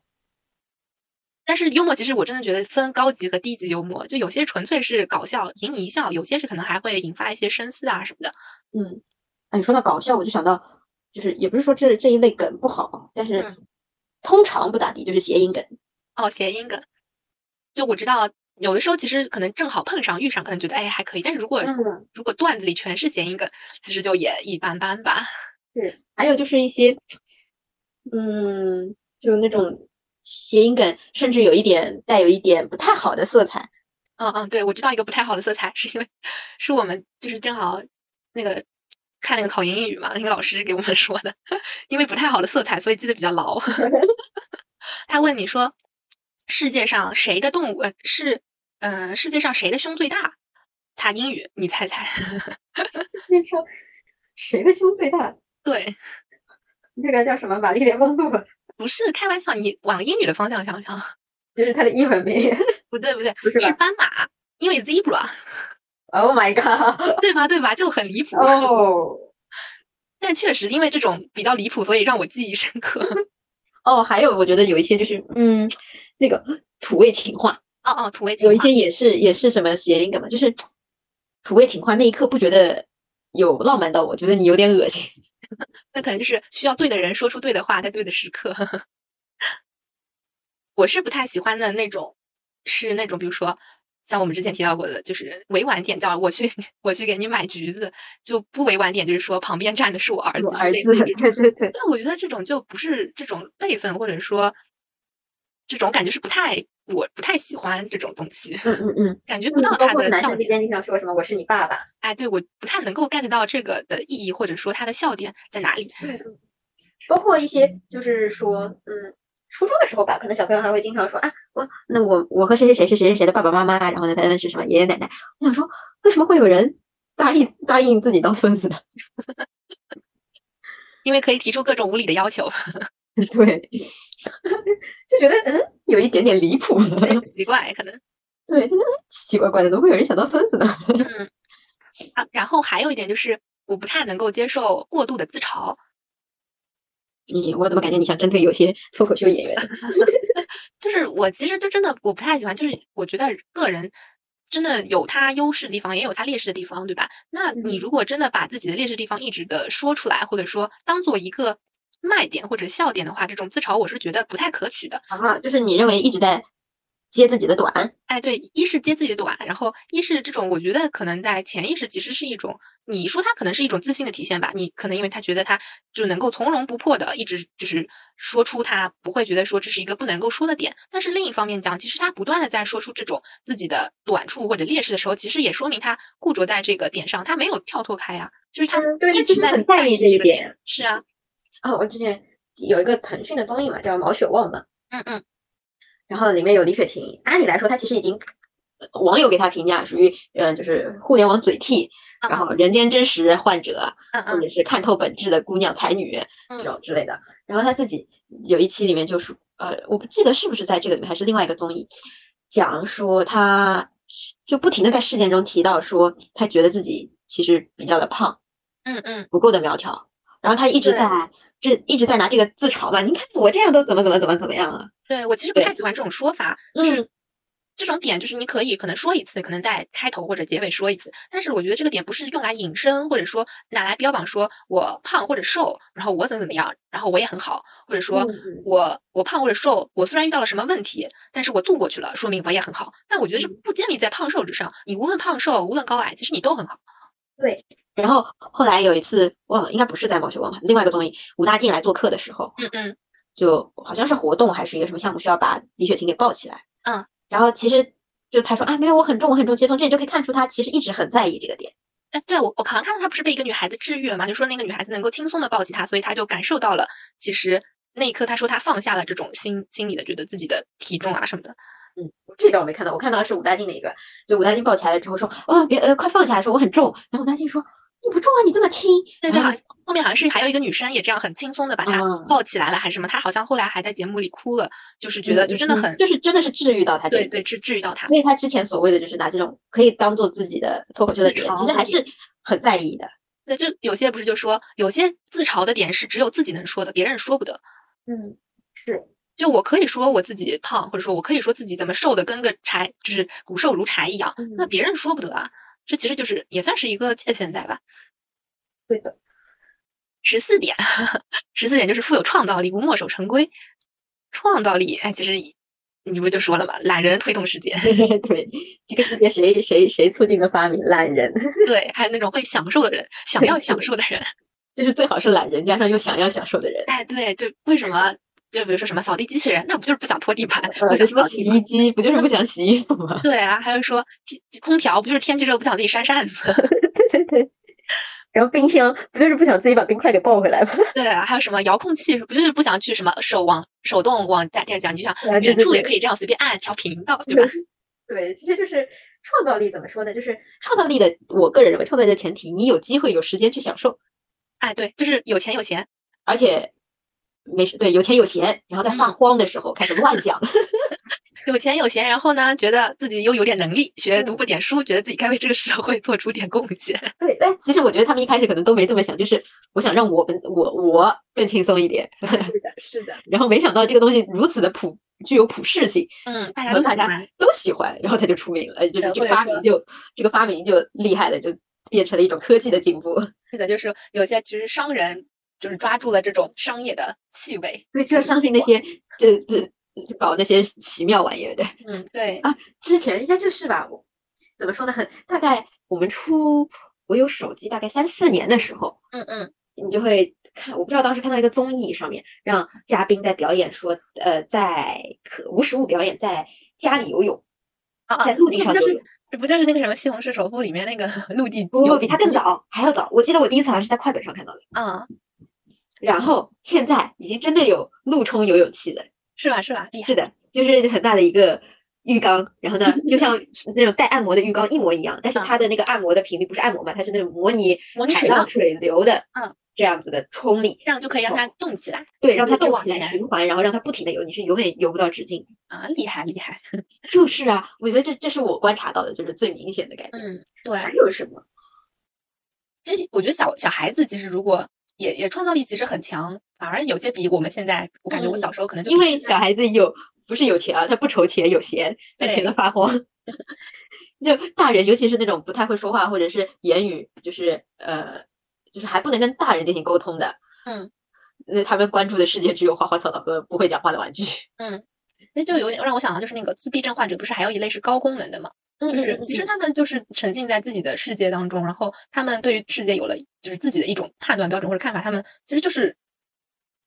S2: 但是幽默其实我真的觉得分高级和低级幽默，就有些纯粹是搞笑，引你一笑；有些是可能还会引发一些深思啊什么的。
S1: 嗯，哎，说到搞笑，我就想到，就是也不是说这这一类梗不好，啊但是
S2: 嗯
S1: 通常不咋地，就是谐音梗。
S2: 哦，谐音梗，就我知道。有的时候其实可能正好碰上遇上，可能觉得哎还可以，但是如果、
S1: 嗯
S2: 如果段子里全是谐音梗，其实就也一般般吧。
S1: 是，还有就是一些，嗯，就那种谐音梗，甚至有一点带有一点不太好的色彩。
S2: 嗯嗯，对，我知道一个不太好的色彩，是因为是我们就是正好那个看那个考研英语嘛，那个老师给我们说的， 因为不太好的色彩，所以记得比较 牢。 他问你说，世界上谁的动物呃是嗯、世界上谁的胸最大？他英语，你猜 猜？
S1: 先说谁的胸最大？
S2: 对，
S1: 这个叫什么？玛丽莲梦露吧。
S2: 不是开玩笑，你往英语的方向想想，
S1: 就是它的英文名
S2: 不对不对，
S1: 不是
S2: 是
S1: 吧
S2: 斑马，因为 zebra，
S1: ？Oh my god！
S2: 对吧对吧，就很离谱。
S1: 哦
S2: 但确实因为这种比较离谱，所以让我记忆深刻。
S1: 哦，还有我觉得有一些就是嗯，那个土味情话，
S2: 哦哦，土味情
S1: 有一
S2: 话
S1: 些也是也是什么谐音梗嘛，就是土味情话那一刻不觉得有浪漫到我，觉得你有点恶心。
S2: 那可能就是需要对的人说出对的话，在对的时刻。 我是不太喜欢的那种，是那种比如说像我们之前提到过的，就是委婉点叫我去我去给你买橘子，就不委婉点就是说旁边站的是我儿子，
S1: 我儿
S2: 类
S1: 子
S2: 似于这，
S1: 对
S2: 种。
S1: 对对，
S2: 那我觉得这种就不是这种辈分，或者说这种感觉是不太我不太喜欢这种东西，
S1: 嗯嗯嗯，
S2: 感觉不
S1: 嗯
S2: 到
S1: 包
S2: 它
S1: 括
S2: 的
S1: 男
S2: 笑
S1: 生之
S2: 点。
S1: 间经常说什么“我是你爸爸
S2: 哎，对我不太能够 get 到这个的意义，或者说它的笑点在哪里。”，
S1: 嗯包括一些就是说，嗯，初中的时候吧，可能小朋友还会经常说啊，我那我我和谁谁谁是谁谁谁的爸爸妈妈，然后呢，他们是什么爷爷奶奶。我想说，为什么会有人答应答应自己当孙子呢？
S2: 因为可以提出各种无理的要求，
S1: 对， 就觉得嗯，有一点点离 谱。
S2: 很奇怪，可能。
S1: 对，就是哎奇奇怪怪的，怎么会有人想当孙子呢？
S2: 嗯，啊，然后还有一点就是，我不太能够接受过度的自嘲，
S1: 你我怎么感觉你想针对有些脱口秀演员？
S2: 就是我其实就真的我不太喜欢，就是我觉得个人真的有他优势的地方，也有他劣势的地方，对吧？那
S1: 嗯
S2: 你如果真的把自己的劣势地方一直的说出来，或者说当做一个卖点或者笑点的话，这种自嘲我是觉得不太可取的。
S1: 啊，就是你认为一直在揭自己的短，
S2: 哎，对，一是揭自己的短，然后一是这种，我觉得可能在潜意识其实是一种，你说他可能是一种自信的体现吧。你可能因为他觉得他就能够从容不迫的一直就是说出他不会觉得说这是一个不能够说的点。但是另一方面讲，其实他不断的在说出这种自己的短处或者劣势的时候，其实也说明他固着在这个点上，他没有跳脱开呀、就是他
S1: 嗯对
S2: 一
S1: 他就
S2: 直
S1: 是
S2: 在
S1: 很在意
S2: 意
S1: 这一
S2: 个
S1: 点。
S2: 是啊，
S1: 啊，我之前有一个腾讯的综艺嘛，叫《毛血旺》嘛，
S2: 嗯嗯，
S1: 然后里面有李雪琴，按理来说她其实已经，呃网友给她评价属于嗯、呃就是互联网嘴替，
S2: 嗯
S1: 然
S2: 嗯
S1: 后人间真实患者，
S2: 嗯
S1: 或
S2: 嗯
S1: 者是看透本质的姑娘才女这种之类的。然后她自己有一期里面就是呃，我不记得是不是在这个里面，还是另外一个综艺，讲说她就不停的在事件中提到说她觉得自己其实比较的胖。
S2: 嗯嗯，
S1: 不够的苗条，然后他一直
S2: 对
S1: 在这一直在拿这个自嘲嘛，你看我这样都怎么怎么怎么怎么样啊了，
S2: 对我其实不太
S1: 对
S2: 喜欢这种说法，就是
S1: 嗯，
S2: 这种点就是你可以可能说一次，可能在开头或者结尾说一次，但是我觉得这个点不是用来引申，或者说拿来标榜说我胖或者瘦，然后我怎么怎么样，然后我也很好，或者说
S1: 嗯嗯
S2: 我我胖或者瘦，我虽然遇到了什么问题，但是我度过去了，说明我也很好。但我觉得这
S1: 嗯
S2: 不建立在胖瘦之上，你无论胖瘦，无论高矮，其实你都很好。
S1: 然后后来有一次，忘了应该不是在某些网吧，另外一个综艺，武大靖来做客的时候，
S2: 嗯嗯
S1: 就好像是活动还是一个什么项目需要把李雪琴给抱起来，
S2: 嗯，
S1: 然后其实就他说啊没有我很重我很重，其实从这里就可以看出他其实一直很在意这个点，
S2: 哎，对我我好像看到他不是被一个女孩子治愈了嘛，就说那个女孩子能够轻松的抱起他，所以他就感受到了，其实那一刻他说他放下了这种心心理的觉得自己的体重啊什么的。
S1: 这段我没看到，我看到的是武大靖的一段，就武大靖抱起来了之后说啊别呃快放下来，说我很重，然后武大靖说你不重啊你这么轻，
S2: 对对，
S1: 然
S2: 好
S1: 后
S2: 像后面好像是还有一个女生也这样很轻松的把她
S1: 嗯
S2: 抱起来了，还是什么？她好像后来还在节目里哭了，就是觉得
S1: 嗯
S2: 就真的
S1: 嗯
S2: 很
S1: 就是真的是治愈到他这
S2: 对
S1: 一
S2: 对
S1: 步
S2: 治治愈到她。
S1: 所以他之前所谓的就是拿这种可以当做自己的脱口秀的
S2: 日
S1: 点，
S2: 常
S1: 其实还
S2: 的
S1: 是很在意的。
S2: 对，就有些不是就说有些自嘲的点是只有自己能说的，别人说不得。
S1: 嗯，是，
S2: 就我可以说我自己胖，或者说我可以说自己怎么瘦的跟个柴，就是骨瘦如柴一样，那
S1: 嗯
S2: 别人说不得啊。这其实就是也算是一个界限在吧。
S1: 对的。
S2: 十四点， 十四点就是富有创造力，不墨守成规。创造力，哎，其实你不就说了嘛，懒人推动世 界。
S1: 对，这个世界谁谁谁促进的发明，懒人，
S2: 对，还有那种会享受的人，想要享受的人。
S1: 就是最好是懒人加上又想要享受的人。
S2: 哎，对，就为什么？就比如说什么扫地机器人，那不就是不想拖地板，不
S1: 呃，
S2: 想
S1: 什么
S2: 扫
S1: 洗
S2: 地吗
S1: 衣？机不就是不想洗衣服吗？
S2: 对啊，还有说天空调不就是天气热不想自己扇扇子？
S1: 对对对。然后冰箱不就是不想自己把冰块给抱回来吗？
S2: 对啊，还有什么遥控器不就是不想去什么手往手动往大电视机，你就
S1: 对啊对
S2: 想远
S1: 对
S2: 处也
S1: 对
S2: 可以这样随便按调频道，对吧？
S1: 对，其实就是创造力怎么说呢？就是创造力的，我个人认为创造力的前提，你有机会有时间去享受。
S2: 哎，对，就是有钱有闲。
S1: 而且没事，对，有钱有闲，然后在发
S2: 嗯
S1: 慌的时候开始乱讲，
S2: 有钱有闲，然后呢，觉得自己又有点能力，
S1: 嗯
S2: 学读过点书，觉得自己该为这个社会做出点贡献。
S1: 对，但其实我觉得他们一开始可能都没这么想，就是我想让我们我我更轻松一点，
S2: 是的，是的，
S1: 然后没想到这个东西如此的普具有普适性，
S2: 嗯，
S1: 大
S2: 大家都喜
S1: 大
S2: 欢
S1: 家。都喜欢，然后他就出名了，就是这
S2: 对或
S1: 个
S2: 者
S1: 发
S2: 说
S1: 明就这个发明就厉害了，就变成了一种科技的进步。
S2: 是的，就是有些其实商人就是抓住了这种商业的气味。
S1: 对，就要相信那些这这搞那些奇妙玩意儿的。
S2: 嗯，对，
S1: 啊之前应该就是吧，我怎么说呢？很大概我们出我有手机大概三四年的时候，
S2: 嗯嗯，
S1: 你就会看，我不知道当时看到一个综艺上面，让嘉宾在表演说，呃，在可无实物表演，在家里游泳，
S2: 啊啊，
S1: 在陆地
S2: 这
S1: 上
S2: 不
S1: 游
S2: 就是
S1: 泳。
S2: 这不就是那个什么《西红柿首富》里面那个 陆地
S1: 不
S2: 游
S1: 哦不，比他更早，还要早。我记得我第一次好像是在快本上看到的。
S2: 啊？
S1: 然后现在已经真的有陆冲游泳器了，
S2: 是吧？是吧？厉害
S1: 是的，就是很大的一个浴缸，然 后呢，就像那种带按摩的浴缸一模一样，但是
S2: 嗯
S1: 它的那个按摩的频率不是按摩嘛，它是那种模拟
S2: 模拟
S1: 海
S2: 水
S1: 浪
S2: 浪
S1: 水流的，
S2: 嗯，
S1: 这样子的冲力，
S2: 这样就可以
S1: 哦
S2: 让它动起来
S1: 对，让它
S2: 一直
S1: 动
S2: 往
S1: 起来
S2: 前
S1: 循环，然后让它不停的游，你是永远游不到止境。
S2: 啊！厉害厉害，
S1: 就是啊，我觉得这这是我观察到的，就是最明显的感觉。
S2: 嗯，对，
S1: 还有什么？
S2: 其实我觉得小小孩子其实如果也也创造力其实很强，反而有些比我们现在，我感觉我
S1: 嗯
S2: 小时候可能就
S1: 因
S2: 比
S1: 为
S2: 现在
S1: 小孩子有不是有钱啊，他不愁钱，有闲，但闲
S2: 对
S1: 得发慌。 就大人，尤其是那种不太会说话或者是言语，就是呃，就是还不能跟大人进行沟通的，
S2: 嗯，
S1: 那他们关注的世界只有花花草草和不会讲话的玩具。
S2: 嗯那就有点让我想到就是那个自闭症患者不是还有一类是高功能的嘛，
S1: 就
S2: 嗯就是其实
S1: 嗯
S2: 他们就是沉浸在自己的世界当中，然后他们对于世界有了就是自己的一种判断标准或者看法，他们其实就是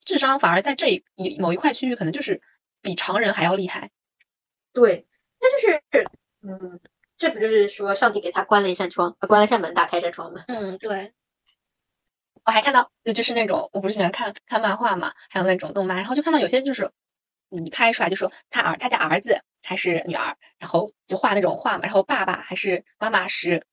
S2: 智商反而在这一一某一块区域可能就是比常人还要厉害，
S1: 对，那就是嗯，这不就是说上帝给他关了一扇窗，呃关了一扇门，打开一扇窗吗？
S2: 嗯，对。我还看到，就是那种我不是喜欢看看漫画嘛，还有那种动漫，然后就看到有些就是，你拍出来就说他儿他家儿子还是女儿，然后就画那种画嘛，然后爸爸还是妈妈是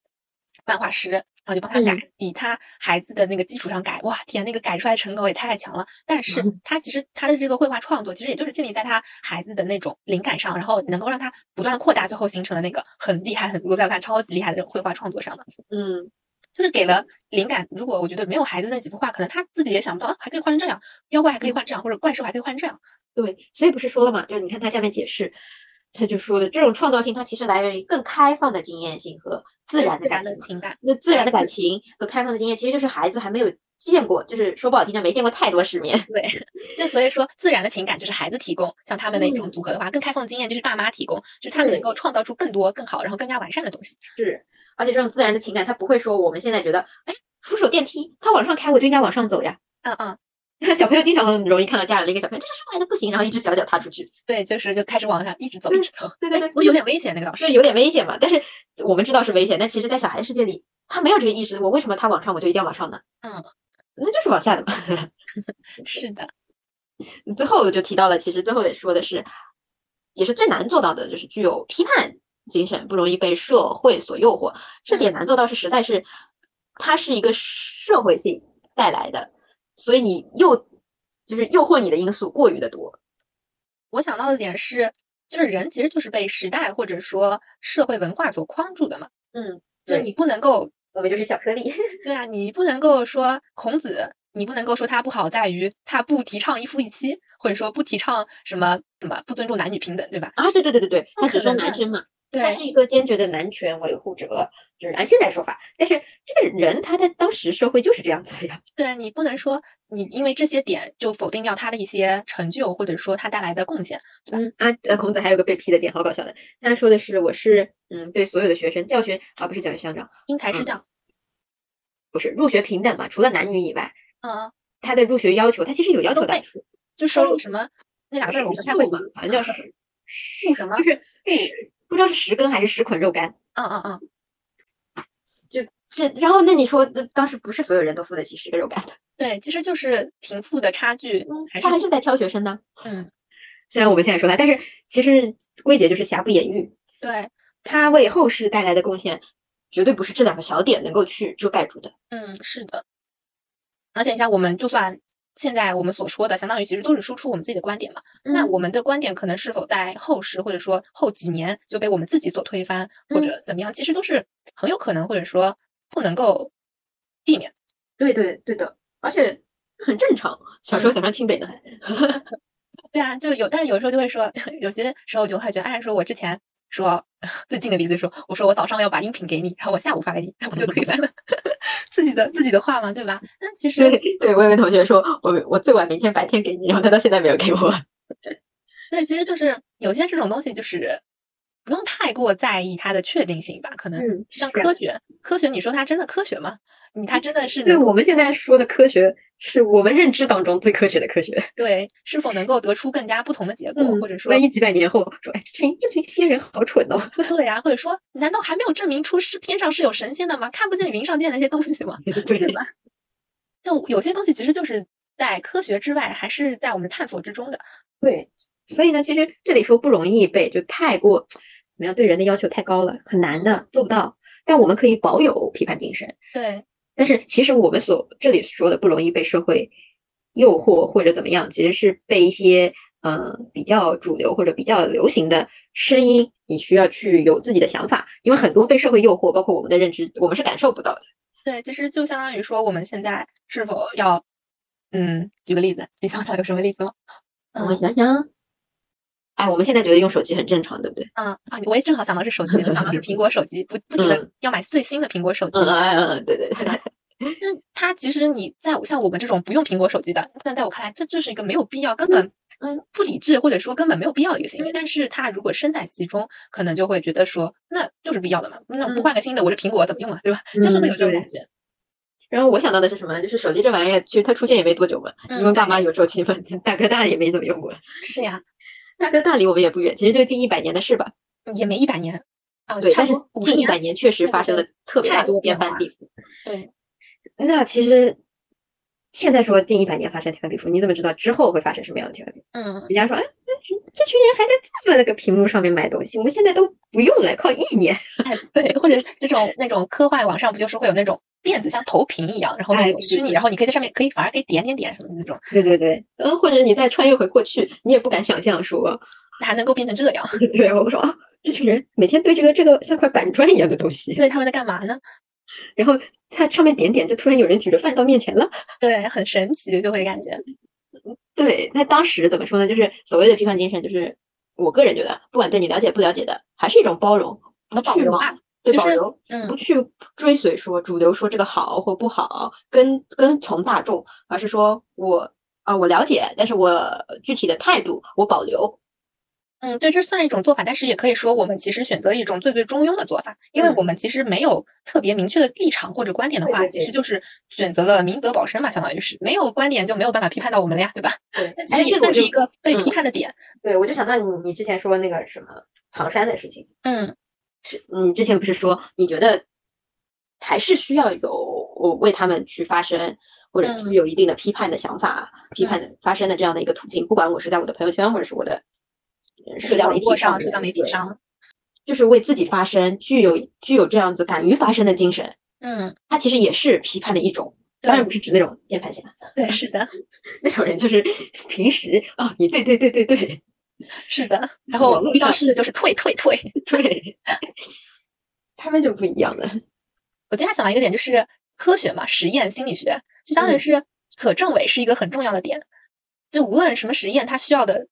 S2: 漫画师，然后就帮他改，以他孩子的那个基础上改，哇天，那个改出来的成果也太强了。但是他其实他的这个绘画创作，其实也就是建立在他孩子的那种灵感上，然后能够让他不断地扩大，最后形成了那个很厉害很，我在我看超级厉害的这种绘画创作上的。
S1: 嗯，
S2: 就是给了灵感。如果我觉得没有孩子那几幅画，可能他自己也想不到，啊，还可以换成这样，妖怪还可以换这样，或者怪兽还可以换这样。
S1: 对，所以不是说了嘛，就你看他下面解释，他就说的这种创造性，它其实来源于更开放的经验性和自然
S2: 自
S1: 的
S2: 然
S1: 感
S2: 的
S1: 情嘛
S2: 情感，
S1: 那自
S2: 感
S1: 然的感
S2: 觉
S1: 情和开放的经验，其实就是孩子还没有见过，就是说不好听的，没见过太多世面。
S2: 对， 就所以说自然的情感就是孩子提供，像他们那种
S1: 嗯
S2: 组合的话，更开放经验就是爸妈提供，就是他们能
S1: 对
S2: 够创造出更多、更好，然后更加完善的东西。
S1: 是，而且这种自然的情感，他不会说我们现在觉得，哎，扶手电梯，他往上开，我就应该往上走呀。
S2: 嗯嗯，
S1: 小朋友经常很容易看到家人的一个小朋友，这个上来的不行，然后一只小脚踏出去，
S2: 对，就是就开始往下一直走，一
S1: 对
S2: 直走。
S1: 嗯对对
S2: 哎
S1: 对
S2: 我有点危险，那个老师
S1: 所以。有点危险嘛。但是我们知道是危险，但其实，在小孩世界里，他没有这个意识，我为什么他往上我就一定要往上呢？
S2: 嗯，
S1: 那就是往下的嘛。
S2: 是的，
S1: 最后我就提到了，其实最后也说的是，也是最难做到的，就是具有批判精神，不容易被社会所诱惑。这点难做到是实在是，它是一个社会性带来的，所以你诱就是诱惑你的因素过于的多。
S2: 我想到的点是，就是人其实就是被时代或者说社会文化所框住的嘛。
S1: 嗯，
S2: 就
S1: 对
S2: 你不能够
S1: 我们就是小颗粒。
S2: 对啊，你不能够说孔子，你不能够说他不好，在于他不提倡一夫一妻，或者说不提倡什么什么不尊重男女平等，对吧？
S1: 啊，对对对对对，
S2: 那
S1: 他只
S2: 可
S1: 说
S2: 能
S1: 男
S2: 的
S1: 生嘛，他
S2: 对
S1: 是一个坚决的男权维护者，就是按现在说法。但是这个人他在当时社会就是这样子的呀。
S2: 对啊，你不能说你因为这些点就否定掉他的一些成就，或者说他带来的贡献。
S1: 嗯啊，呃，孔子还有个被批的点，好搞笑的。他说的是，我是嗯，对所有的学生教学啊，不是教学相长，
S2: 因材施
S1: 嗯
S2: 教，
S1: 不是入学平等嘛，除了男女以外，
S2: 嗯，
S1: 他的入学要求，他其实有要
S2: 都
S1: 求的
S2: 被，就收
S1: 收
S2: 入
S1: 入
S2: 什么那两个字
S1: 是
S2: 儿我不太会
S1: 嘛
S2: 读，，
S1: 好像叫石
S2: 不 什么
S1: 就是
S2: 不
S1: 石，不知道是石根还是石捆肉干。
S2: 嗯嗯嗯，
S1: 这然后那你说，呃当时不是所有人都付得起十个肉干的，
S2: 对，其实就是贫富的差距嗯还是
S1: 嗯他还是在挑学生呢。
S2: 嗯
S1: 虽然我们现在说他，但是其实归结就是瑕不掩瑜，
S2: 对，
S1: 他为后世带来的贡献，绝对不是这两个小点能够去遮盖住的。
S2: 嗯是的。而且你像我们就算现在我们所说的，相当于其实都是输出我们自己的观点嘛。那
S1: 嗯
S2: 我们的观点可能是否在后世或者说后几年就被我们自己所推翻，或
S1: 嗯
S2: 者怎么样，其实都是很有可能，或者说不能够避免。
S1: 对对对的，而且很正常。啊小时候
S2: 嗯
S1: 想上清北的，
S2: 对啊，就有，但是有时候就会说， 有些时候就会觉得，哎，说我之前说 最近的例子说，我说我早上要把音频给你，然后我下午发给你，那不就推翻了 自己的自己的话嘛，对吧？那其实
S1: 对对，我有个同学说，我我最晚明天白天给你，然后他到现在没有给我。
S2: 对，其实就是有些这种东西就是不用太过在意它的确定性吧，可能
S1: 嗯
S2: 就像
S1: 是嗯
S2: 科学，科学你说它真的科学吗？你它真的是
S1: 对
S2: 能
S1: 我们现在说的科学，是我们认知当中最科学的科学。
S2: 对是否能够得出更加不同的结果，嗯或者说
S1: 嗯万一几百年后说，哎，这群这群仙人好蠢哦。
S2: 对啊，或者说难道还没有证明出是天上是有神仙的吗？看不见云上见那些东西吗？
S1: 对
S2: 对吧？就有些东西其实就是在科学之外，还是在我们探索之中的。
S1: 对，所以呢，其实这里说不容易被就太过怎么样，对人的要求太高了，很难的，做不到。但我们可以保有批判精神，
S2: 对，
S1: 但是其实我们所这里说的不容易被社会诱惑或者怎么样，其实是被一些呃比较主流或者比较流行的声音，你需要去有自己的想法，因为很多被社会诱惑，包括我们的认知，我们是感受不到的。
S2: 对，其实就相当于说，我们现在是否要，嗯，举个例子，你想想有什么例子吗？
S1: 我
S2: 嗯
S1: 想想，哎，我们现在觉得用手机很正常，对不对？
S2: 嗯啊，我也正好想到是手机，我想到是苹果手机，不不停的
S1: 嗯
S2: 要买最新的苹果手机
S1: 嗯
S2: 嘛。
S1: 嗯嗯， 对对
S2: 对吧那它其实你在我像我们这种不用苹果手机的，但在我看来，这就是一个没有必要、根本
S1: 嗯
S2: 不理智，或者说根本没有必要的一个行为。但是他如果身在其中，可能就会觉得说，那就是必要的嘛，那不
S1: 嗯
S2: 换个新的，我这苹果怎么用啊，对吧？就是会有
S1: 嗯
S2: 这种
S1: 对
S2: 感觉。
S1: 然后我想到的是什么呢？就是手机这玩意儿，其实它出现也没多久嘛。你
S2: 嗯
S1: 们爸
S2: 对
S1: 妈有手机吗？ 大哥大也没怎么用过，
S2: 是呀，
S1: 大哥大离我们也不远，其实就近一百年的事吧。
S2: 也没一百年啊，
S1: 对，
S2: 差
S1: 但
S2: 不
S1: 是
S2: 多五十
S1: 近一
S2: 年
S1: 百。年确实
S2: 对
S1: 发
S2: 对
S1: 生了特别
S2: 太
S1: 大的天
S2: 多变
S1: 翻
S2: 化
S1: 地覆。
S2: 对，嗯
S1: 那其实现在说近一百年发生天翻地覆，你怎么知道之后会发生什么样的天翻地覆？
S2: 嗯，
S1: 人家说，哎，这群人还在这么那个屏幕上面买东西，我们现在都不用了，靠意念。
S2: 哎，对，或者这种那种科幻网上不就是会有那种电子像投屏一样，然后那
S1: 哎
S2: 种
S1: 对
S2: 虚
S1: 对
S2: 拟，
S1: 对
S2: 然后你可以在上面可以反而可以点点点什么的那种，
S1: 对对对，嗯，或者你再穿越回过去，你也不敢想象说，
S2: 还能够变成这样？
S1: 对我说啊，这群人每天对这个这个像块板砖一样的东西，
S2: 对，他们在干嘛呢？
S1: 然后在上面点点，就突然有人举着饭到面前了。
S2: 对，很神奇，就会感觉。
S1: 对，那当时怎么说呢？就是所谓的批判精神，就是我个人觉得，不管对你了解不了解的，还是一种包容，不
S2: 和保
S1: 去
S2: 留
S1: 往
S2: 吧
S1: 对
S2: 就
S1: 保
S2: 是
S1: 留，
S2: 嗯
S1: 不，去追随说主流说这个好或不好，跟跟从大众，而是说我啊、我了解，但是我具体的态度我保留。
S2: 嗯，对，这算一种做法，但是也可以说我们其实选择了一种最最中庸的做法，因为我们其实没有特别明确的立场或者观点的
S1: 嗯对
S2: 话，
S1: 对
S2: 其
S1: 对
S2: 实就是选择了明哲保身嘛，相当于是没有观点就没有办法批判到我们了呀，对吧？
S1: 对
S2: 那，其
S1: 哎，
S2: 实也
S1: 这个我
S2: 算是
S1: 就
S2: 一个被批
S1: 嗯
S2: 判的点。
S1: 对，我就想到你你之前说那个什么唐山的事情，
S2: 嗯，
S1: 是你之前不是说你觉得还是需要有我为他们去发声，或者
S2: 嗯
S1: 是有一定的批判的想法、批判的发声的这样的一个途径，不管我是在我的朋友圈，或者是我的呃
S2: 就
S1: 社
S2: 是
S1: 交
S2: 网
S1: 媒
S2: 络
S1: 体
S2: 上、社
S1: 面
S2: 交媒体，
S1: 对
S2: 上，
S1: 就是为自己发声，具有具有这样子敢于发声的精神，
S2: 嗯，
S1: 它其实也是批判的一种。
S2: 对
S1: 当然不是指那种键盘侠，
S2: 对，是的，
S1: 那种人就是平时啊、你对对对对对
S2: 是的。然后
S1: 网络
S2: 遇到
S1: 上
S2: 事就是退退退。
S1: 对， 他们就不一样了。
S2: 我接下来想到一个点，就是科学嘛，实验心理学，就相当于
S1: 嗯
S2: 是可证伪是一个很重要的点。就无论什么实验，它需要的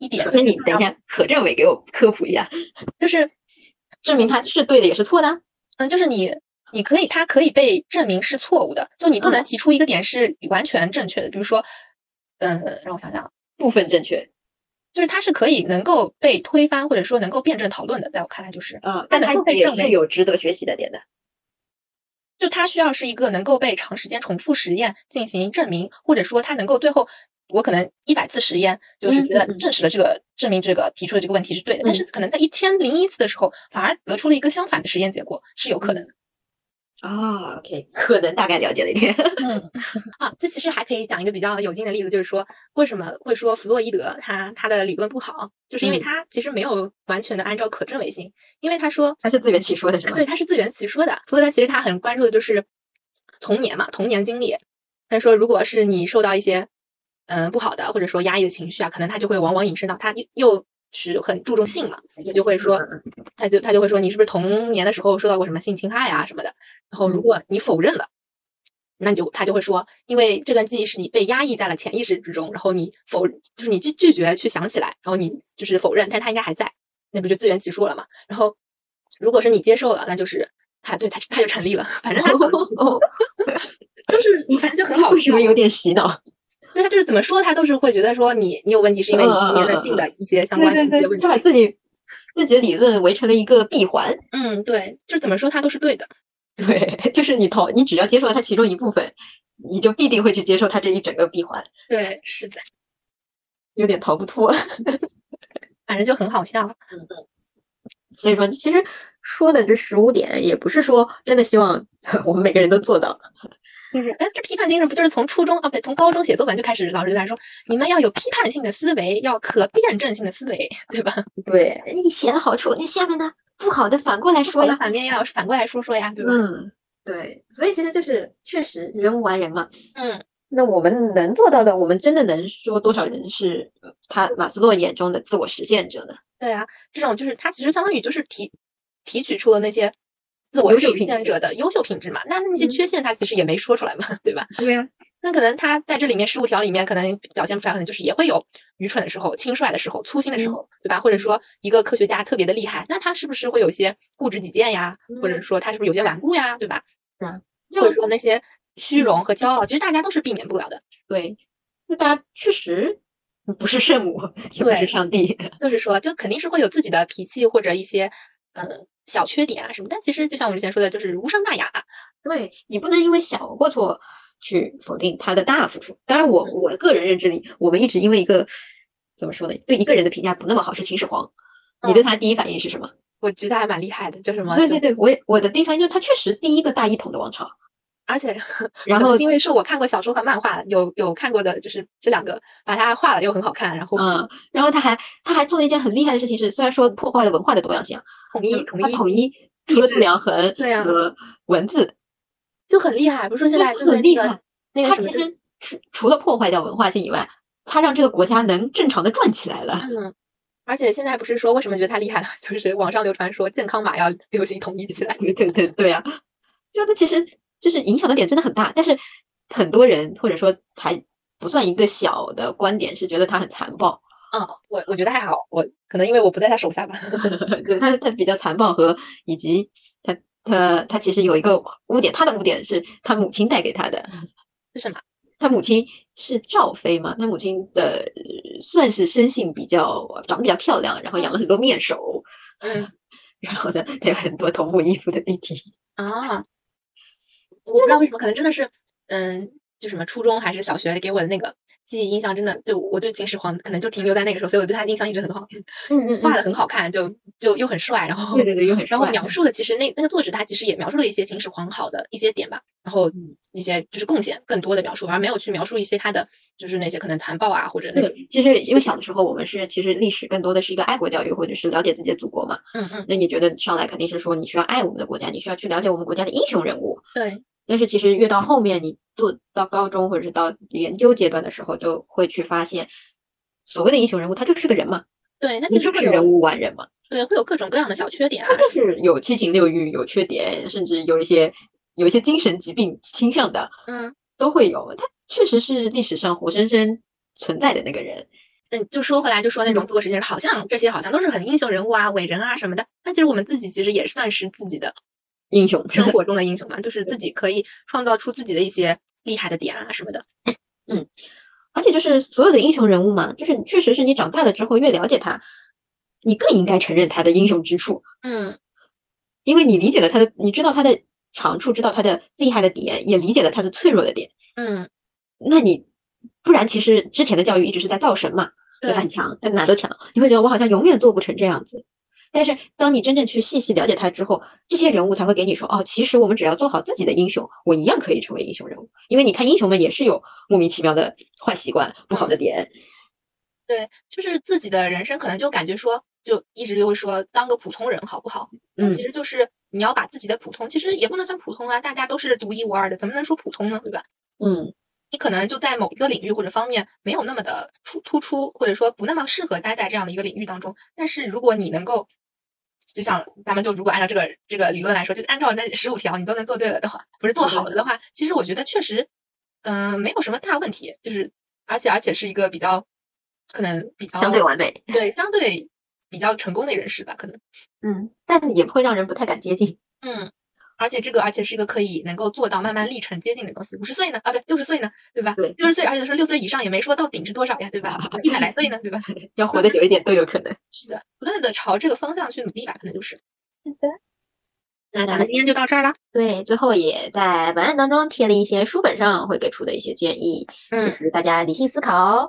S2: 一点
S1: 首，先，你等
S2: 啊
S1: 一下，可政委给我科普一下，
S2: 就是
S1: 证明他是对的也是错的啊。
S2: 嗯，就是你，你可以，它可以被证明是错误的，就你不能
S1: 嗯
S2: 提出一个点是完全正确的，比如说，嗯，让我想想，
S1: 部分正确，
S2: 就是它是可以能够被推翻或者说能够辩证讨论的，在我看来就是，
S1: 嗯，但
S2: 但
S1: 它
S2: 能够被
S1: 也
S2: 证
S1: 是
S2: 伪
S1: 有值得学习的点的。
S2: 就它需要是一个能够被长时间重复实验进行证明，或者说它能够最后。我可能一百次实验，就是
S1: 嗯
S2: 觉得
S1: 嗯嗯嗯
S2: 证实了这个，证明这个提出的这个问题是对的，但是可能在一千零一次的时候，反而得出了一个相反的实验结果，是有可
S1: 嗯
S2: 能的。
S1: 啊、o k 可能大概了解了一点。
S2: 嗯， 啊，这其实还可以讲一个比较有劲的例子，就是说为什么会说弗洛伊德他他的理论不好，就是因为
S1: 嗯
S2: 他其实没有完全的按照可证伪性，因为他说
S1: 他是自圆其说的是
S2: 啊
S1: 吗？
S2: 对，他是自圆其说的。弗洛伊德其实他很关注的就是童年嘛，童年经历。他说，如果是你受到一些嗯、不好的或者说压抑的情绪啊，可能他就会往往引申到他又又是很注重性嘛，他就会说，
S1: 嗯
S2: 他就他就会说你是不是童年的时候受到过什么性侵害啊什么的。
S1: 嗯
S2: 然后如果你否认了，那你就他就会说，因为这段记忆是你被压抑在了潜意识之中，然后你否就是你拒拒绝去想起来，然后你就是否认，但是他应该还在，那不就自圆其说了嘛？然后如果是你接受了，那就是他对他他就成立了，反正他
S1: 哦，
S2: 就是反正就 很好
S1: 为什
S2: 笑
S1: 么。有点洗脑？
S2: 对他就是怎么说，他都是会觉得说你你有问题，是因为你童年的性的一些
S1: 嗯
S2: 相关的一些问题
S1: 他。把自己自己的理论围成了一个闭环。
S2: 嗯，对，就是怎么说他都是对的。
S1: 对， 就是你投，你只要接受了它其中一部分，你就必定会去接受它这一整个闭环，
S2: 对，是的，
S1: 有点逃不脱。
S2: 反正就很好笑。
S1: 所以说，其实说的这十五点，也不是说真的希望 我们每个人都做到。
S2: 就是，哎，这批判精神不就是从初中啊，不对，从高中写作文就开始，老师就在说，你们要有批判性的思维，要可辩证性的思维，对吧？
S1: 对你写的好处，那下面呢不好的反过来说
S2: 我的
S1: 呀。
S2: 反面要反过来说说呀，对吧？
S1: 嗯，对，所以其实就是确实人无完人嘛。
S2: 嗯，
S1: 那我们能做到的，我们真的能说多少人是呃他马斯洛眼中的自我实现者呢？
S2: 对啊，这种就是它其实相当于就是提提取出了那些自我
S1: 优秀
S2: 实
S1: 品
S2: 践
S1: 质
S2: 者的优秀品质嘛，那那些
S1: 嗯
S2: 缺陷他其实也没说出来嘛，对吧？
S1: 对呀、
S2: 那可能他在这里面十五条里面，可能表现出来，可能就是也会有愚蠢的时候、轻率的时候、粗心的时
S1: 嗯
S2: 候，对吧？或者说一个科学家特别的厉害，那他是不是会有一些固执己见呀？或者
S1: 嗯
S2: 说他是不是有些顽固呀？对吧？
S1: 是啊
S2: 或者说那些
S1: 嗯
S2: 虚荣和骄傲，其实大家都是避免不了的。
S1: 对，那大家确实不是圣母，也不
S2: 对
S1: 是上帝。
S2: 就是说，就肯定是会有自己的脾气或者一些呃小缺点啊什么，但其实就像我们之前说的，就是无伤大雅。
S1: 对你不能因为小过错去否定他的大付出。当然
S2: 嗯
S1: 我，我个人认知里，我们一直因为一个怎么说呢，对一个人的评价不那么好是秦始皇。你对
S2: 嗯
S1: 他的第一反应是什么？
S2: 我觉得还蛮厉害的，就什么
S1: 对
S2: 就
S1: 对，对，我也我的第一反应就是他确实第一个大一统的王朝，
S2: 而且
S1: 然
S2: 可能
S1: 后
S2: 是因为是我看过小说和漫画，有有看过的，就是这两个把它画了又很好看，然后
S1: 嗯，然后他还他还做了一件很厉害的事情是，虽然说破坏了文化的多样性啊，
S2: 统
S1: 就
S2: 一
S1: 是
S2: 统
S1: 他
S2: 一
S1: 统一
S2: 地
S1: 除了
S2: 质
S1: 度量衡
S2: 对啊
S1: 和文字，
S2: 就很厉害，不是说现
S1: 对
S2: 在
S1: 他
S2: 就是
S1: 很
S2: 那
S1: 厉
S2: 个
S1: 害。
S2: 那个
S1: 他
S2: 什么
S1: 其
S2: 就，
S1: 实除除了破坏掉文化性以外，他让这个国家能正常的转起来了。
S2: 嗯，而且现在不是说为什么觉得他厉害了，就是网上流传说健康码要流行统一起来，
S1: 对对对对啊，就他其实就是影响的点真的很大，但是很多人或者说还不算一个小的观点是觉得他很残暴，
S2: 嗯，我我觉得还好，我可能因为我不在他手下吧，
S1: 就是他他比较残暴和以及他他他其实有一个污点，他的污点是他母亲带给他的，
S2: 是什么？
S1: 他母亲是赵妃嘛，他母亲的呃算是生性比较长得比较漂亮，然后养了很多面首，
S2: 嗯
S1: 然后呢，他有很多同母异父的弟弟。
S2: 啊，我不知道为什么，可能真的是，嗯，就什么初中还是小学给我的那个记忆印象，真的对我对秦始皇可能就停留在那个时候，所以我对他印象一直很好，
S1: 嗯嗯
S2: 画的很好看，就就又很帅，然后
S1: 对对对，又很
S2: 然后
S1: 帅
S2: 描述的其实那那个作者他其实也描述了一些秦始皇好的一些点吧，然后
S1: 嗯
S2: 一些就是贡献更多的描述，而没有去描述一些他的就是那些可能残暴啊或者那种
S1: 对，其实因为小的时候我们是其实历史更多的是一个爱国教育，或者是了解自己的祖国嘛。
S2: 嗯嗯
S1: 那你觉得上来肯定是说你需要爱我们的国家，你需要去了解我们国家的英雄人物。
S2: 对
S1: 但是其实越到后面，你做到高中或者是到研究阶段的时候，就会去发现，所谓的英雄人物他就是个人嘛，
S2: 对，他
S1: 你
S2: 其实
S1: 就
S2: 会
S1: 是人
S2: 有
S1: 无完人嘛，
S2: 对会有各种各样的小缺点啊
S1: 他，就是有七情六欲，有缺点，甚至有一些有一些精神疾病倾向的
S2: 嗯
S1: 都会有。他确实是历史上活生生存在的那个人。
S2: 嗯，就说回来就说那种自我实现，好像这些好像都是很英雄人物啊、伟人啊什么的，但其实我们自己其实也算是自 己的
S1: 英雄
S2: 生活中的英雄嘛，就是自己可以创造出自己的一些厉害的点啊什么的，
S1: 嗯而且就是所有的英雄人物嘛，就是确实是你长大了之后越了解他，你更应该承认他的英雄之处，
S2: 嗯
S1: 因为你理解了他的，你知道他的长处，知道他的厉害的点，也理解了他的脆弱的点。
S2: 嗯
S1: 那你不然其实之前的教育一直是在造神嘛，
S2: 对
S1: 对吧？很强，在哪都强，你会觉得我好像永远做不成这样子。但是当你真正去细细了解他之后，这些人物才会给你说，哦，其实我们只要做好自己的英雄，我一样可以成为英雄人物。因为你看英雄们也是有莫名其妙的坏习惯、不好的点，
S2: 对，就是自己的人生，可能就感觉说，就一直就会说当个普通人好不好？那
S1: 嗯
S2: 其实就是你要把自己的普通，其实也不能算普通啊，大家都是独一无二的，怎么能说普通呢？对吧？
S1: 嗯。
S2: 你可能就在某一个领域或者方面没有那么的出突出，或者说不那么适合待在这样的一个领域当中。但是如果你能够，就像咱们就如果按照这个这个理论来说，就按照那十五条你都能做对了的话，不是做好了的话，其实我觉得确实，嗯、没有什么大问题。就是而且而且是一个比较可能比较
S1: 相对完美，
S2: 对相对比较成功的人士吧，可能
S1: 嗯，但也会让人不太敢接近。
S2: 嗯。而且这个，而且是一个可以能够做到慢慢历程接近的东西。五十岁呢，啊，不对，六十岁呢，对吧？
S1: 对
S2: 六十岁，而且说六岁以上也没说到顶是多少呀，对吧？一百来岁呢，对吧？
S1: 要活得久一点都有可能。
S2: 是的，不断的朝这个方向去努力吧，可能就是。
S1: 是的。
S2: 那咱们今天就到这儿了。
S1: 对，最后也在文案当中贴了一些书本上会给出的一些建议，就哦
S2: 嗯，
S1: 是大家理性思考。